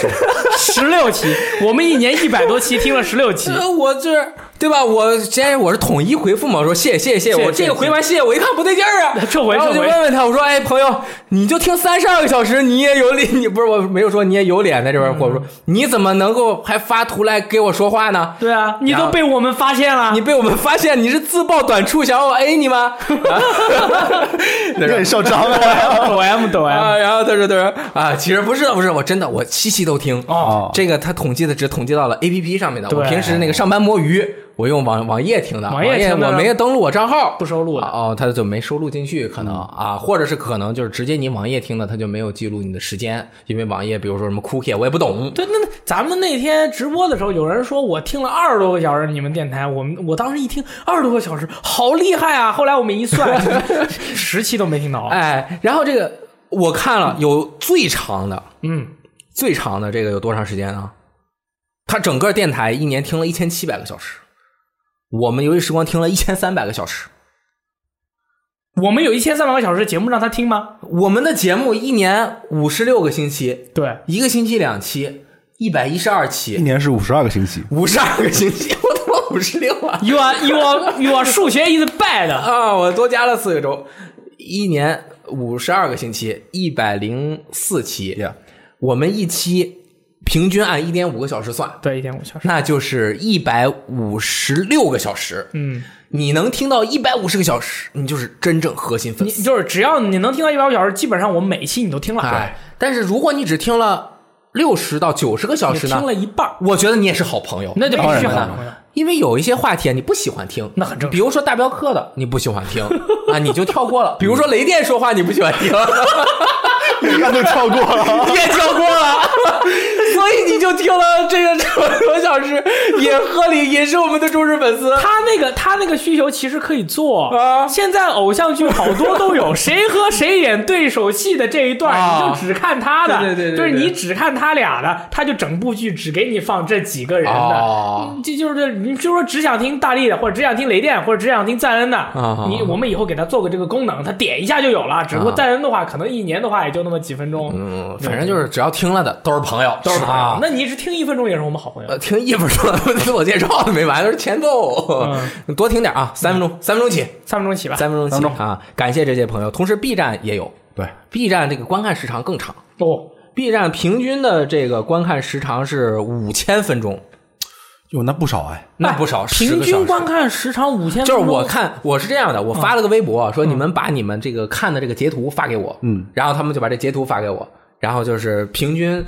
[SPEAKER 1] 十六期，我们一年一百多期，听了十六 期。
[SPEAKER 2] 我这对吧？我先我是统一回复嘛，我说谢谢谢谢谢，
[SPEAKER 1] 谢
[SPEAKER 2] 我这
[SPEAKER 1] 谢，
[SPEAKER 2] 个回完谢谢，我一看不对劲儿啊
[SPEAKER 1] 这回
[SPEAKER 2] 然后我就
[SPEAKER 1] 这回
[SPEAKER 2] 问问他，我说哎朋友，你就听三十二个小时，你也有脸，你不是我没有说你也有脸在这边，
[SPEAKER 1] 嗯
[SPEAKER 2] 我说你怎么能够还发图来给我说话呢？
[SPEAKER 1] 对啊，你
[SPEAKER 2] 然
[SPEAKER 1] 都
[SPEAKER 2] 后
[SPEAKER 1] 被我们发现了
[SPEAKER 2] 你。被我们发现你是自曝短处，想让我 A 你吗？
[SPEAKER 3] 有点嚣张 啊！
[SPEAKER 1] 抖 M 抖 M，
[SPEAKER 2] 啊，然后他说他说啊，其实不是的不是的，我真的我期期都听
[SPEAKER 1] 哦
[SPEAKER 2] 这个他统计的只统计到了 A P P 上面的，我
[SPEAKER 1] 对
[SPEAKER 2] 平时那个上班摸鱼，我用网网页听的，
[SPEAKER 1] 网
[SPEAKER 2] 网
[SPEAKER 1] 页听的
[SPEAKER 2] 我没登录我账号，
[SPEAKER 1] 不收录的嗯
[SPEAKER 2] 啊哦，他就没收录进去，可能啊，或者是可能就是直接你网页听的，他就没有记录你的时间，因为网页比如说什么 cookie 我也不懂，
[SPEAKER 1] 对，那那咱们那天直播的时候，有人说我听了二十多个小时你们电台，我们我当时一听二十多个小时，好厉害啊！后来我们一 算，十期都没听到。
[SPEAKER 2] 哎，然后这个我看了有最长的
[SPEAKER 1] 嗯，
[SPEAKER 2] 最长的这个有多长时间啊？他整个电台一年听了一千七百个小时，我们游戏时光听了一千三百个小时。
[SPEAKER 1] 我们有一千三百个小时的节目让他听吗？
[SPEAKER 2] 我们的节目一年五十六个星期，
[SPEAKER 1] 对，
[SPEAKER 2] 一个星期两期，一百一十二
[SPEAKER 3] 一
[SPEAKER 2] 期，
[SPEAKER 3] 年是五十二个星期，
[SPEAKER 2] 五十二个星期，我他妈五十六啊！
[SPEAKER 1] You are you are you are 数学 is bad。
[SPEAKER 2] 啊，我多加了四个周，一年五十二个星期，一百零四期
[SPEAKER 3] Yeah
[SPEAKER 2] 我们一期平均按一点五个小时算，
[SPEAKER 1] 对，一点五小时，
[SPEAKER 2] 那就是一百五十六个小时。
[SPEAKER 1] 嗯，
[SPEAKER 2] 你能听到一百五十个小时，你就是真正核心粉
[SPEAKER 1] 你
[SPEAKER 2] 丝。
[SPEAKER 1] 就是只要你能听到一百个小时，基本上我们每一期你都听了，
[SPEAKER 2] 哎，但是如果你只听了六十到九十个小
[SPEAKER 1] 你
[SPEAKER 2] 时
[SPEAKER 1] 听
[SPEAKER 2] 呢，
[SPEAKER 1] 了一半儿，
[SPEAKER 2] 我觉得你也是好朋友。
[SPEAKER 1] 那就必
[SPEAKER 3] 当
[SPEAKER 1] 须
[SPEAKER 3] 然
[SPEAKER 1] 好
[SPEAKER 3] 了
[SPEAKER 1] 朋友。
[SPEAKER 2] 因为有一些话题啊你不喜欢听，
[SPEAKER 1] 那很正常
[SPEAKER 2] 比如说大镖客的，你不喜欢 听啊，你就跳过了。比如说雷电说话，你不喜欢听，
[SPEAKER 3] 你看都跳过了。
[SPEAKER 2] 你也跳过了，所以你就听了这个九个小时，也合理，也是我们的忠实粉丝。
[SPEAKER 1] 他那个他那个需求其实可以做
[SPEAKER 2] 啊
[SPEAKER 1] 现在偶像剧好多都有，谁和谁演对手戏的这一段，你
[SPEAKER 2] 啊
[SPEAKER 1] 就只看他的，
[SPEAKER 2] 对对对对
[SPEAKER 1] 就是
[SPEAKER 2] 对
[SPEAKER 1] 你只看他俩的，他就整部剧只给你放这几个人的。
[SPEAKER 2] 哦
[SPEAKER 1] 这嗯就是你就说只想听大力的，或者只想听雷电，或者只想听赞恩的，
[SPEAKER 2] 啊
[SPEAKER 1] 你我们以后给他做个这个功能，他点一下就有了。只不过
[SPEAKER 2] 啊
[SPEAKER 1] 赞恩的话，可能一年的话也就那么几分钟，
[SPEAKER 2] 嗯，反正就是只要听了的都是朋友，
[SPEAKER 1] 都是朋友
[SPEAKER 2] 啊。
[SPEAKER 1] 那你只听一分钟也是我们好朋友。
[SPEAKER 2] 呃，听一分钟 自我介绍没完，都是前奏， 多听点啊，三分钟，三分钟起，
[SPEAKER 1] 嗯三分钟起吧，
[SPEAKER 2] 三分钟
[SPEAKER 3] 三
[SPEAKER 2] 起
[SPEAKER 3] 分
[SPEAKER 2] 啊！感谢这些朋友，同时 B 站也有
[SPEAKER 3] 对，
[SPEAKER 2] ，B 站这个观看时长更长
[SPEAKER 1] 哦，
[SPEAKER 2] ，B 站平均的这个观看时长是五千分钟，
[SPEAKER 3] 哟，那不少哎。
[SPEAKER 2] 那不少，10
[SPEAKER 1] 平
[SPEAKER 2] 个小
[SPEAKER 1] 均
[SPEAKER 2] 时
[SPEAKER 1] 观看时长五 千，
[SPEAKER 2] 就是我看我是这样的，我发了个微博说你们把你们这个看的这个截图发给我，
[SPEAKER 3] 嗯，
[SPEAKER 2] 然后他们就把这截图发给我，然后就是平均，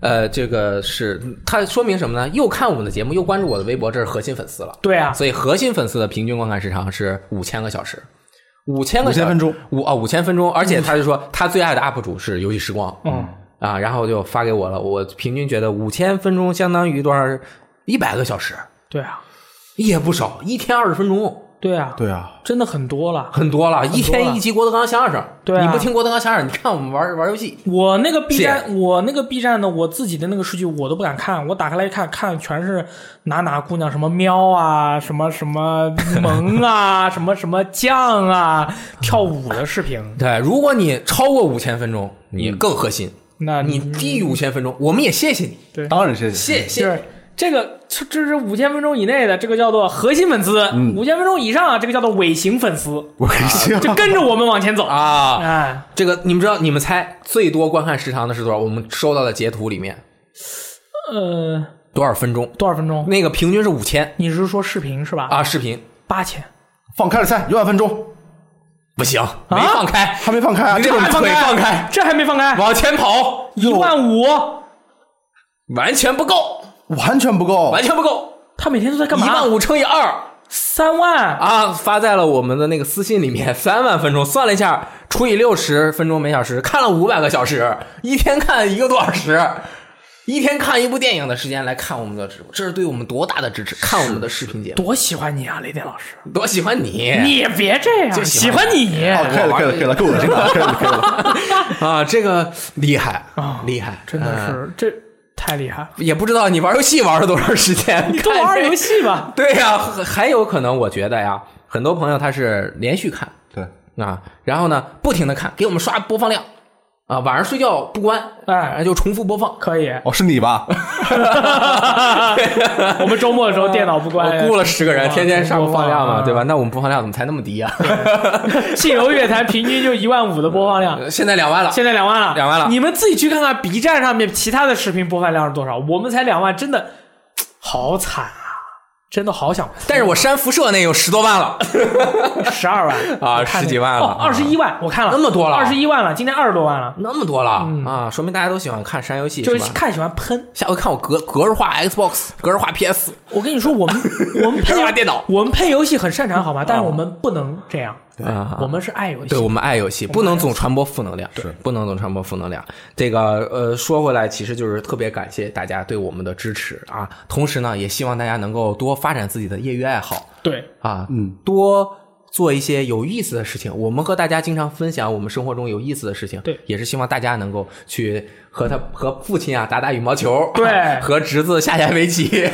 [SPEAKER 2] 呃，这个是它说明什么呢？又看我们的节目，又关注我的微博，这是核心粉丝了。
[SPEAKER 1] 对啊，
[SPEAKER 2] 所以核心粉丝的平均观看时长是五千个小时，五千个小
[SPEAKER 3] 5000分钟，
[SPEAKER 2] 五啊五千分钟，而且他就说他最爱的 UP 主是游戏时光，
[SPEAKER 1] 嗯，
[SPEAKER 2] 啊，然后就发给我了，我平均觉得五千分钟相当于多少？一百个小时
[SPEAKER 1] 对啊，
[SPEAKER 2] 也不少，一天二十分钟。
[SPEAKER 1] 对啊，
[SPEAKER 3] 对啊，
[SPEAKER 1] 真的很多了。
[SPEAKER 2] 很多了，一天
[SPEAKER 1] 了
[SPEAKER 2] 一集郭德纲相声。
[SPEAKER 1] 对啊
[SPEAKER 2] 你不听郭德纲相声，你看我们玩玩游戏。
[SPEAKER 1] 我那个 B
[SPEAKER 2] 谢
[SPEAKER 1] 站，我那个 B 站的我自己的那个数据我都不敢看，我打开来一看，看全是哪哪姑娘什么喵啊，什么什么萌啊， 什么什么酱啊，跳舞的视频，
[SPEAKER 2] 对，如果你超过五千分钟，
[SPEAKER 1] 嗯
[SPEAKER 2] 你更核心；
[SPEAKER 1] 那
[SPEAKER 2] 你低于五千分钟，我们也谢谢你，
[SPEAKER 1] 嗯对
[SPEAKER 3] 当然谢谢。
[SPEAKER 2] 谢谢谢
[SPEAKER 1] 就
[SPEAKER 2] 谢。
[SPEAKER 1] 是这个这这是五千分钟以内的，这个叫做核心粉丝；
[SPEAKER 2] 嗯
[SPEAKER 1] 五千分钟以上啊，这个叫做尾行粉 丝，
[SPEAKER 3] 我跟你
[SPEAKER 1] 就
[SPEAKER 3] 讲，
[SPEAKER 1] 跟着我们往前走。
[SPEAKER 2] 啊，
[SPEAKER 1] 哎，
[SPEAKER 2] 这个你们知道，你们猜最多观看时长的是多少？我们收到的截图里面
[SPEAKER 1] 呃，
[SPEAKER 2] 多少分钟？
[SPEAKER 1] 多少分钟？
[SPEAKER 2] 那个平均是五千
[SPEAKER 1] 你是说视频是吧？
[SPEAKER 2] 啊，视频
[SPEAKER 1] 八千。
[SPEAKER 3] 放开了猜，有两分钟，
[SPEAKER 2] 不行，
[SPEAKER 1] 啊
[SPEAKER 2] 没放开，
[SPEAKER 3] 还没放开啊？
[SPEAKER 2] 你
[SPEAKER 3] 这
[SPEAKER 2] 得
[SPEAKER 3] 个
[SPEAKER 2] 把腿放开，
[SPEAKER 1] 这还没放开，
[SPEAKER 2] 往前跑，
[SPEAKER 1] 一万五，
[SPEAKER 2] 完全不够，
[SPEAKER 3] 完全不够
[SPEAKER 2] 完。全不够，
[SPEAKER 1] 他每天都在哦干
[SPEAKER 2] 一
[SPEAKER 1] 嘛？
[SPEAKER 2] 万五乘以二。
[SPEAKER 1] 三万，
[SPEAKER 2] 啊，发在了我们的那个私信里面，三万分钟，算了一下，除以六十分钟每小时，看了五百个小时，一天看一个多小时， 一天看一部电影的时间来看我们的直播，这是对我们多大的支持！看我们的视频节目，
[SPEAKER 1] 多喜欢你啊，雷电老师！
[SPEAKER 2] 多喜欢你，
[SPEAKER 1] 你别这样，
[SPEAKER 2] 哎就喜
[SPEAKER 1] 喜
[SPEAKER 2] 欢哦
[SPEAKER 1] 欢你。哦
[SPEAKER 3] 好，哦可以了，可以了，可以了，够了，这个可以了，可以了。
[SPEAKER 2] 啊，这个厉害
[SPEAKER 1] 啊
[SPEAKER 2] 厉害，
[SPEAKER 1] 真的
[SPEAKER 2] 嗯
[SPEAKER 1] 是这太厉 害了，
[SPEAKER 2] 也不知道你玩游戏玩了多长时间，
[SPEAKER 1] 你多玩
[SPEAKER 2] 看
[SPEAKER 1] 玩
[SPEAKER 2] 这
[SPEAKER 1] 游。戏吧。
[SPEAKER 2] 对呀、还有可能，我觉得呀，很多朋友他是连续看，
[SPEAKER 3] 对，
[SPEAKER 2] 啊，然后呢，不停的看，给我们刷播放量啊，晚上睡觉不关，
[SPEAKER 1] 哎
[SPEAKER 2] 就重复播放。
[SPEAKER 1] 可以，
[SPEAKER 3] 哦，是你吧？
[SPEAKER 1] 我们周末的时候电 脑不关，
[SPEAKER 2] 嗯我雇了十个人，天天刷播放量嘛，
[SPEAKER 1] 啊
[SPEAKER 2] 对吧？那我们播放量怎么才那么低啊？
[SPEAKER 1] 信游乐坛平均就一万五的播放量，
[SPEAKER 2] 现在两万 了，
[SPEAKER 1] 现在两万了，
[SPEAKER 2] 嗯两万了
[SPEAKER 1] 你们自己去看看 B 站上面其他的视频播放量是多少，我们才两万，真的好惨啊！真的好想哭，
[SPEAKER 2] 但是我删辐射那有十多万了，
[SPEAKER 1] 嗯十二万
[SPEAKER 2] 啊
[SPEAKER 1] 我看那个
[SPEAKER 2] 十几万了
[SPEAKER 1] 哦，二十一万，我看了
[SPEAKER 2] 那么多了
[SPEAKER 1] 二十一万了，今天二十多万了，
[SPEAKER 2] 那么多了啊，说明大家都喜欢看删游戏
[SPEAKER 1] 嗯就是是
[SPEAKER 2] 吧？
[SPEAKER 1] 看喜欢喷。
[SPEAKER 2] 下回看我格格式化 Xbox，格式化 PS，
[SPEAKER 1] 我跟你说，我 们我们
[SPEAKER 2] 格
[SPEAKER 1] 配
[SPEAKER 2] 式化电脑
[SPEAKER 1] 我们配游戏很擅长，好吗？但是我们不能这样，
[SPEAKER 2] 啊
[SPEAKER 1] 我们是爱游
[SPEAKER 2] 对
[SPEAKER 1] 戏。
[SPEAKER 2] 我们爱游戏，不能总传播负能量，是不能总传播负能量。这个呃，说回来，其实就是特别感谢大家对我们的支持啊，同时呢，也希望大家能够多发展自己的业余爱好
[SPEAKER 1] 对，
[SPEAKER 2] 啊，
[SPEAKER 3] 嗯，
[SPEAKER 2] 多做一些有意思的事情。我们和大家经常分享我们生活中有意思的事情，
[SPEAKER 1] 对
[SPEAKER 2] 也是希望大家能够去和他和父亲啊打打羽毛球，
[SPEAKER 1] 对
[SPEAKER 2] 和侄子下下 围棋，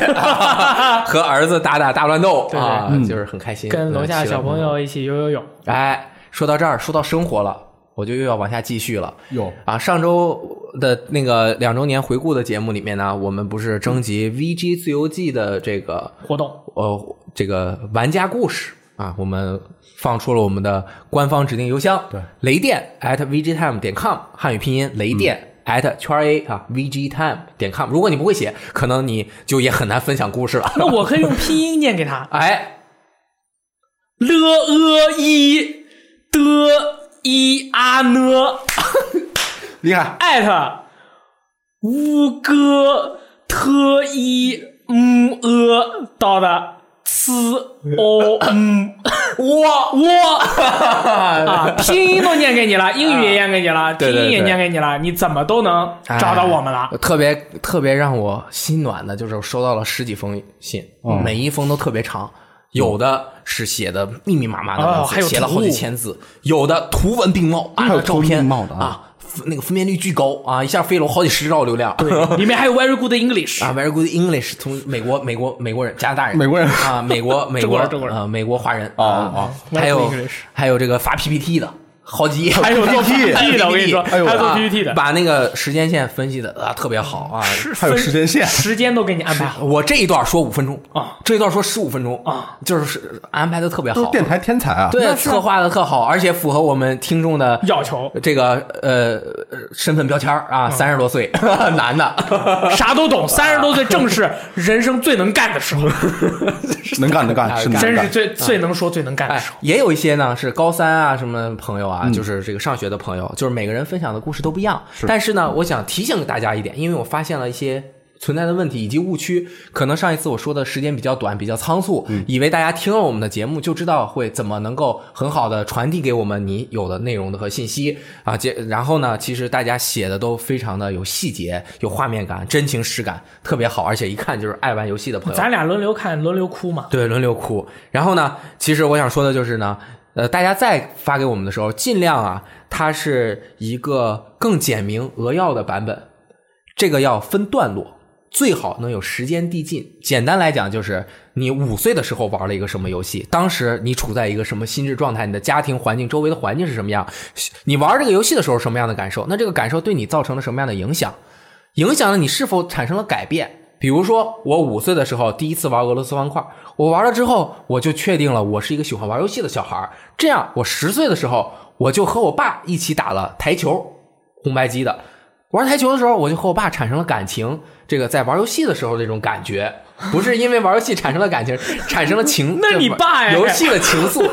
[SPEAKER 2] 和儿子打打大乱斗
[SPEAKER 1] 对对
[SPEAKER 2] 啊，
[SPEAKER 3] 嗯
[SPEAKER 2] 就是很开心，
[SPEAKER 1] 跟楼
[SPEAKER 2] 嗯
[SPEAKER 1] 下
[SPEAKER 2] 起了
[SPEAKER 1] 小朋友一起游游泳，
[SPEAKER 2] 哎，说到这儿，说到生活了，我就又要往下继续了。
[SPEAKER 3] 有
[SPEAKER 2] 啊，上周的那个两周年回顾的节目里面呢，我们不是征集 VG 自由记的这个
[SPEAKER 1] 活 动
[SPEAKER 2] 呃这个玩家故事啊，我们放出了我们的官方指定邮箱，
[SPEAKER 3] 对，
[SPEAKER 2] 雷电 at vgtime 点 com，汉语拼音雷电。 at 圈 A 啊 vgtime 点 com。如果你不会写，可能你就也很难分享故事了。
[SPEAKER 1] 那我可以用拼音念给他
[SPEAKER 2] 哎，
[SPEAKER 1] l e i d i a n
[SPEAKER 3] 厉害，
[SPEAKER 1] 啊艾特乌哥特一嗯呃到的呲哦嗯
[SPEAKER 2] 哇
[SPEAKER 1] 我啊，拼音都念给你了，英语也念给你了，
[SPEAKER 2] 对
[SPEAKER 1] 拼
[SPEAKER 2] 对哎
[SPEAKER 1] 音也
[SPEAKER 2] 对
[SPEAKER 1] 念给你了，你怎么都能找到我们了。
[SPEAKER 2] 特别特别让我心暖的，就是我收到了十几封信，
[SPEAKER 3] 哦
[SPEAKER 2] 每一封都特别长，有的是写的密密麻麻的文
[SPEAKER 1] 哦
[SPEAKER 2] 字，
[SPEAKER 1] 还有
[SPEAKER 2] 写了好
[SPEAKER 1] 图
[SPEAKER 2] 几千字，有的图文并茂，啊
[SPEAKER 3] 还有
[SPEAKER 2] 照
[SPEAKER 3] 图文
[SPEAKER 2] 片
[SPEAKER 3] 并茂的啊
[SPEAKER 2] 啊，那个分辨率巨高啊，一下飞楼好几十兆流量，对
[SPEAKER 1] 里面还有 very good English，
[SPEAKER 2] 啊，very good English，从美国美国美国人加拿大人
[SPEAKER 3] 美国人
[SPEAKER 2] 啊，美 国美
[SPEAKER 1] 中
[SPEAKER 2] 国
[SPEAKER 1] 国人中国人
[SPEAKER 2] 啊，美国华人
[SPEAKER 3] 哦
[SPEAKER 2] 啊
[SPEAKER 1] 哦
[SPEAKER 2] 还有
[SPEAKER 1] very good English
[SPEAKER 2] 还有这个发 PPT 的好几页，
[SPEAKER 1] 还有 做
[SPEAKER 3] PPT
[SPEAKER 1] PPT 的，我跟你说，还
[SPEAKER 3] 哎呦
[SPEAKER 1] 有做
[SPEAKER 2] 啊
[SPEAKER 1] PPT 的，
[SPEAKER 2] 把那个时间线分析的啊特别好啊，
[SPEAKER 1] 是
[SPEAKER 3] 还有
[SPEAKER 1] 分
[SPEAKER 3] 时间线
[SPEAKER 1] 时间都给你安排好。
[SPEAKER 2] 我这一段说五分钟
[SPEAKER 1] 啊，
[SPEAKER 2] 这一段说十五分钟
[SPEAKER 1] 啊，
[SPEAKER 2] 就是安排的特别
[SPEAKER 3] 都是
[SPEAKER 2] 好，
[SPEAKER 3] 电台天才啊！
[SPEAKER 2] 对
[SPEAKER 1] 那是啊
[SPEAKER 2] 策划的特好，而且符合我们听众的
[SPEAKER 1] 要求
[SPEAKER 2] 这个呃呃身份标签儿啊，三十多岁 男的，
[SPEAKER 1] 啥都懂，三十多岁正是人生最能干的时候，
[SPEAKER 3] 能干能干，是能
[SPEAKER 1] 真
[SPEAKER 3] 干
[SPEAKER 1] 是。最最能说、最能干的
[SPEAKER 2] 哎
[SPEAKER 1] 时候。，
[SPEAKER 2] 也有一些呢是高三啊什么朋友啊，就是这个上学的朋友，就是每个人分享的故事都不一样。但是呢，我想提醒大家一点，因为我发现了一些。存在的问题以及误区，可能上一次我说的时间比较短，比较仓促，以为大家听了我们的节目就知道会怎么能够很好的传递给我们你有的内容的和信息啊。结然后呢，其实大家写的都非常的有细节、有画面感、真情实感，特别好，而且一看就是爱玩游戏的朋友。
[SPEAKER 1] 咱俩轮流看，轮流哭嘛。
[SPEAKER 2] 对，轮流哭。然后呢，其实我想说的就是呢，呃，大家再发给我们的时候，尽量啊，它是一个更简明扼要的版本，这个要分段落，最好能有时间递进。简单来讲，就是你五岁的时候玩了一个什么游戏，当时你处在一个什么心智状态，你的家庭环境、周围的环境是什么样，你玩这个游戏的时候什么样的感受，那这个感受对你造成了什么样的影响？影响了你是否产生了改变。比如说，我五岁的时候第一次玩俄罗斯方块，我玩了之后，我就确定了我是一个喜欢玩游戏的小孩儿。这样，我十岁的时候，我就和我爸一起打了台球，红白机的。玩台球的时候，我就和我爸产生了感情。这个在玩游戏的时候这种感觉，不是因为玩游戏产生了感情，产生了 情。
[SPEAKER 1] 那你爸呀哦
[SPEAKER 2] 游戏的情 愫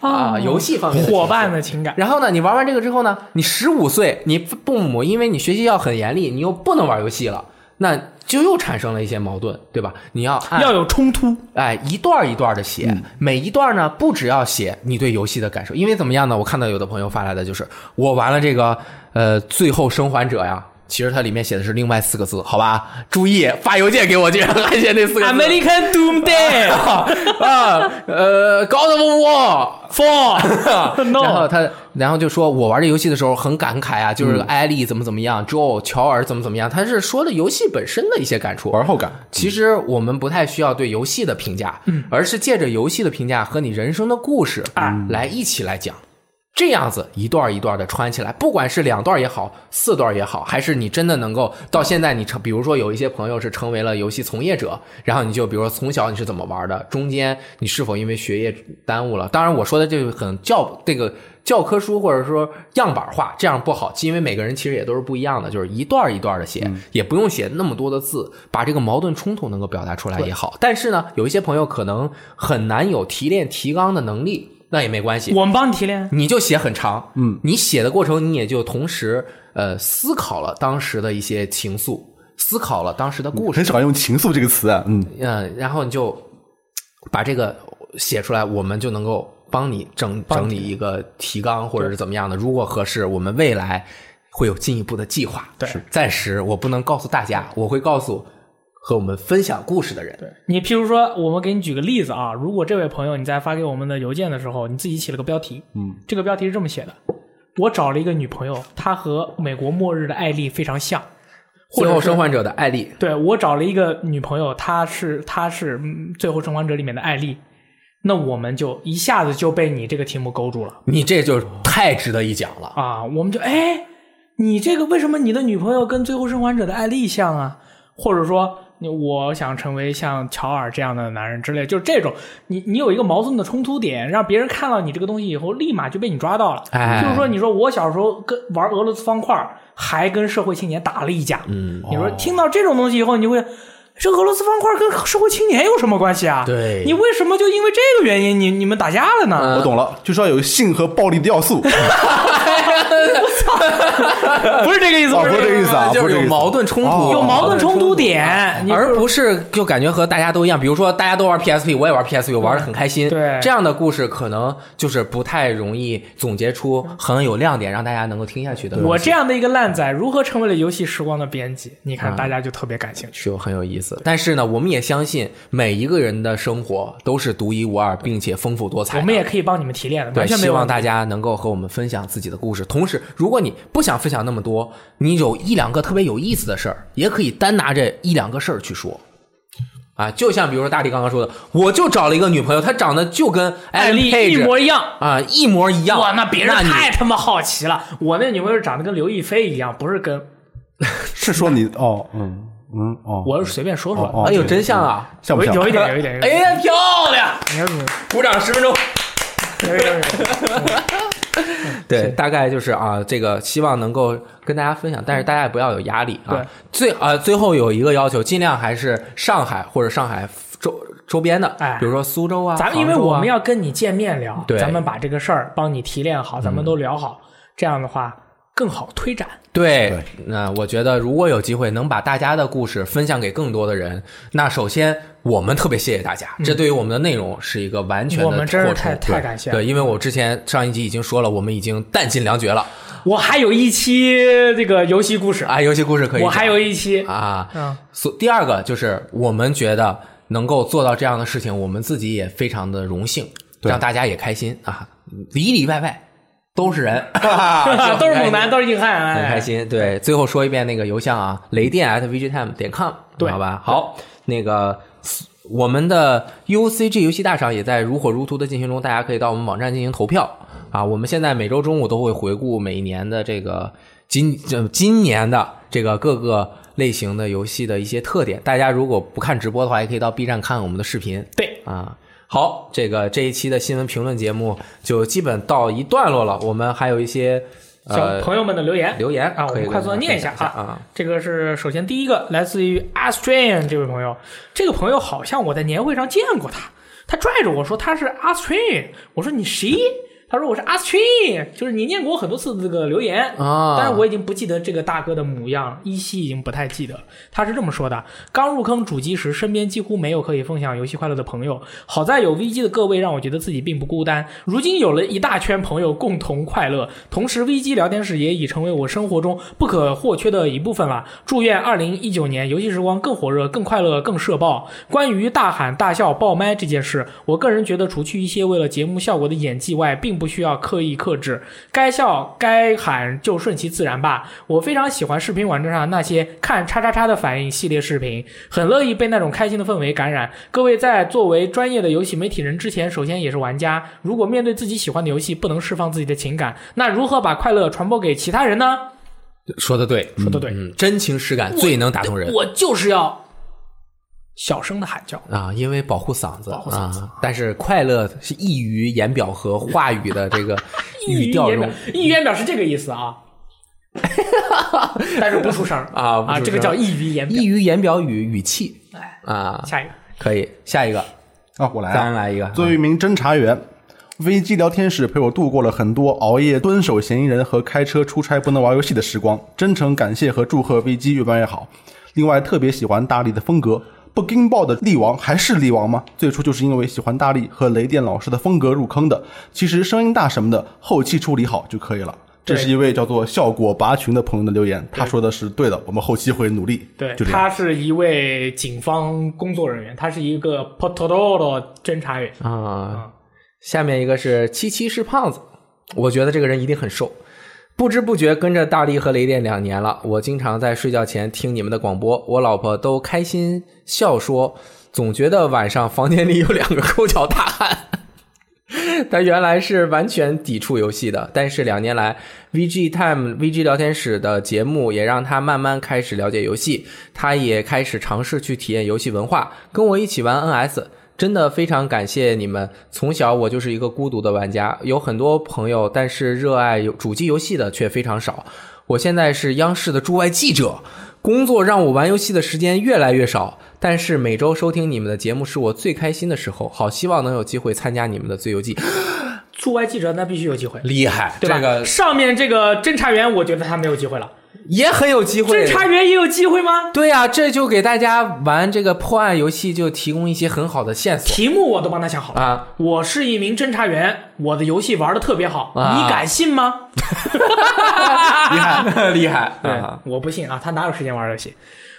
[SPEAKER 2] 啊，游戏方面的情
[SPEAKER 1] 伙
[SPEAKER 2] 愫
[SPEAKER 1] 伴的情感，
[SPEAKER 2] 然后呢，你玩完这个之后呢，你十五岁，你父母因为你学习要很严厉，你又不能玩游戏了，那就又产生了一些矛盾，对吧？你要按
[SPEAKER 1] 要有冲突，
[SPEAKER 2] 哎一段儿一段的写，每一段呢不只要写你对游戏的感受，因为怎么样呢？我看到有的朋友发来的就是我玩了这个呃《最后生还者》呀。其实它里面写的是另外四个字，好吧？注意发邮件给我，居然还写那四个
[SPEAKER 1] 啊
[SPEAKER 2] 字。
[SPEAKER 1] American Doomsday
[SPEAKER 2] 啊 啊呃，God of War，
[SPEAKER 1] for
[SPEAKER 2] 然后
[SPEAKER 1] no
[SPEAKER 2] 他，然后就说我玩这游戏的时候很感慨啊，就是艾丽怎么怎么样，Joe 乔尔怎么怎么样，他是说的游戏本身的一些感触。
[SPEAKER 3] 玩后感，
[SPEAKER 2] 其实我们不太需要对游戏的评价，而是借着游戏的评价和你人生的故事来一起来讲。这样子一段一段的穿起来，不管是两段也好，四段也好，还是你真的能够到现在你成，比如说有一些朋友是成为了游戏从业者，然后你就比如说从小你是怎么玩的，中间你是否因为学业耽误了？当然我说的这个很教这个教科书或者说样板化，这样不好，因为每个人其实也都是不一样的，就是一段一段的写，也不用写那么多的字，把这个矛盾冲突能够表达出来也好。但是呢，有一些朋友可能很难有提炼提纲的能力，那也没关系，
[SPEAKER 1] 我们帮你提炼，
[SPEAKER 2] 你就写很长，嗯，你写的过程你也就同时呃思考了当时的一些情愫，思考了当时的故事
[SPEAKER 3] 很，少用“情愫”这个词啊。嗯，
[SPEAKER 2] 嗯、然后你就把这个写出来，我们就能够帮你整整理一个提纲或者是怎么样的，如果合适，我们未来会有进一步的计划。
[SPEAKER 1] 对
[SPEAKER 2] 是，暂时我不能告诉大家，我会告诉和我们分享故事的人。
[SPEAKER 1] 你譬如说，我们给你举个例子啊，如果这位朋友你在发给我们的邮件的时候，你自己起了个标题，嗯，这个标题是这么写的：我找了一个女朋友，她和美国末日的艾丽非常像。或
[SPEAKER 2] 最
[SPEAKER 1] 者是
[SPEAKER 2] 后生还者的艾丽，
[SPEAKER 1] 对我找了一个女朋友，她是她是嗯《最后生还者》里面的艾丽，那我们就一下子就被你这个题目勾住了
[SPEAKER 2] 你这就太值得一讲了。
[SPEAKER 1] 啊！我们就哎，你这个为什么你的女朋友跟《最后生还者》的艾丽像啊？或者说我想成为像乔尔这样的男人之类，就是这种，你你有一个矛盾的冲突点，让别人看到你这个东西以后，立马就被你抓到了。
[SPEAKER 2] 哎
[SPEAKER 1] 就是说，你说我小时候跟玩俄罗斯方块，还跟社会青年打了一架。嗯，你说听到这种东西以后，你就会。这俄罗斯方块跟社会青年有什么关系啊？
[SPEAKER 2] 对
[SPEAKER 1] 你为什么就因为这个原因你你们打架了呢？
[SPEAKER 3] 我懂了，就是要有性和暴力的要素。
[SPEAKER 1] 不是这个意思，
[SPEAKER 3] 哦
[SPEAKER 1] 不是
[SPEAKER 3] 不是这个意思啊
[SPEAKER 2] 就是
[SPEAKER 3] 不是
[SPEAKER 2] 有
[SPEAKER 3] 这个意思
[SPEAKER 2] 矛盾冲突，
[SPEAKER 3] 哦
[SPEAKER 1] 有矛盾冲突点，你
[SPEAKER 2] 而不是就感觉和大家都一样，比如说大家都玩 PSP，我也玩 PSP，我玩的很开心。
[SPEAKER 1] 对
[SPEAKER 2] 这样的故事可能就是不太容易总结出很有亮点，让大家能够听下去的。
[SPEAKER 1] 我这样的一个烂仔，如何成为了游戏时光的编辑？你看，
[SPEAKER 2] 嗯
[SPEAKER 1] 大家就特别感兴趣。
[SPEAKER 2] 是有很有意思，但是呢，我们也相信每一个人的生活都是独一无二，并且丰富多彩的。
[SPEAKER 1] 我们也可以帮你们提炼的，
[SPEAKER 2] 对，
[SPEAKER 1] 完全没
[SPEAKER 2] 希
[SPEAKER 1] 有
[SPEAKER 2] 望
[SPEAKER 1] 问题。
[SPEAKER 2] 大家能够和我们分享自己的故事。同时，如果你不想分享那么多，你有一两个特别有意思的事儿，也可以单拿这一两个事儿去说。啊，就像比如说大力刚刚说的，我就找了一个女朋友，她长得就跟
[SPEAKER 1] 艾丽
[SPEAKER 2] Ellen Page
[SPEAKER 1] 哎一模一样，
[SPEAKER 2] 啊一模一样。
[SPEAKER 1] 哇，那别人
[SPEAKER 2] 你
[SPEAKER 1] 太他妈好奇了。我那女朋友长得跟刘亦菲一样，不是跟
[SPEAKER 3] 是说你哦，嗯嗯哦，
[SPEAKER 1] 我是随便说说的。
[SPEAKER 3] 哦
[SPEAKER 2] 哎呦，真像啊！
[SPEAKER 3] 像不像？
[SPEAKER 1] 有有一点，有一点，有一
[SPEAKER 2] 哎
[SPEAKER 1] 点
[SPEAKER 2] 呀，漂亮！
[SPEAKER 1] 你 看怎么
[SPEAKER 2] 鼓掌十分钟。
[SPEAKER 1] 有一点有一点
[SPEAKER 2] 对，大概就是啊，这个希望能够跟大家分享，但是大家也不要有压力啊
[SPEAKER 1] 对。
[SPEAKER 2] 最啊、最后有一个要求，尽量还是上海或者上海周周边的，
[SPEAKER 1] 哎
[SPEAKER 2] 比如说苏州啊，
[SPEAKER 1] 咱们因为
[SPEAKER 2] 杭州啊
[SPEAKER 1] 我们要跟你见面聊，
[SPEAKER 2] 对嗯
[SPEAKER 1] 咱们把这个事儿帮你提炼好，咱们都聊好，这样的话更好推展。
[SPEAKER 2] 对
[SPEAKER 3] 对，
[SPEAKER 2] 那我觉得如果有机会能把大家的故事分享给更多的人，那首先我们特别谢谢大家，这对于我们的内容是一个完全
[SPEAKER 1] 嗯
[SPEAKER 2] 的
[SPEAKER 1] 我们真是
[SPEAKER 2] 扩充
[SPEAKER 1] 太太
[SPEAKER 2] 对
[SPEAKER 1] 感谢了
[SPEAKER 2] 对，因为我之前上一集已经说了，我们已经弹尽粮绝了
[SPEAKER 1] 我还有一期这个游戏故事，
[SPEAKER 2] 啊，游戏故事可以
[SPEAKER 1] 我
[SPEAKER 2] 讲，
[SPEAKER 1] 还有一期，
[SPEAKER 2] 啊，
[SPEAKER 1] 嗯，
[SPEAKER 2] 所第二个就是我们觉得能够做到这样的事情，我们自己也非常的荣幸，
[SPEAKER 3] 对
[SPEAKER 2] 让大家也开心啊，里里外外都是人，
[SPEAKER 1] 都是猛男，
[SPEAKER 2] 都
[SPEAKER 1] 都是硬汉，
[SPEAKER 2] 啊很
[SPEAKER 1] 哎
[SPEAKER 2] 开心。对，最后说一遍那个邮箱啊，雷电 at vgtime 点 com，
[SPEAKER 1] 对
[SPEAKER 2] 好吧，好，那个。我们的 UCG 游戏大赏也在如火如荼的进行中，大家可以到我们网站进行投票啊！我们现在每周中午都会回顾每一年的这个今这今年的这个各个类型的游戏的一些特点。大家如果不看直播的话，也可以到 B 站看我们的视频。
[SPEAKER 1] 对，
[SPEAKER 2] 啊。好，这个这一期的新闻评论节目就基本到一段落了。我们还有一些
[SPEAKER 1] 小
[SPEAKER 2] 呃
[SPEAKER 1] 朋友们的留言。
[SPEAKER 2] 留言
[SPEAKER 1] 啊，我
[SPEAKER 2] 可以
[SPEAKER 1] 们快速的念一下
[SPEAKER 2] 跟大家分享一下
[SPEAKER 1] 啊。这个是首先第一个，来自于 Australian 这位朋友，这个朋友好像我在年会上见过他，他拽着我说他是 Australian，我说你谁？他说我是 Australian，就是你念过我很多次的这个留言
[SPEAKER 2] 啊
[SPEAKER 1] 但是我已经不记得这个大哥的模样，依稀已经不太记得了。他是这么说的：刚入坑主机时，身边几乎没有可以分享游戏快乐的朋友，好在有 VG 的各位让我觉得自己并不孤单。如今有了一大圈朋友共同快乐，同时 VG 聊天室也已成为我生活中不可或缺的一部分了。祝愿二零一九年游戏时光更火热、更快乐、更社爆。关于大喊大笑爆麦这件事，我个人觉得，除去一些为了节目效果的演技外，并不需要刻意克制，该笑该喊就顺其自然吧。我非常喜欢视频网站上那些看叉叉叉的反应系列视频，很乐意被那种开心的氛围感染。各位在作为专业的游戏媒体人之前，首先也是玩家。如果面对自己喜欢的游戏不能释放自己的情感，那如何把快乐传播给其他人呢？
[SPEAKER 2] 说的对，
[SPEAKER 1] 说得对
[SPEAKER 2] 嗯，真情实感最能打动人
[SPEAKER 1] 我就是要小声的喊叫。
[SPEAKER 2] 啊，因为保护嗓子
[SPEAKER 1] 保护嗓子
[SPEAKER 2] 啊，但是快乐是溢于言表和话语的这个语调
[SPEAKER 1] 言
[SPEAKER 2] 中
[SPEAKER 1] 表， 溢于言表是这个意思 啊，但是不出声儿
[SPEAKER 2] 啊不出
[SPEAKER 1] 啊，
[SPEAKER 2] 声
[SPEAKER 1] 这个叫溢于言表
[SPEAKER 2] 溢。于言表与语气
[SPEAKER 1] 哎，
[SPEAKER 2] 啊，
[SPEAKER 1] 下一个，
[SPEAKER 2] 可以，下一个，
[SPEAKER 3] 啊，我来啊。
[SPEAKER 2] 咱来一个，
[SPEAKER 3] 作为一名侦查员，VG 聊天室陪我度过了很多熬夜蹲守嫌疑人和开车出差不能玩游戏的时光，真诚感谢和祝贺 VG 越办越好。另外，特别喜欢大力的风格，不惊爆的力王还是力王吗？最初就是因为喜欢大力和雷电老师的风格入坑的。其实声音大什么的，后期处理好就可以了。这是一位叫做效果拔群的朋友的留言，他说的是对的，我们后期会努力。
[SPEAKER 1] 对，
[SPEAKER 3] 就 这样。
[SPEAKER 1] 他是一位警方工作人员，他是一个 p o t o d o 的侦查员。
[SPEAKER 2] 啊，下面一个是七七是胖子，我觉得这个人一定很瘦。不知不觉跟着大力和雷电两年了，我经常在睡觉前听你们的广播，我老婆都开心笑说，总觉得晚上房间里有两个抠脚大汉。 他原来是完全抵触游戏的，但是两年来，VG Time VG 聊天室的节目也让他慢慢开始了解游戏，他也开始尝试去体验游戏文化，跟我一起玩 NS。真的非常感谢你们，从小我就是一个孤独的玩家，有很多朋友，但是热爱游主机游戏的却非常少。我现在是央视的驻外记者，工作让我玩游戏的时间越来越少，但是每周收听你们的节目是我最开心的时候。好，希望能有机会参加你们的最游记，
[SPEAKER 1] 驻外记者那必须有机会，
[SPEAKER 2] 厉害，
[SPEAKER 1] 对吧？
[SPEAKER 2] 这个
[SPEAKER 1] 上面这个侦查员，我觉得他没有机会了。
[SPEAKER 2] 也很有机会
[SPEAKER 1] 侦。查员也有机会吗？
[SPEAKER 2] 对呀、这就给大家玩这个破案游戏就提供一些很好的线索
[SPEAKER 1] 题目我都帮他想好了。
[SPEAKER 2] 啊。
[SPEAKER 1] 我是一名侦查员，我的游戏玩的特别好，
[SPEAKER 2] 啊
[SPEAKER 1] 你敢信吗？
[SPEAKER 2] 厉害，厉害！啊，
[SPEAKER 1] 我不信啊，他哪有时间玩游戏？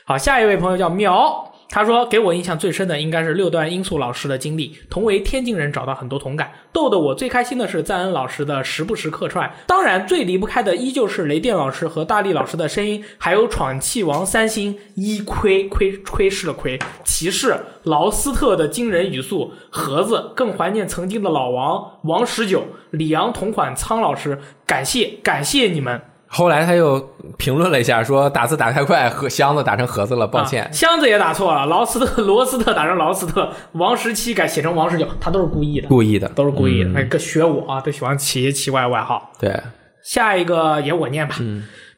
[SPEAKER 1] 好，下一位朋友叫苗，他说给我印象最深的应该是六段音速老师的经历，同为天津人，找到很多同感。逗得我最开心的是赞恩老师的时不时客串，当然最离不开的依旧是雷电老师和大力老师的声音，还有闯气王三星一亏亏亏是了亏，骑士劳斯特的惊人语速，盒子更怀念曾经的老王王十九、李阳同款苍老师，感谢感谢你们。
[SPEAKER 2] 后来他又评论了一下，说打字打太快，盒箱子打成盒子了，抱歉
[SPEAKER 1] 啊。箱子也打错了，劳斯特罗斯特打成劳斯特，王十七改写成王十九，他都是故意的，
[SPEAKER 2] 故嗯意的。
[SPEAKER 1] 都是故意的。那个学我啊，都喜欢起一些奇怪的外号。
[SPEAKER 2] 对，
[SPEAKER 1] 下一个也我念吧。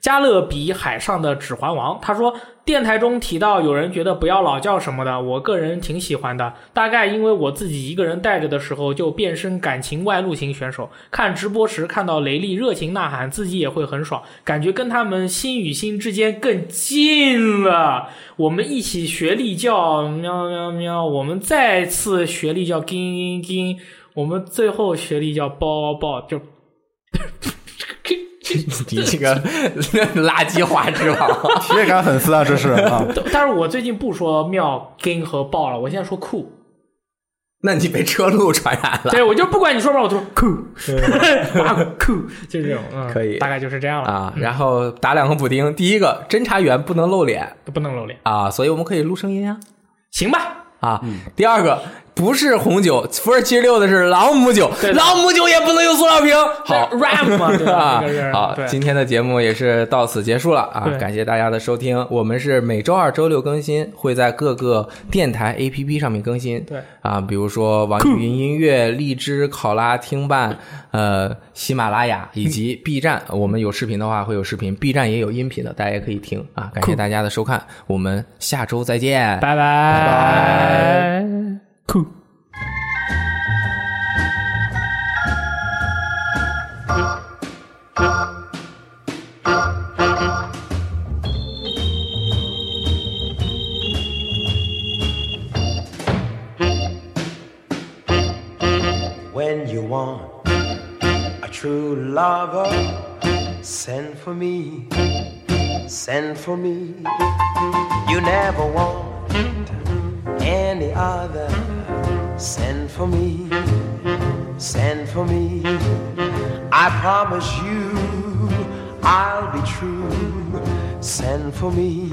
[SPEAKER 1] 加勒比海上的指环王，他说电台中提到有人觉得不要老叫什么的，我个人挺喜欢的。大概因为我自己一个人带着的时候，就变身感情外露型选手。看直播时看到雷利热情呐喊，自己也会很爽，感觉跟他们心与心之间更近了。我们一起学立教，喵喵喵，我们再次学立教，叮叮叮，我们最后学立教，抱抱，就
[SPEAKER 2] 你这个垃圾话之王，
[SPEAKER 3] 体验感很丝啊，这是啊。
[SPEAKER 1] 但是我最近不说妙、跟和爆了，我现在说酷。
[SPEAKER 2] 那你被车路传染了
[SPEAKER 1] 对，我就不管你说什么，我都说酷， 哇酷，就是这种。嗯、
[SPEAKER 2] 可以
[SPEAKER 1] 大概就是这样了，
[SPEAKER 2] 啊！然后打两个补丁，第一个侦查员不能露脸
[SPEAKER 1] 不能露脸，
[SPEAKER 2] 啊，所以我们可以录声音啊
[SPEAKER 1] 行吧？
[SPEAKER 2] 啊。第二个不是红酒，福尔七十六的是朗姆酒
[SPEAKER 1] 对，的
[SPEAKER 2] 朗姆酒也不能用塑料瓶。好，
[SPEAKER 1] ，rap 嘛，对吧？
[SPEAKER 2] 啊
[SPEAKER 1] 这个是，
[SPEAKER 2] 好，
[SPEAKER 1] 对
[SPEAKER 2] 今天的节目也是到此结束了啊
[SPEAKER 1] 对！
[SPEAKER 2] 感谢大家的收听，我们是每周二、周六更新，会在各个电台 APP 上面更新。
[SPEAKER 1] 对
[SPEAKER 2] 啊，比如说网易云音乐、荔枝、考拉、听伴、呃、喜马拉雅以
[SPEAKER 1] 嗯
[SPEAKER 2] 及 B 站，我们有视频的话会有视频，B 站也有音频的，大家也可以听啊！感谢大家的收看，我们下周再见，
[SPEAKER 1] 拜拜，酷。
[SPEAKER 4] when you want a true lover send for me send for me you never want any other send for me send for me i promise you i'll be true send for me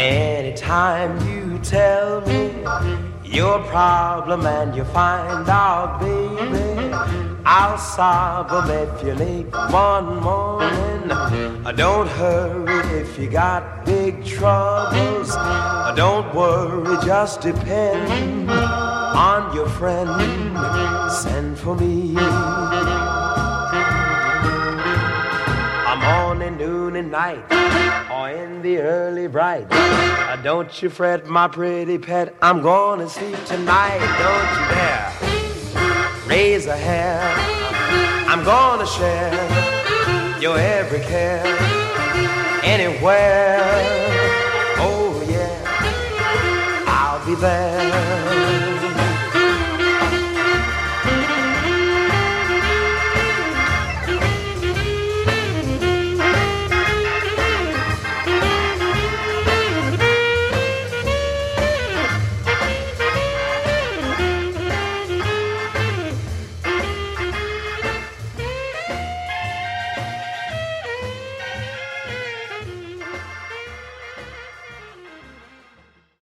[SPEAKER 4] Anytime you tell me your problem and you find out, baby, I'll solve 'em if you're late one morning. Uh, Don't hurry if you got big troubles. Uh, Don't worry, just depend on your friend. Send for me. I'm morning, noon, and night, or in the early bright. Uh, don't you fret, my pretty pet, I'm gonna sleep tonight. Don't you dare raise a hair. I'm gonna share your every care anywhere. Oh,